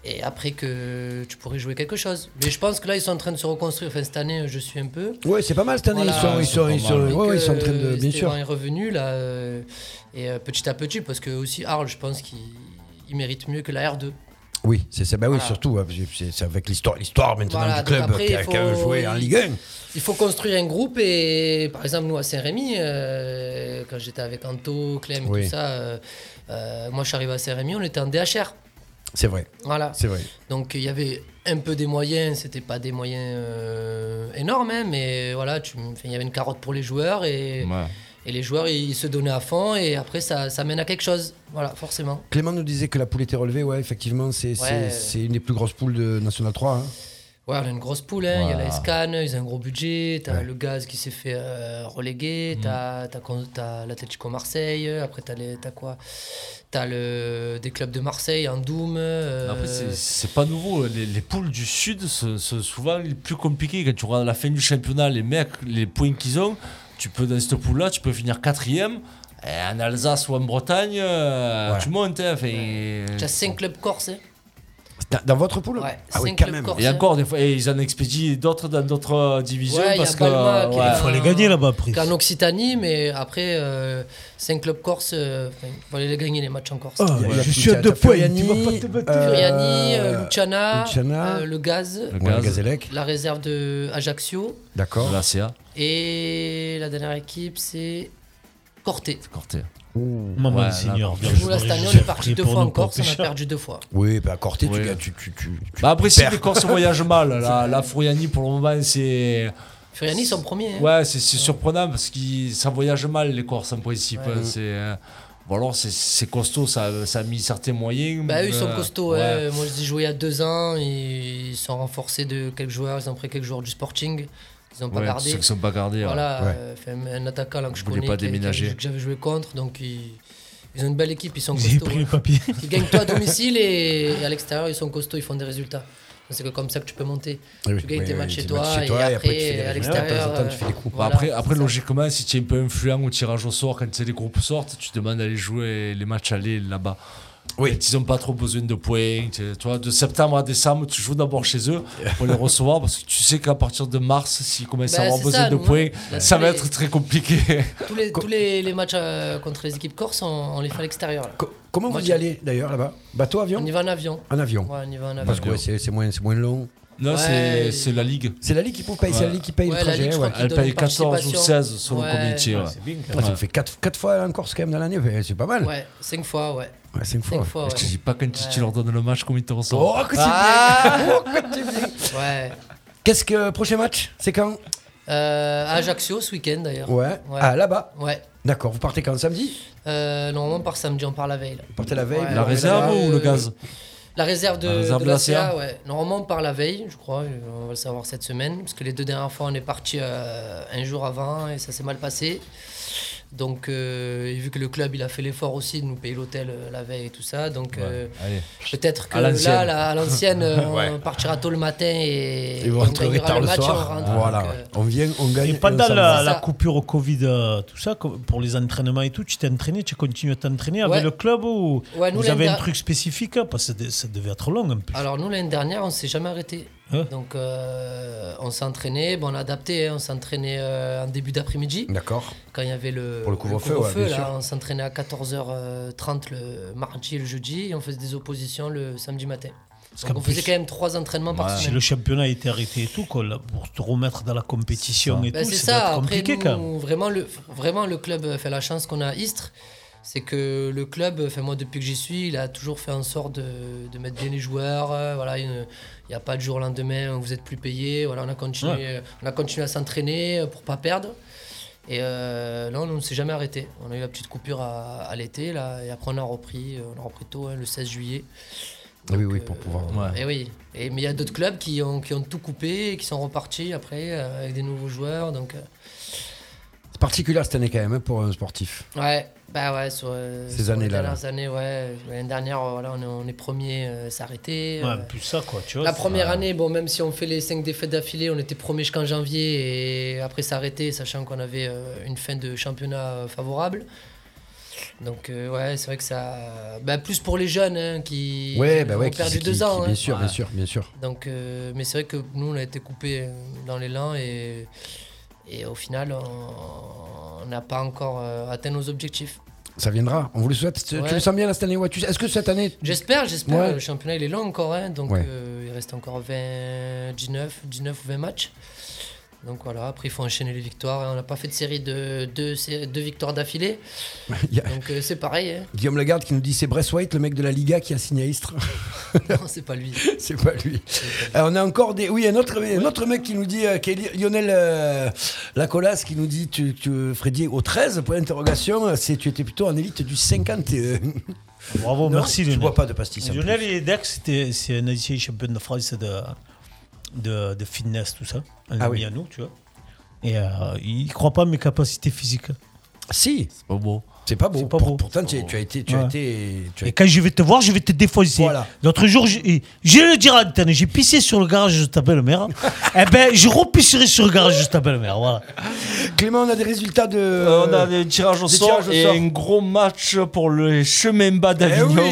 [SPEAKER 9] Et après que tu pourrais jouer quelque chose. Mais je pense que là, ils sont en train de se reconstruire. Enfin, cette année, je suis un peu.
[SPEAKER 7] Ouais, c'est pas mal cette année, ils sont- ils sont- ils sont- ouais, ouais, ils sont en train de- bien sûr.
[SPEAKER 9] Euh, Stéphane est revenu là, euh, et euh, petit à petit, parce que aussi Arles, je pense qu'il il mérite mieux que la R2.
[SPEAKER 7] Oui, c'est ça. Bah oui,
[SPEAKER 9] Voilà.
[SPEAKER 7] surtout, hein, parce que c'est c'est avec l'histoire, l'histoire maintenant
[SPEAKER 9] Voilà,
[SPEAKER 7] du
[SPEAKER 9] donc
[SPEAKER 7] club
[SPEAKER 9] après,
[SPEAKER 7] qui a,
[SPEAKER 9] il
[SPEAKER 7] qui a
[SPEAKER 9] faut-
[SPEAKER 7] joué en
[SPEAKER 9] il-
[SPEAKER 7] Ligue 1.
[SPEAKER 9] Il faut construire un groupe et par exemple nous à Saint-Rémy, euh, quand j'étais avec Anto, Clem et
[SPEAKER 7] Oui.
[SPEAKER 9] tout ça, euh, euh, moi je suis arrivé à Saint-Rémy, on était en DHR.
[SPEAKER 7] C'est vrai.
[SPEAKER 9] Voilà.
[SPEAKER 7] C'est vrai.
[SPEAKER 9] Donc il y avait un peu des moyens, c'était pas des moyens euh, énormes, hein, mais voilà, tu- enfin, il y avait une carotte pour les joueurs et, et les joueurs ils se donnaient à fond et après ça, ça mène à quelque chose, voilà, forcément.
[SPEAKER 7] Clément nous disait que la poule était relevée, ouais, effectivement, c'est c'est-
[SPEAKER 9] Ouais.
[SPEAKER 7] c'est une des plus grosses poules de National 3. hein.
[SPEAKER 9] Ouais, on a une grosse poule, hein, il y a
[SPEAKER 7] Voilà.
[SPEAKER 9] la SCAN, ils ont un gros budget, t'as
[SPEAKER 7] Ouais. Mhm.
[SPEAKER 9] le gaz qui s'est fait euh, reléguer, t'as t'as con- t'as l'Atlético Marseille, après t'as les- t'as quoi T'as le, des clubs de Marseille, en Doom. euh,
[SPEAKER 11] Après, c'est- c'est pas nouveau. Les, les poules du Sud, c'est c'est souvent les plus compliquées. Quand tu regardes la fin du championnat, les mecs, les points qu'ils ont, tu peux, dans cette poule-là, tu peux finir quatrième. Et en Alsace ou en Bretagne, euh, tu montes. hein. Enfin,
[SPEAKER 9] T'as 5 clubs corses. hein.
[SPEAKER 7] Dans, dans votre poule
[SPEAKER 9] Ouais,
[SPEAKER 7] Ah oui,
[SPEAKER 9] cinq
[SPEAKER 7] quand
[SPEAKER 9] clubs
[SPEAKER 7] même.
[SPEAKER 9] corses,
[SPEAKER 11] Et
[SPEAKER 9] hein.
[SPEAKER 11] encore, des fois, et ils en expédient d'autres dans d'autres euh, divisions.
[SPEAKER 9] Ouais, il y a
[SPEAKER 11] parce que,
[SPEAKER 9] Balma qui est
[SPEAKER 11] ouais.
[SPEAKER 9] en- qui est en Occitanie, mais après, euh, c'est un club corse. euh, enfin, il fallait les gagner les matchs en Corse.
[SPEAKER 7] Ah, Ouais. je suis à deux points,
[SPEAKER 9] Furiani,
[SPEAKER 7] tu m'as pas te battre.
[SPEAKER 9] Furiani, euh,
[SPEAKER 7] Euh,
[SPEAKER 9] Luciana,
[SPEAKER 7] Luciana.
[SPEAKER 9] euh, le Gaz,
[SPEAKER 7] Le Ouais, le Gaz. Gazélec.
[SPEAKER 9] la réserve de Ajaccio,
[SPEAKER 7] D'accord.
[SPEAKER 11] La CA.
[SPEAKER 9] et la dernière équipe, c'est Corté.
[SPEAKER 11] Corté.
[SPEAKER 10] Maman
[SPEAKER 7] Ouais,
[SPEAKER 10] du Seigneur,
[SPEAKER 7] là,
[SPEAKER 10] bien
[SPEAKER 9] Nous, là,
[SPEAKER 10] joué,
[SPEAKER 9] cette année, on
[SPEAKER 10] Joseph,
[SPEAKER 9] est parti
[SPEAKER 10] pris
[SPEAKER 9] deux
[SPEAKER 10] pour
[SPEAKER 9] fois
[SPEAKER 10] nous
[SPEAKER 9] en Corse, on a
[SPEAKER 10] pécheurs.
[SPEAKER 9] perdu deux fois.
[SPEAKER 7] Oui, bah, à Corté, tu
[SPEAKER 11] Ouais.
[SPEAKER 7] gagnes. Tu, tu, tu, tu
[SPEAKER 11] Bah après, si
[SPEAKER 7] perds.
[SPEAKER 11] les Corses voyagent mal, la, la Furiani pour le moment, c'est.
[SPEAKER 9] Furiani, ils sont premiers, hein.
[SPEAKER 11] Ouais, c'est c'est surprenant parce que ça voyage mal, les Corses, en principe.
[SPEAKER 9] Ouais.
[SPEAKER 11] hein, c'est, euh, Bon, alors, c'est- c'est costaud, ça, ça a mis certains moyens.
[SPEAKER 9] Bah, eux, ils sont
[SPEAKER 11] euh,
[SPEAKER 9] costauds.
[SPEAKER 11] ouais.
[SPEAKER 9] ouais. Moi, je dis jouer il y a deux ans, ils sont renforcés de quelques joueurs. Ils ont pris quelques joueurs du Sporting. Ils n'ont pas
[SPEAKER 11] Ouais,
[SPEAKER 9] gardé.
[SPEAKER 11] ceux qui sont pas gardés,
[SPEAKER 9] Voilà,
[SPEAKER 11] ouais. Ouais.
[SPEAKER 9] euh, fait, un attaquant là, que je
[SPEAKER 11] voulaient
[SPEAKER 9] connais.
[SPEAKER 11] pas
[SPEAKER 9] qui a- qui a-
[SPEAKER 11] déménager.
[SPEAKER 9] Que j'avais joué contre. Donc, ils, ils ont une belle équipe. Ils sont
[SPEAKER 10] Ils
[SPEAKER 9] costauds.
[SPEAKER 10] avaient pris
[SPEAKER 9] ouais.
[SPEAKER 10] le papier.
[SPEAKER 9] (laughs) Ils gagnent toi à domicile et, et à l'extérieur, ils sont costauds. Ils font des résultats. C'est que comme ça que tu peux monter.
[SPEAKER 11] Ah oui,
[SPEAKER 9] tu gagnes
[SPEAKER 11] oui,
[SPEAKER 9] tes
[SPEAKER 11] oui,
[SPEAKER 9] matchs
[SPEAKER 11] tes
[SPEAKER 9] chez toi,
[SPEAKER 11] matchs
[SPEAKER 9] et, après, à l'extérieur. euh, voilà.
[SPEAKER 11] après, après logiquement, si tu es un peu influent au tirage au sort, quand les groupes sortent, tu demandes d'aller jouer les matchs aller là-bas.
[SPEAKER 7] Oui.
[SPEAKER 11] Ils n'ont pas trop besoin de points. Tu tu vois, de septembre à décembre, tu joues d'abord chez
[SPEAKER 10] (laughs)
[SPEAKER 11] eux pour les recevoir parce que tu sais qu'à partir de mars, s'ils commencent
[SPEAKER 9] Bah,
[SPEAKER 11] à avoir
[SPEAKER 9] c'est
[SPEAKER 11] besoin
[SPEAKER 9] ça,
[SPEAKER 11] de
[SPEAKER 9] nous,
[SPEAKER 11] points,
[SPEAKER 9] la
[SPEAKER 11] ça va
[SPEAKER 9] télé-
[SPEAKER 11] être très compliqué. (laughs)
[SPEAKER 9] Tous les, tous les, les matchs euh, contre les équipes corse, on, on les fait à l'extérieur. là.
[SPEAKER 7] Comment
[SPEAKER 9] Moi,
[SPEAKER 7] vous y
[SPEAKER 9] j'ai-
[SPEAKER 7] allez d'ailleurs là-bas Bateau, avion
[SPEAKER 9] On y va en avion.
[SPEAKER 7] En avion.
[SPEAKER 9] Ouais, on y va en avion.
[SPEAKER 7] Parce que ouais, c'est c'est moins, c'est moins long.
[SPEAKER 11] Non, c'est- c'est la Ligue.
[SPEAKER 7] C'est la Ligue qui paye, c'est la Ligue qui paye
[SPEAKER 9] Ouais,
[SPEAKER 7] le
[SPEAKER 9] la
[SPEAKER 7] trajet.
[SPEAKER 9] Ligue, je crois
[SPEAKER 7] ouais.
[SPEAKER 9] qu'ils Elle donnent paye une 14 ou 16 selon participation. combien de tirs, Ouais, ouais. c'est bien, quand
[SPEAKER 7] Ah, Ça
[SPEAKER 9] même.
[SPEAKER 7] fait 4, fois en Corse quand même dans l'année, mais c'est pas mal.
[SPEAKER 9] Ouais, cinq fois, ouais.
[SPEAKER 7] Ouais, cinq fois.
[SPEAKER 11] Je te
[SPEAKER 9] ouais.
[SPEAKER 11] dis pas quand tu, tu leur donnes le match, combien ils te reçoivent.
[SPEAKER 7] Oh, que c'est
[SPEAKER 9] Ah.
[SPEAKER 7] bien Oh, que c'est bien
[SPEAKER 9] Ouais.
[SPEAKER 7] Qu'est-ce que. Prochain match C'est quand
[SPEAKER 9] Euh, à Ajaccio ce week-end d'ailleurs.
[SPEAKER 7] ouais. Ah, là-bas
[SPEAKER 9] Ouais.
[SPEAKER 7] D'accord, vous partez quand samedi
[SPEAKER 9] Euh, normalement par samedi, on part la veille. là.
[SPEAKER 7] Vous partez la veille
[SPEAKER 9] Ouais.
[SPEAKER 7] vous
[SPEAKER 11] La
[SPEAKER 7] arrivez
[SPEAKER 11] réserve
[SPEAKER 7] là-bas
[SPEAKER 11] ou le gaz
[SPEAKER 9] La réserve de,
[SPEAKER 11] La réserve
[SPEAKER 9] de la
[SPEAKER 11] de la CA.
[SPEAKER 9] CA, ouais. Normalement on part la veille, je crois, et on va le savoir cette semaine, parce que les deux dernières fois on est parti euh, un jour avant et ça s'est mal passé. Donc euh, et vu que le club il a fait l'effort aussi de nous payer l'hôtel euh, la veille et tout ça, donc euh,
[SPEAKER 11] allez.
[SPEAKER 9] peut-être que
[SPEAKER 11] À l'ancienne.
[SPEAKER 9] là, là,
[SPEAKER 11] (laughs)
[SPEAKER 9] à l'ancienne euh,
[SPEAKER 7] Ouais.
[SPEAKER 9] on partira tôt le matin et,
[SPEAKER 7] Et vous
[SPEAKER 9] on
[SPEAKER 7] rentrerez
[SPEAKER 9] gagnera
[SPEAKER 7] tard le
[SPEAKER 9] match et on
[SPEAKER 7] soir.
[SPEAKER 9] rentre.
[SPEAKER 7] Voilà,
[SPEAKER 9] Donc, euh,
[SPEAKER 7] on vient, on gagne.
[SPEAKER 10] Et pendant
[SPEAKER 7] on s'en
[SPEAKER 10] la,
[SPEAKER 7] va.
[SPEAKER 10] la coupure au Covid, euh, tout ça, co- pour les entraînements et tout, tu t'es entraîné, tu continues à t'entraîner avec
[SPEAKER 9] Ouais.
[SPEAKER 10] le club ou
[SPEAKER 9] Ouais, nous,
[SPEAKER 10] vous avez un
[SPEAKER 9] l'inter-
[SPEAKER 10] truc spécifique hein, Parce que ça de- ça devait être long un peu.
[SPEAKER 9] Alors nous l'année dernière on s'est jamais arrêté.
[SPEAKER 10] Hein
[SPEAKER 9] Donc euh, on s'est entraîné, bon, on a adapté, hein, on s'est entraîné euh, en début d'après-midi.
[SPEAKER 7] D'accord.
[SPEAKER 9] Quand il y avait le,
[SPEAKER 7] Pour le couvre-feu, ouais, bien
[SPEAKER 9] là,
[SPEAKER 7] sûr.
[SPEAKER 9] on s'entraînait à 14h30 le mardi et le jeudi et on faisait des oppositions le samedi matin. Donc
[SPEAKER 10] qu'en
[SPEAKER 9] on faisait
[SPEAKER 10] plus-
[SPEAKER 9] quand même trois entraînements par
[SPEAKER 10] Si
[SPEAKER 9] semaine.
[SPEAKER 10] le championnat a été arrêté et tout, quoi, là, pour te remettre dans la compétition et
[SPEAKER 9] Ben,
[SPEAKER 10] tout,
[SPEAKER 9] c'est
[SPEAKER 10] ça, doit
[SPEAKER 9] ça,
[SPEAKER 10] être
[SPEAKER 9] après
[SPEAKER 10] compliqué quand même.
[SPEAKER 9] nous, vraiment le, vraiment le club, euh, fait la chance qu'on a à Istres, c'est que le club, enfin moi depuis que j'y suis, il a toujours fait en sorte de, de mettre bien les joueurs, euh, voilà, il n'y a pas de jour au lendemain où vous êtes plus payé, voilà, on a continué,
[SPEAKER 10] Ouais.
[SPEAKER 9] euh, on a continué à s'entraîner euh, pour pas perdre. Et euh, là, on ne s'est jamais arrêté. On a eu la petite coupure à, à l'été, là, et après on a repris, euh, on a repris tôt, hein, le 16 juillet.
[SPEAKER 7] Ah Oui, oui, pour pouvoir.
[SPEAKER 9] Et Eh oui, et, mais il y a d'autres clubs qui ont, qui ont tout coupé et qui sont repartis après euh, avec des nouveaux joueurs. Donc, euh,
[SPEAKER 7] C'est particulier cette année quand même hein, pour un sportif.
[SPEAKER 9] ouais, bah ouais, sur, euh,
[SPEAKER 7] Ces
[SPEAKER 9] sur les
[SPEAKER 7] années-là,
[SPEAKER 9] dernières années, ouais. L'année dernière, euh, voilà, on est, on est premier, euh, s'arrêter.
[SPEAKER 10] Ouais, plus ça, quoi, tu vois,
[SPEAKER 9] La
[SPEAKER 10] c'est-
[SPEAKER 9] première
[SPEAKER 10] ouais.
[SPEAKER 9] année, bon, même si on fait les 5 défaites d'affilée, on était premier jusqu'en janvier et après s'arrêter, sachant qu'on avait euh, une fin de championnat euh, favorable. Donc, euh, ouais, c'est vrai que ça. bah, plus pour les jeunes hein, qui,
[SPEAKER 7] Ouais,
[SPEAKER 9] qui
[SPEAKER 7] bah ouais,
[SPEAKER 9] ont
[SPEAKER 7] qui-
[SPEAKER 9] perdu
[SPEAKER 7] qui-
[SPEAKER 9] deux
[SPEAKER 7] qui-
[SPEAKER 9] ans.
[SPEAKER 7] bien
[SPEAKER 9] hein.
[SPEAKER 7] sûr, bien sûr, bien sûr.
[SPEAKER 9] Donc, euh, mais c'est vrai que nous, on a été coupé dans l'élan et, et au final, on on n'a pas encore euh, atteint nos objectifs.
[SPEAKER 7] Ça viendra, on vous le souhaite. Tu-
[SPEAKER 9] Ouais.
[SPEAKER 7] Tu le sens bien là, cette année Watus Est-ce que cette année.
[SPEAKER 9] J'espère, j'espère.
[SPEAKER 7] Ouais.
[SPEAKER 9] Le championnat, il est long encore. hein, donc,
[SPEAKER 7] Ouais.
[SPEAKER 9] euh, il reste encore 20, 19, 19 ou 20 matchs. Donc voilà, après, il faut enchaîner les victoires. hein. On n'a pas fait de série de deux sé- deux
[SPEAKER 7] (laughs)
[SPEAKER 9] victoires d'affilée. Donc, euh, c'est pareil. hein.
[SPEAKER 7] Guillaume Lagarde qui nous dit c'est Braithwaite, le mec de la Liga qui a signé à Istres.
[SPEAKER 9] Non, c'est pas lui.
[SPEAKER 7] (laughs) c'est pas lui. Euh, on a encore des. Oui, un autre, un autre mec qui nous dit, euh, qui est Lionel euh, Lacolas, qui nous dit tu, tu- Freddy, au 13, point d'interrogation, euh, c'est- tu étais plutôt en élite du 51.
[SPEAKER 10] Bravo,
[SPEAKER 7] Non,
[SPEAKER 10] Oh, merci Lionel.
[SPEAKER 7] Tu bois pas de pastis. en plus.
[SPEAKER 10] Lionel et Dax, c'était- c'est un ancien champion de France de, de, de fitness, tout ça. Un
[SPEAKER 7] Ah
[SPEAKER 10] ami
[SPEAKER 7] oui.
[SPEAKER 10] à nous, tu vois. Et euh, il ne croit pas à mes capacités physiques.
[SPEAKER 7] Si.
[SPEAKER 10] C'est pas beau.
[SPEAKER 7] C'est pas beau. Pour- pourtant, tu, tu as été. Tu as
[SPEAKER 10] Ouais.
[SPEAKER 7] été tu as-
[SPEAKER 10] Et quand je vais te voir, je vais te défoncer. L'autre jour, je, et je vais le dire à l'antenne, j'ai pissé sur le garage de ta belle-mère.
[SPEAKER 7] (laughs)
[SPEAKER 10] eh ben, je repisserai sur le garage de ta belle-mère. Voilà.
[SPEAKER 7] Clément, on a des résultats de.
[SPEAKER 11] Euh, on a des tirages au
[SPEAKER 7] des
[SPEAKER 11] sort
[SPEAKER 7] tirages au
[SPEAKER 11] et
[SPEAKER 7] sort. Eh
[SPEAKER 11] un gros match pour le chemin bas d'Avignon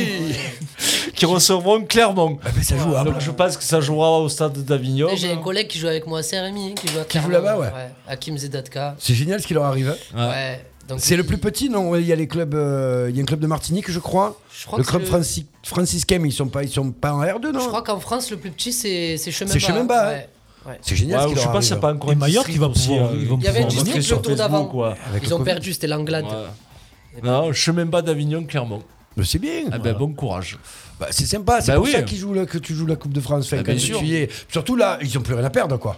[SPEAKER 11] qui recevront Clermont.
[SPEAKER 7] Ah, ben, ça joue hein.
[SPEAKER 11] Donc je pense que ça jouera au stade d'Avignon.
[SPEAKER 9] J'ai un collègue qui joue avec moi à Saint-Rémy, hein, qui joue à
[SPEAKER 7] Qui joue
[SPEAKER 9] Clermont,
[SPEAKER 7] là-bas, ouais.
[SPEAKER 9] Hakim Zedatka.
[SPEAKER 7] C'est génial ce qui leur arrive. hein.
[SPEAKER 9] Ouais. Donc,
[SPEAKER 7] C'est le plus petit, non Ouais, Il y a les clubs, euh, il y a un club de Martinique, je crois.
[SPEAKER 9] crois
[SPEAKER 7] le
[SPEAKER 9] que
[SPEAKER 7] club
[SPEAKER 9] c'est le-
[SPEAKER 7] franci- franciscain, mais ils sont pas, ils sont pas en R2, non
[SPEAKER 9] Je crois qu'en France, le plus petit, c'est c'est Chemin
[SPEAKER 7] C'est
[SPEAKER 9] Bas.
[SPEAKER 7] Chemin Bas,
[SPEAKER 9] ouais. Ouais.
[SPEAKER 7] C'est génial.
[SPEAKER 11] Ouais, je sais pas s'il n'y a pas encore
[SPEAKER 10] Et Mallorca, il va pouvoir-
[SPEAKER 11] euh,
[SPEAKER 10] ils vont
[SPEAKER 9] Il y avait
[SPEAKER 11] un
[SPEAKER 9] une district le tour d'avant. Ils ont perdu, c'était l'Anglade. Ah ben,
[SPEAKER 11] Non, chemin bas d'Avignon, Clermont.
[SPEAKER 7] c'est bien.
[SPEAKER 11] Ah ben, bon courage.
[SPEAKER 7] Bah, c'est sympa, c'est
[SPEAKER 11] Bah
[SPEAKER 7] pour
[SPEAKER 11] oui.
[SPEAKER 7] ça qu'ils jouent là, que tu joues la Coupe de France. Enfin,
[SPEAKER 11] Ah,
[SPEAKER 7] quand
[SPEAKER 11] bien
[SPEAKER 7] tu
[SPEAKER 11] sûr.
[SPEAKER 7] y es. Surtout là, ils ont plus rien à perdre, quoi.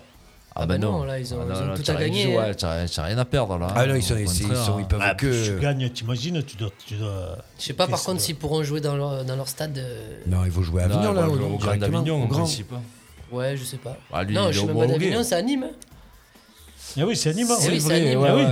[SPEAKER 11] Ah ben non.
[SPEAKER 9] bah là, ils ont-
[SPEAKER 11] Ah
[SPEAKER 9] ils
[SPEAKER 11] non,
[SPEAKER 9] ont
[SPEAKER 11] là,
[SPEAKER 9] tout
[SPEAKER 11] t'as
[SPEAKER 9] à
[SPEAKER 11] rien
[SPEAKER 9] gagner,
[SPEAKER 11] joué,
[SPEAKER 9] hein.
[SPEAKER 11] ouais, t'as t'as rien à perdre là.
[SPEAKER 7] Ah non, ils
[SPEAKER 11] Au
[SPEAKER 7] sont- c'est- ils
[SPEAKER 11] contraire,
[SPEAKER 7] sont- ils
[SPEAKER 11] hein.
[SPEAKER 7] peuvent
[SPEAKER 10] Ah,
[SPEAKER 7] que-
[SPEAKER 10] Tu gagnes, t'imagines, tu dois. Tu dois
[SPEAKER 9] Je sais pas par contre s'ils pourront jouer dans leur, dans leur stade. euh,
[SPEAKER 7] Non, il faut jouer à
[SPEAKER 11] Non,
[SPEAKER 7] Avignon,
[SPEAKER 11] ils
[SPEAKER 7] là.
[SPEAKER 11] vont jouer au Grand
[SPEAKER 7] directement,
[SPEAKER 11] Avignon,
[SPEAKER 7] au
[SPEAKER 11] en
[SPEAKER 7] Grand.
[SPEAKER 11] principe.
[SPEAKER 9] Ouais, je sais pas.
[SPEAKER 11] Ah, lui, il
[SPEAKER 9] non,
[SPEAKER 11] est
[SPEAKER 9] je
[SPEAKER 11] au
[SPEAKER 9] sais même
[SPEAKER 11] Bois
[SPEAKER 9] pas
[SPEAKER 11] Bourget.
[SPEAKER 9] d'Avignon, c'est à Nîmes. hein.
[SPEAKER 10] Ah oui, c'est à Nîmes.
[SPEAKER 9] C'est
[SPEAKER 10] ouais.
[SPEAKER 9] oui, c'est à Nîmes, ouais,
[SPEAKER 11] ouais.
[SPEAKER 9] ouais.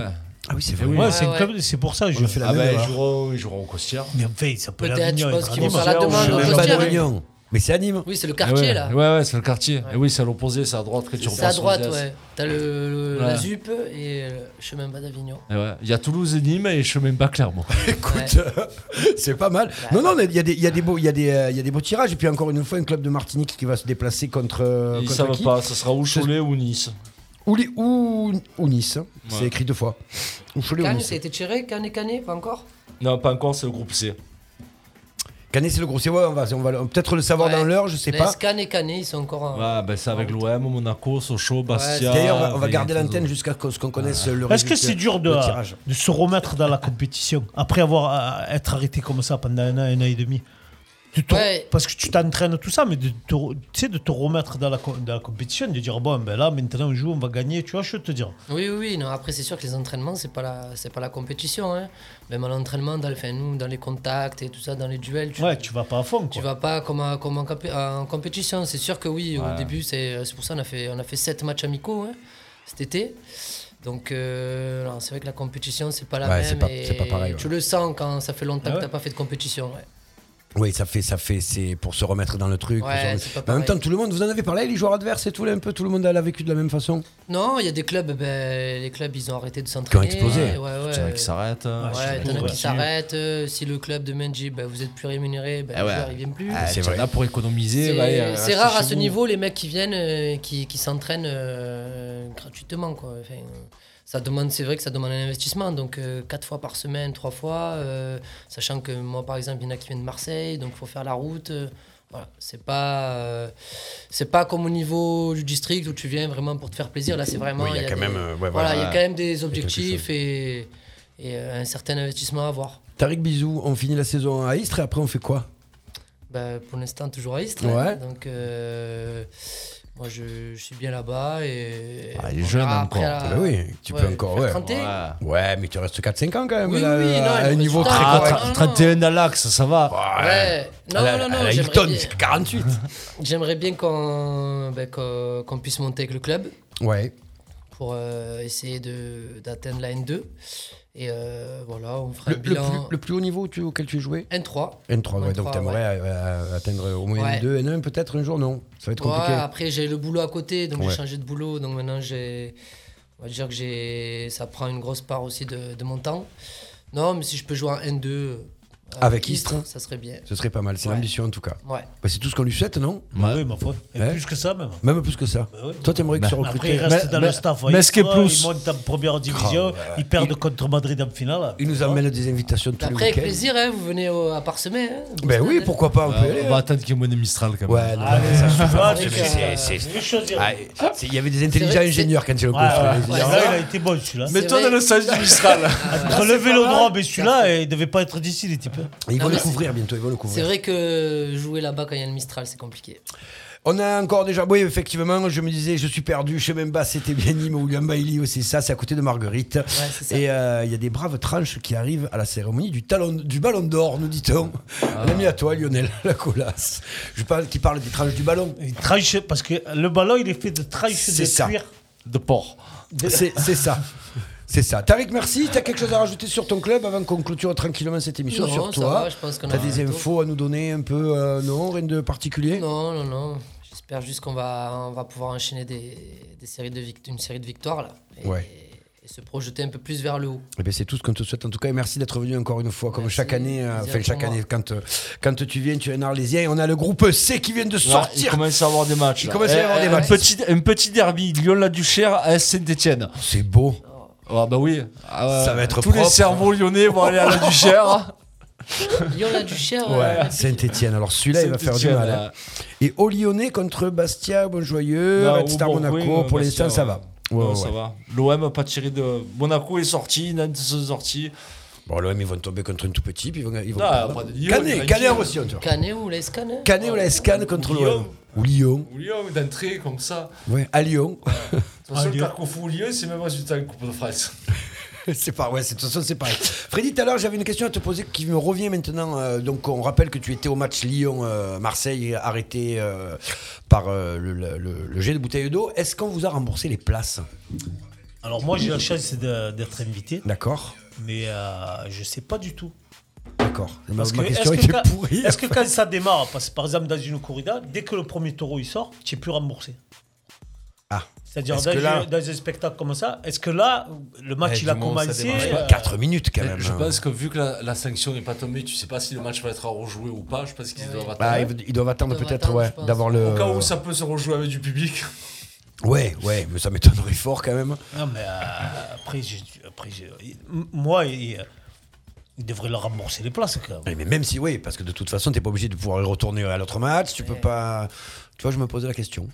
[SPEAKER 7] Ah oui, c'est
[SPEAKER 10] Ah
[SPEAKER 7] vrai.
[SPEAKER 10] oui,
[SPEAKER 11] Ouais,
[SPEAKER 10] c'est un
[SPEAKER 9] ouais.
[SPEAKER 10] club, c'est pour ça. Je...
[SPEAKER 7] fait la
[SPEAKER 11] Ah
[SPEAKER 7] même, hein.
[SPEAKER 11] ben
[SPEAKER 7] là.
[SPEAKER 11] ils joueront, ils joueront au Costière.
[SPEAKER 10] Mais en fait, ça peut
[SPEAKER 9] Peut-être, je
[SPEAKER 10] l'Avignon,
[SPEAKER 9] pense
[SPEAKER 10] il
[SPEAKER 9] qu'ils
[SPEAKER 10] va
[SPEAKER 9] vont faire la
[SPEAKER 10] à Nîmes.
[SPEAKER 9] demande. hein,
[SPEAKER 7] Chemin
[SPEAKER 9] au
[SPEAKER 7] Bas
[SPEAKER 9] Costière, ouais.
[SPEAKER 7] d'Avignon. Mais c'est à
[SPEAKER 11] (laughs)
[SPEAKER 7] Nîmes.
[SPEAKER 9] Oui, c'est le quartier
[SPEAKER 11] ouais.
[SPEAKER 9] là.
[SPEAKER 11] Ouais, ouais, c'est le quartier. Et oui, c'est à l'opposé, c'est à droite que tu
[SPEAKER 9] Ah C'est à
[SPEAKER 11] repasses aux
[SPEAKER 9] droite,
[SPEAKER 11] Zest.
[SPEAKER 9] ouais. T'as le, le- la
[SPEAKER 11] Ouais.
[SPEAKER 9] ZUP et le Chemin Bas d'Avignon.
[SPEAKER 11] Et Eh ouais, Il y a Toulouse et Nîmes et chemin bas Clermont.
[SPEAKER 9] Euh,
[SPEAKER 7] Écoute, (laughs) c'est pas mal.
[SPEAKER 9] Bah.
[SPEAKER 7] Non, non, mais il y, a des- il y, a des beaux- il y, a des, euh, il y a des beaux tirages. Et puis encore une fois, un club de Martinique qui va se déplacer contre. euh,
[SPEAKER 11] Ils
[SPEAKER 7] contre
[SPEAKER 11] savent
[SPEAKER 7] qui
[SPEAKER 11] pas, ça sera ou Cholet ou Nice.
[SPEAKER 7] Ou, les- ou- ou Nice. hein. C'est
[SPEAKER 11] Ouais.
[SPEAKER 7] écrit deux fois. Ou Cholet ou
[SPEAKER 9] Cannes,
[SPEAKER 7] Nice.
[SPEAKER 9] ça a été tiré, Cannes et Canet, pas encore
[SPEAKER 11] Non, pas encore, c'est le groupe C.
[SPEAKER 7] Canet, c'est le gros. C'est ouais, on va, on va le- peut-être le savoir dans l'heure, je sais
[SPEAKER 9] Les
[SPEAKER 7] pas.
[SPEAKER 9] Cannes et Canet, ils sont encore en.
[SPEAKER 11] Ouais, ben c'est
[SPEAKER 9] Ah.
[SPEAKER 11] avec l'OM, Monaco, Sochaux, Bastia.
[SPEAKER 7] D'ailleurs, on va, on va
[SPEAKER 11] et
[SPEAKER 7] garder
[SPEAKER 11] tous
[SPEAKER 7] l'antenne
[SPEAKER 11] autres.
[SPEAKER 7] jusqu'à ce qu'on connaisse le
[SPEAKER 10] Est-ce
[SPEAKER 7] résultat.
[SPEAKER 10] que c'est dur de,
[SPEAKER 7] le tirage.
[SPEAKER 10] de se remettre dans la compétition après avoir euh, être arrêté comme ça pendant un an, un an et demi Tu te-
[SPEAKER 9] Ouais.
[SPEAKER 10] Parce que tu t'entraînes tout ça, mais de te, re- tu sais, de te remettre dans la, co- dans la compétition, de dire bon, ben là, maintenant on joue, on va gagner, tu vois, je veux te dire.
[SPEAKER 9] Oui, oui, oui, non. Après, c'est sûr que les entraînements, c'est pas la, c'est pas la compétition. Hein. Même à l'entraînement, dans, le- enfin, nous, dans les contacts et tout ça, dans les duels, tu,
[SPEAKER 10] Ouais, tu vas pas à fond,
[SPEAKER 9] tu
[SPEAKER 10] quoi.
[SPEAKER 9] vas pas comme, en- comme en, compé- en compétition. C'est sûr que oui,
[SPEAKER 11] Ouais.
[SPEAKER 9] au début, c'est, c'est pour ça qu'on a fait, on a fait 7 matchs amicaux hein, cet été. Donc, euh, non, c'est vrai que la compétition, c'est pas la
[SPEAKER 7] Ouais,
[SPEAKER 9] même.
[SPEAKER 7] c'est pas-
[SPEAKER 9] et
[SPEAKER 7] c'est pas pareil, ouais.
[SPEAKER 9] Tu le sens quand ça fait longtemps
[SPEAKER 10] Ah
[SPEAKER 9] que
[SPEAKER 10] ouais.
[SPEAKER 9] t'as pas fait de compétition. ouais.
[SPEAKER 7] Oui, ça fait, ça fait, c'est pour se remettre dans le truc. pour
[SPEAKER 9] Ouais,
[SPEAKER 7] se remettre-
[SPEAKER 9] c'est pas
[SPEAKER 7] Mais en même
[SPEAKER 9] pareil.
[SPEAKER 7] temps, tout le monde, vous en avez parlé, les joueurs adverses et tout, là, un peu, tout le monde l'a vécu de la même façon.
[SPEAKER 9] Non, il y a des cluclubs, ben, les clubs, ils ont arrêté de s'entraîner.
[SPEAKER 7] explosé.
[SPEAKER 9] Ouais, ouais,
[SPEAKER 11] Il y en a
[SPEAKER 9] ouais.
[SPEAKER 11] qui s'arrêtent. hein. Il
[SPEAKER 9] Ouais,
[SPEAKER 11] y
[SPEAKER 9] t'en
[SPEAKER 11] en
[SPEAKER 9] as
[SPEAKER 11] a
[SPEAKER 9] qui s'arrêtent. euh, si le club de Menji, bah, vous êtes plus rémunéré, bah,
[SPEAKER 11] Ah
[SPEAKER 9] les
[SPEAKER 11] ouais.
[SPEAKER 9] joueurs, ils viennent plus.
[SPEAKER 11] Ah,
[SPEAKER 7] C'est
[SPEAKER 11] tiens,
[SPEAKER 7] vrai.
[SPEAKER 11] Là, pour économiser,
[SPEAKER 9] C'est-
[SPEAKER 11] bah, euh,
[SPEAKER 9] c'est
[SPEAKER 11] restez
[SPEAKER 9] rare à
[SPEAKER 11] chez
[SPEAKER 9] ce
[SPEAKER 11] vous.
[SPEAKER 9] niveau les mecs qui viennent, euh, qui, qui s'entraînent euh, gratuitement. Quoi. Enfin, euh, ça demande, c'est vrai que ça demande un investissement. Donc euh, quatre fois par semaine, trois fois, euh, sachant que moi par exemple, il y en a qui viennent de Marseille, donc faut faire la route. euh, voilà, c'est pas, euh, c'est pas comme au niveau du district où tu viens vraiment pour te faire plaisir. Là, c'est vraiment.
[SPEAKER 7] Oui, il y a quand
[SPEAKER 9] des-
[SPEAKER 7] même, euh, ouais, voilà.
[SPEAKER 9] voilà, il y a quand même des
[SPEAKER 7] quelque
[SPEAKER 9] objectifs et, et, euh, un certain investissement à avoir.
[SPEAKER 7] Tariq Bisou, on finit la saison à Istres et après, on fait quoi
[SPEAKER 9] Bah, pour l'instant, toujours à Istres.
[SPEAKER 7] Ouais.
[SPEAKER 9] hein. Donc, euh, moi, je, je suis bien là-bas. Et,
[SPEAKER 7] Ah,
[SPEAKER 9] on
[SPEAKER 7] Il est jeune
[SPEAKER 9] verra
[SPEAKER 7] encore.
[SPEAKER 9] après la-
[SPEAKER 7] Bah oui, tu
[SPEAKER 9] Ouais,
[SPEAKER 7] peux encore.
[SPEAKER 9] faire
[SPEAKER 7] Ouais.
[SPEAKER 9] 31.
[SPEAKER 10] Ah.
[SPEAKER 7] ouais. mais tu restes 4-5 ans quand même.
[SPEAKER 9] Oui,
[SPEAKER 7] là,
[SPEAKER 9] oui, non,
[SPEAKER 7] à
[SPEAKER 9] il
[SPEAKER 7] un
[SPEAKER 9] me
[SPEAKER 7] niveau
[SPEAKER 9] reste
[SPEAKER 7] très
[SPEAKER 9] du temps.
[SPEAKER 7] correct.
[SPEAKER 9] Ah, non, non.
[SPEAKER 11] 31 à l'axe, ça va.
[SPEAKER 9] Ouais. Non,
[SPEAKER 7] À la-
[SPEAKER 9] non, non,
[SPEAKER 7] à la
[SPEAKER 9] j'aimerais
[SPEAKER 7] Hilton,
[SPEAKER 9] bien-
[SPEAKER 7] c'est 48.
[SPEAKER 9] J'aimerais bien qu'on bah, qu'on- qu'on puisse monter avec le club
[SPEAKER 10] Mhm.
[SPEAKER 7] Ouais.
[SPEAKER 9] pour euh, essayer de- d'atteindre la N2. Et euh, voilà, on fera
[SPEAKER 7] Le,
[SPEAKER 9] un
[SPEAKER 7] le
[SPEAKER 9] bilan.
[SPEAKER 7] plus, le plus haut niveau tu- auquel tu jouais
[SPEAKER 9] N3.
[SPEAKER 7] N3, ouais, donc
[SPEAKER 9] N3,
[SPEAKER 7] tu aimerais atteindre au moins
[SPEAKER 9] Ouais.
[SPEAKER 7] N2, N1 peut-être un jour, non Ça va être
[SPEAKER 9] Ouais,
[SPEAKER 7] compliqué.
[SPEAKER 9] après, j'ai le boulot à côté, donc
[SPEAKER 7] Ouais.
[SPEAKER 9] j'ai changé de boulot. Donc maintenant, j'ai. On va dire que j'ai. Ça prend une grosse part aussi de, de mon temps. Non, mais si je peux jouer en N2 euh,
[SPEAKER 7] Avec Istres,
[SPEAKER 9] ça serait bien.
[SPEAKER 7] Ce serait pas mal, c'est
[SPEAKER 9] Ouais.
[SPEAKER 7] l'ambition en tout cas.
[SPEAKER 9] Ouais.
[SPEAKER 7] Bah, c'est tout ce qu'on lui souhaite, non
[SPEAKER 10] Bah oui, ma foi. Et plus que ça, même.
[SPEAKER 7] Même plus que ça.
[SPEAKER 10] Bah oui.
[SPEAKER 7] Toi, t'aimerais que
[SPEAKER 10] Bah,
[SPEAKER 7] se recrute.
[SPEAKER 10] Après, il reste dans le staff. hein.
[SPEAKER 7] Mesquet
[SPEAKER 10] Ils sont,
[SPEAKER 7] plus.
[SPEAKER 10] Ils montent en première division,
[SPEAKER 7] Grave, ouais.
[SPEAKER 10] ils perdent contre Madrid en finale.
[SPEAKER 7] Il nous amène des invitations tous les
[SPEAKER 9] Après, avec
[SPEAKER 7] week-ends.
[SPEAKER 9] plaisir, hein, vous venez au- à Parsemay. Hein, au
[SPEAKER 7] Ben
[SPEAKER 9] stade,
[SPEAKER 7] oui,
[SPEAKER 9] hein.
[SPEAKER 7] pourquoi pas, on
[SPEAKER 10] Bah,
[SPEAKER 7] peut aller. hein.
[SPEAKER 14] on va attendre qu'il y ait moins de Mistral quand même.
[SPEAKER 7] Ouais, non,
[SPEAKER 14] Ah,
[SPEAKER 7] mais
[SPEAKER 14] ouais.
[SPEAKER 7] ça
[SPEAKER 14] Ah,
[SPEAKER 7] suffit.
[SPEAKER 14] ouais.
[SPEAKER 7] Mais c'est- c'est-
[SPEAKER 10] C'est chose,
[SPEAKER 7] Ah, c'est- Il y avait des intelligents
[SPEAKER 10] vrai que
[SPEAKER 7] ingénieurs quand ils le
[SPEAKER 10] Ouais, ouais,
[SPEAKER 7] construisaient.
[SPEAKER 10] ouais. Là, il a été bon celui-là.
[SPEAKER 14] Mais toi, dans le sens du
[SPEAKER 9] (laughs)
[SPEAKER 14] Mistral.
[SPEAKER 9] Ah,
[SPEAKER 10] Entre le vélodrome et celui-là, il devait pas être d'ici, les types.
[SPEAKER 7] Ils vont
[SPEAKER 9] Non,
[SPEAKER 7] le
[SPEAKER 9] mais
[SPEAKER 7] couvrir bientôt, ils vont le
[SPEAKER 9] C'est
[SPEAKER 7] couvrir.
[SPEAKER 9] vrai que jouer là-bas quand il y a le Mistral, c'est compliqué.
[SPEAKER 7] On a encore déjà. Oui, effectivement, je me disais, je suis perdu. Je sais même pas, c'était bien Nîmes ou William Bailey, c'est ça, c'est à côté de Marguerite. Et euh, il y a des braves tranches qui arrivent à la cérémonie du, talon, du ballon d'or, nous dit-on.
[SPEAKER 9] Ah.
[SPEAKER 7] Un ami à toi, Lionel, (laughs) la colasse. Je parle, qui parle des tranches du ballon.
[SPEAKER 10] Tranche, parce que le ballon, il est fait de tranches
[SPEAKER 7] C'est
[SPEAKER 10] de
[SPEAKER 7] ça.
[SPEAKER 10] cuir.
[SPEAKER 14] De porc.
[SPEAKER 7] C'est c'est ça. C'est ça. Tariq, merci. Tu as quelque chose à rajouter sur ton club avant qu'on clôture tranquillement cette émission
[SPEAKER 9] Non,
[SPEAKER 7] sur
[SPEAKER 9] ça
[SPEAKER 7] toi
[SPEAKER 9] va, je pense qu'on
[SPEAKER 7] T'as
[SPEAKER 9] a
[SPEAKER 7] des
[SPEAKER 9] fait le tour.
[SPEAKER 7] infos à nous donner un peu euh, Non, rien de particulier
[SPEAKER 9] Non, non, non. J'espère juste qu'on va, on va pouvoir enchaîner des, des séries de vic- une série de victoires là. Et,
[SPEAKER 7] Ouais.
[SPEAKER 9] et se projeter un peu plus vers le haut.
[SPEAKER 7] Eh ben, c'est tout ce qu'on te souhaite en tout cas et merci d'être venu encore une fois comme chaque année euh,
[SPEAKER 9] plaisir
[SPEAKER 7] enfin chaque
[SPEAKER 9] pour moi.
[SPEAKER 7] année quand euh, quand tu viens tu es un Arlésien et on a le groupe C qui vient de
[SPEAKER 14] Ouais, il
[SPEAKER 7] sortir
[SPEAKER 14] commence à avoir des matchs.
[SPEAKER 7] Il
[SPEAKER 14] là.
[SPEAKER 7] commence à y
[SPEAKER 14] Eh,
[SPEAKER 7] avoir des
[SPEAKER 14] un
[SPEAKER 7] matchs.
[SPEAKER 14] Petit, un petit derby, Lyon-la-Duchère à Saint-Etienne.
[SPEAKER 7] C'est beau.
[SPEAKER 14] Ah bah oui. Ah ouais.
[SPEAKER 7] Ça va être
[SPEAKER 14] Tous les
[SPEAKER 7] propre.
[SPEAKER 14] cerveaux lyonnais vont aller à la Duchère.
[SPEAKER 9] Lyon la Duchère. euh,
[SPEAKER 7] (laughs) Ouais, Saint-Etienne. Alors celui-là, il va faire du
[SPEAKER 14] Saint-Étienne,
[SPEAKER 7] mal. hein. Et au Lyonnais contre Bastia, Bonjoyeux,
[SPEAKER 14] Non,
[SPEAKER 7] Red Star
[SPEAKER 14] ou bon,
[SPEAKER 7] Monaco,
[SPEAKER 14] Bah, oui, euh,
[SPEAKER 7] pour
[SPEAKER 14] Bastia,
[SPEAKER 7] l'instant, ça
[SPEAKER 14] ouais.
[SPEAKER 7] va. Ouais,
[SPEAKER 14] Non,
[SPEAKER 7] ouais,
[SPEAKER 14] ça
[SPEAKER 7] ouais.
[SPEAKER 14] va. L'OM a pas tiré de. Monaco est sorti, Nantes est sorti.
[SPEAKER 7] Bon, l'OM, ils vont tomber contre un tout petit, puis ils vont. Ils vont
[SPEAKER 14] Non,
[SPEAKER 7] perdre.
[SPEAKER 14] après, Lyon,
[SPEAKER 7] Canet,
[SPEAKER 14] tranquille.
[SPEAKER 7] Canet en Roussillon, tu vois.
[SPEAKER 9] Canet ou les Scan
[SPEAKER 5] Ah,
[SPEAKER 7] Canet, on la escane contre l'OM. Ou Lyon.
[SPEAKER 14] Ou Lyon, d'entrée comme ça.
[SPEAKER 7] Ouais, à Lyon. (laughs)
[SPEAKER 14] De toute façon, le Carrefour ou Lyon, c'est même résultat en Coupe de France.
[SPEAKER 7] c'est pas, ouais, c'est- de toute façon, c'est pareil. Freddy, tout à l'heure, j'avais une question à te poser qui me revient maintenant. Euh, donc, on rappelle que tu étais au match Lyon-Marseille, arrêté euh, par euh, le, le- le- le jet de bouteille d'eau. Est-ce qu'on vous a remboursé les places
[SPEAKER 10] Alors moi, j'ai la chance de- d'être invité,
[SPEAKER 7] D'accord,
[SPEAKER 10] mais euh, je sais pas du tout.
[SPEAKER 7] d'accord. Ma,
[SPEAKER 10] Parce
[SPEAKER 7] ma
[SPEAKER 10] que
[SPEAKER 7] question
[SPEAKER 10] est-ce que
[SPEAKER 7] était
[SPEAKER 10] quand-
[SPEAKER 7] pourrie.
[SPEAKER 10] Est-ce que quand ça démarre, parce que par exemple dans une corrida, dès que le premier taureau il sort, tu n'es plus remboursé
[SPEAKER 7] Ah.
[SPEAKER 10] C'est-à-dire
[SPEAKER 7] Est-ce
[SPEAKER 10] dans,
[SPEAKER 7] que là-
[SPEAKER 10] un- dans un spectacle comme ça, est-ce que là, le match
[SPEAKER 14] Eh,
[SPEAKER 10] il a
[SPEAKER 14] du moment où ça
[SPEAKER 10] commencé
[SPEAKER 14] démarre.
[SPEAKER 10] euh,
[SPEAKER 7] 4 minutes quand
[SPEAKER 14] Mais
[SPEAKER 7] même.
[SPEAKER 14] Je
[SPEAKER 7] hein.
[SPEAKER 14] pense que vu que la, la sanction n'est pas tombée, tu sais pas si le match va être à rejouer ou pas. Je pense qu'ils doivent attendre.
[SPEAKER 7] Bah, ils, ils doivent attendre peut-être ouais, d'avoir le.
[SPEAKER 14] Au cas où ça peut se rejouer avec du public.
[SPEAKER 7] Ouais, ouais, mais ça m'étonnerait fort quand même.
[SPEAKER 10] Non, mais euh, après, j'ai- après j'ai- m- moi, il, il devrait leur rembourser les places quand même.
[SPEAKER 7] Mais même si, oui, parce que de toute façon, t'es pas obligé de pouvoir retourner à l'autre match, tu peux pas. Tu vois, je me posais la question.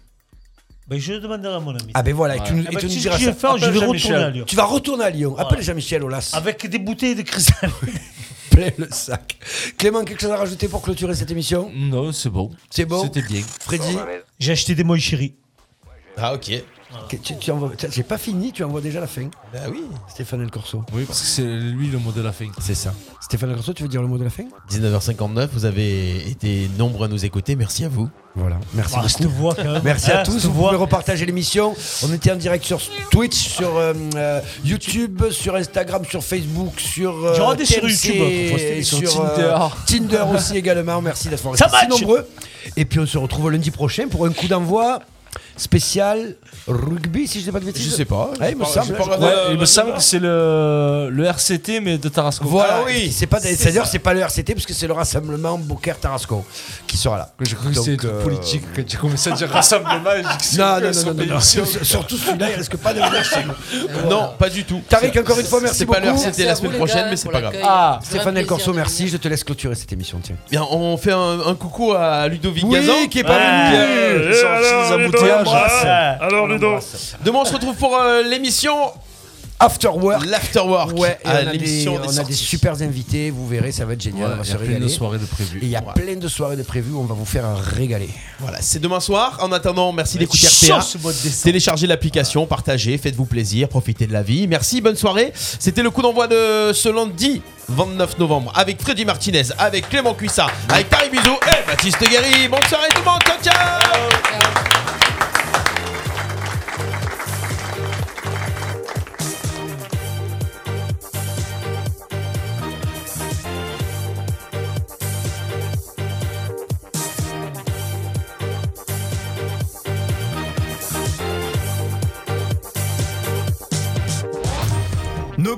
[SPEAKER 10] Ben, je demanderai à mon ami.
[SPEAKER 7] Ah ben voilà, et tu, nous-
[SPEAKER 10] Eh
[SPEAKER 7] et
[SPEAKER 10] ben, tu
[SPEAKER 7] tu nous
[SPEAKER 10] sais
[SPEAKER 7] diras
[SPEAKER 10] ce que je
[SPEAKER 7] ça.
[SPEAKER 10] vais faire, je
[SPEAKER 7] Appelle
[SPEAKER 10] vais
[SPEAKER 7] Jean-Michel.
[SPEAKER 10] retourner à Lyon.
[SPEAKER 7] Tu vas retourner à Lyon. Appelle
[SPEAKER 10] Voilà.
[SPEAKER 7] Jean-Michel Aulas.
[SPEAKER 10] Avec des bouteilles et des cristals.
[SPEAKER 7] Plein le sac. Clément, quelque chose à rajouter pour clôturer cette émission
[SPEAKER 14] Non, c'est bon.
[SPEAKER 7] C'est bon
[SPEAKER 14] C'était bien.
[SPEAKER 7] Freddy
[SPEAKER 10] (laughs) J'ai acheté des mois chéri.
[SPEAKER 5] Ah, ok.
[SPEAKER 7] que- tu, tu envoies- tiens, J'ai pas fini, tu envoies déjà la fin.
[SPEAKER 5] Bah oui.
[SPEAKER 7] Stéphane El Corso.
[SPEAKER 14] Oui, parce que c'est lui le mot de la fin.
[SPEAKER 7] C'est ça. Stéphane El Corso, tu veux dire le mot de la fin
[SPEAKER 5] 19h59, vous avez été nombreux à nous écouter. Merci à vous.
[SPEAKER 7] Voilà. Merci
[SPEAKER 10] Ah, je te
[SPEAKER 7] beaucoup.
[SPEAKER 10] vois quand même.
[SPEAKER 7] Merci à
[SPEAKER 10] Ah, je
[SPEAKER 7] tous.
[SPEAKER 10] te
[SPEAKER 7] Vous
[SPEAKER 10] vois.
[SPEAKER 7] pouvez repartager l'émission. On était en direct sur Twitch, sur euh, euh, YouTube, sur Instagram, sur Facebook, sur. euh,
[SPEAKER 10] J'ai regardé sur
[SPEAKER 7] TMC,
[SPEAKER 10] YouTube, hein, faut rester
[SPEAKER 7] sur,
[SPEAKER 10] sur
[SPEAKER 7] euh,
[SPEAKER 10] Tinder.
[SPEAKER 7] Tinder aussi également. Merci d'être
[SPEAKER 10] Ça
[SPEAKER 7] restés si
[SPEAKER 10] match.
[SPEAKER 7] nombreux. Et puis on se retrouve lundi prochain pour un coup d'envoi spécial rugby, si je ne dis pas de bêtises.
[SPEAKER 5] Je sais pas.
[SPEAKER 7] Ouais, il me semble. je crois.
[SPEAKER 14] Ouais, il me semble que c'est le, le RCT, mais de Tarasco.
[SPEAKER 7] Voilà,
[SPEAKER 11] Ah
[SPEAKER 7] c'est pas d'ailleurs c'est pas le RCT parce que c'est le rassemblement Boker Tarasco qui sera là.
[SPEAKER 14] J'ai cru que
[SPEAKER 7] Donc,
[SPEAKER 14] c'était
[SPEAKER 7] euh,
[SPEAKER 14] politique quand tu commençais à dire rassemblement. j'ai dit que c'est
[SPEAKER 7] Non,
[SPEAKER 14] que
[SPEAKER 7] non,
[SPEAKER 14] sur
[SPEAKER 7] non, non, non, non.
[SPEAKER 14] Pénition.
[SPEAKER 7] Surtout celui-là, il risque pas de venir chez nous.
[SPEAKER 5] Non, pas du tout.
[SPEAKER 7] Tariq, encore une fois, merci
[SPEAKER 5] C'est pas
[SPEAKER 7] beaucoup.
[SPEAKER 5] l'heure, c'était la
[SPEAKER 9] Merci à
[SPEAKER 5] semaine
[SPEAKER 9] vous, les
[SPEAKER 5] prochaine,
[SPEAKER 9] gars,
[SPEAKER 5] mais c'est
[SPEAKER 9] pour
[SPEAKER 5] pas grave.
[SPEAKER 9] l'accueil.
[SPEAKER 7] Ah,
[SPEAKER 9] C'est un
[SPEAKER 7] Stéphane El
[SPEAKER 9] plaisir
[SPEAKER 7] Corso,
[SPEAKER 9] de
[SPEAKER 7] merci. Je te laisse clôturer cette émission, tiens.
[SPEAKER 5] Bien, on fait un, un coucou à Ludovic Gazan.
[SPEAKER 7] qui est pas
[SPEAKER 14] Ouais,
[SPEAKER 7] venu.
[SPEAKER 14] ils sont sortis des embouteillages.
[SPEAKER 10] Alors, Ludo.
[SPEAKER 5] Demain, on se retrouve pour euh, l'émission
[SPEAKER 7] After Work.
[SPEAKER 5] L'Afterwork.
[SPEAKER 7] Ouais, et on
[SPEAKER 5] à
[SPEAKER 7] a, des,
[SPEAKER 5] l'émission des
[SPEAKER 7] on a des
[SPEAKER 5] sorties.
[SPEAKER 7] super invités, vous verrez, ça va être génial.
[SPEAKER 14] Il
[SPEAKER 7] on va
[SPEAKER 14] y
[SPEAKER 7] se
[SPEAKER 14] a plein de
[SPEAKER 7] régaler.
[SPEAKER 14] soirées de prévues.
[SPEAKER 7] Et il y a plein de soirées de prévues, on va vous faire régaler.
[SPEAKER 5] Voilà, c'est demain soir. En attendant, merci d'écouter
[SPEAKER 10] Chaud,
[SPEAKER 5] RTA.
[SPEAKER 10] ce mois de décembre.
[SPEAKER 5] Téléchargez l'application, partagez, faites-vous plaisir, profitez de la vie. Merci, bonne soirée. C'était le coup d'envoi de ce lundi 29 novembre avec Freddy Martinez, avec Clément Cuissard, avec Paris Bizot et Baptiste Guéry. Bonne soirée tout le monde, ciao ciao
[SPEAKER 12] Nos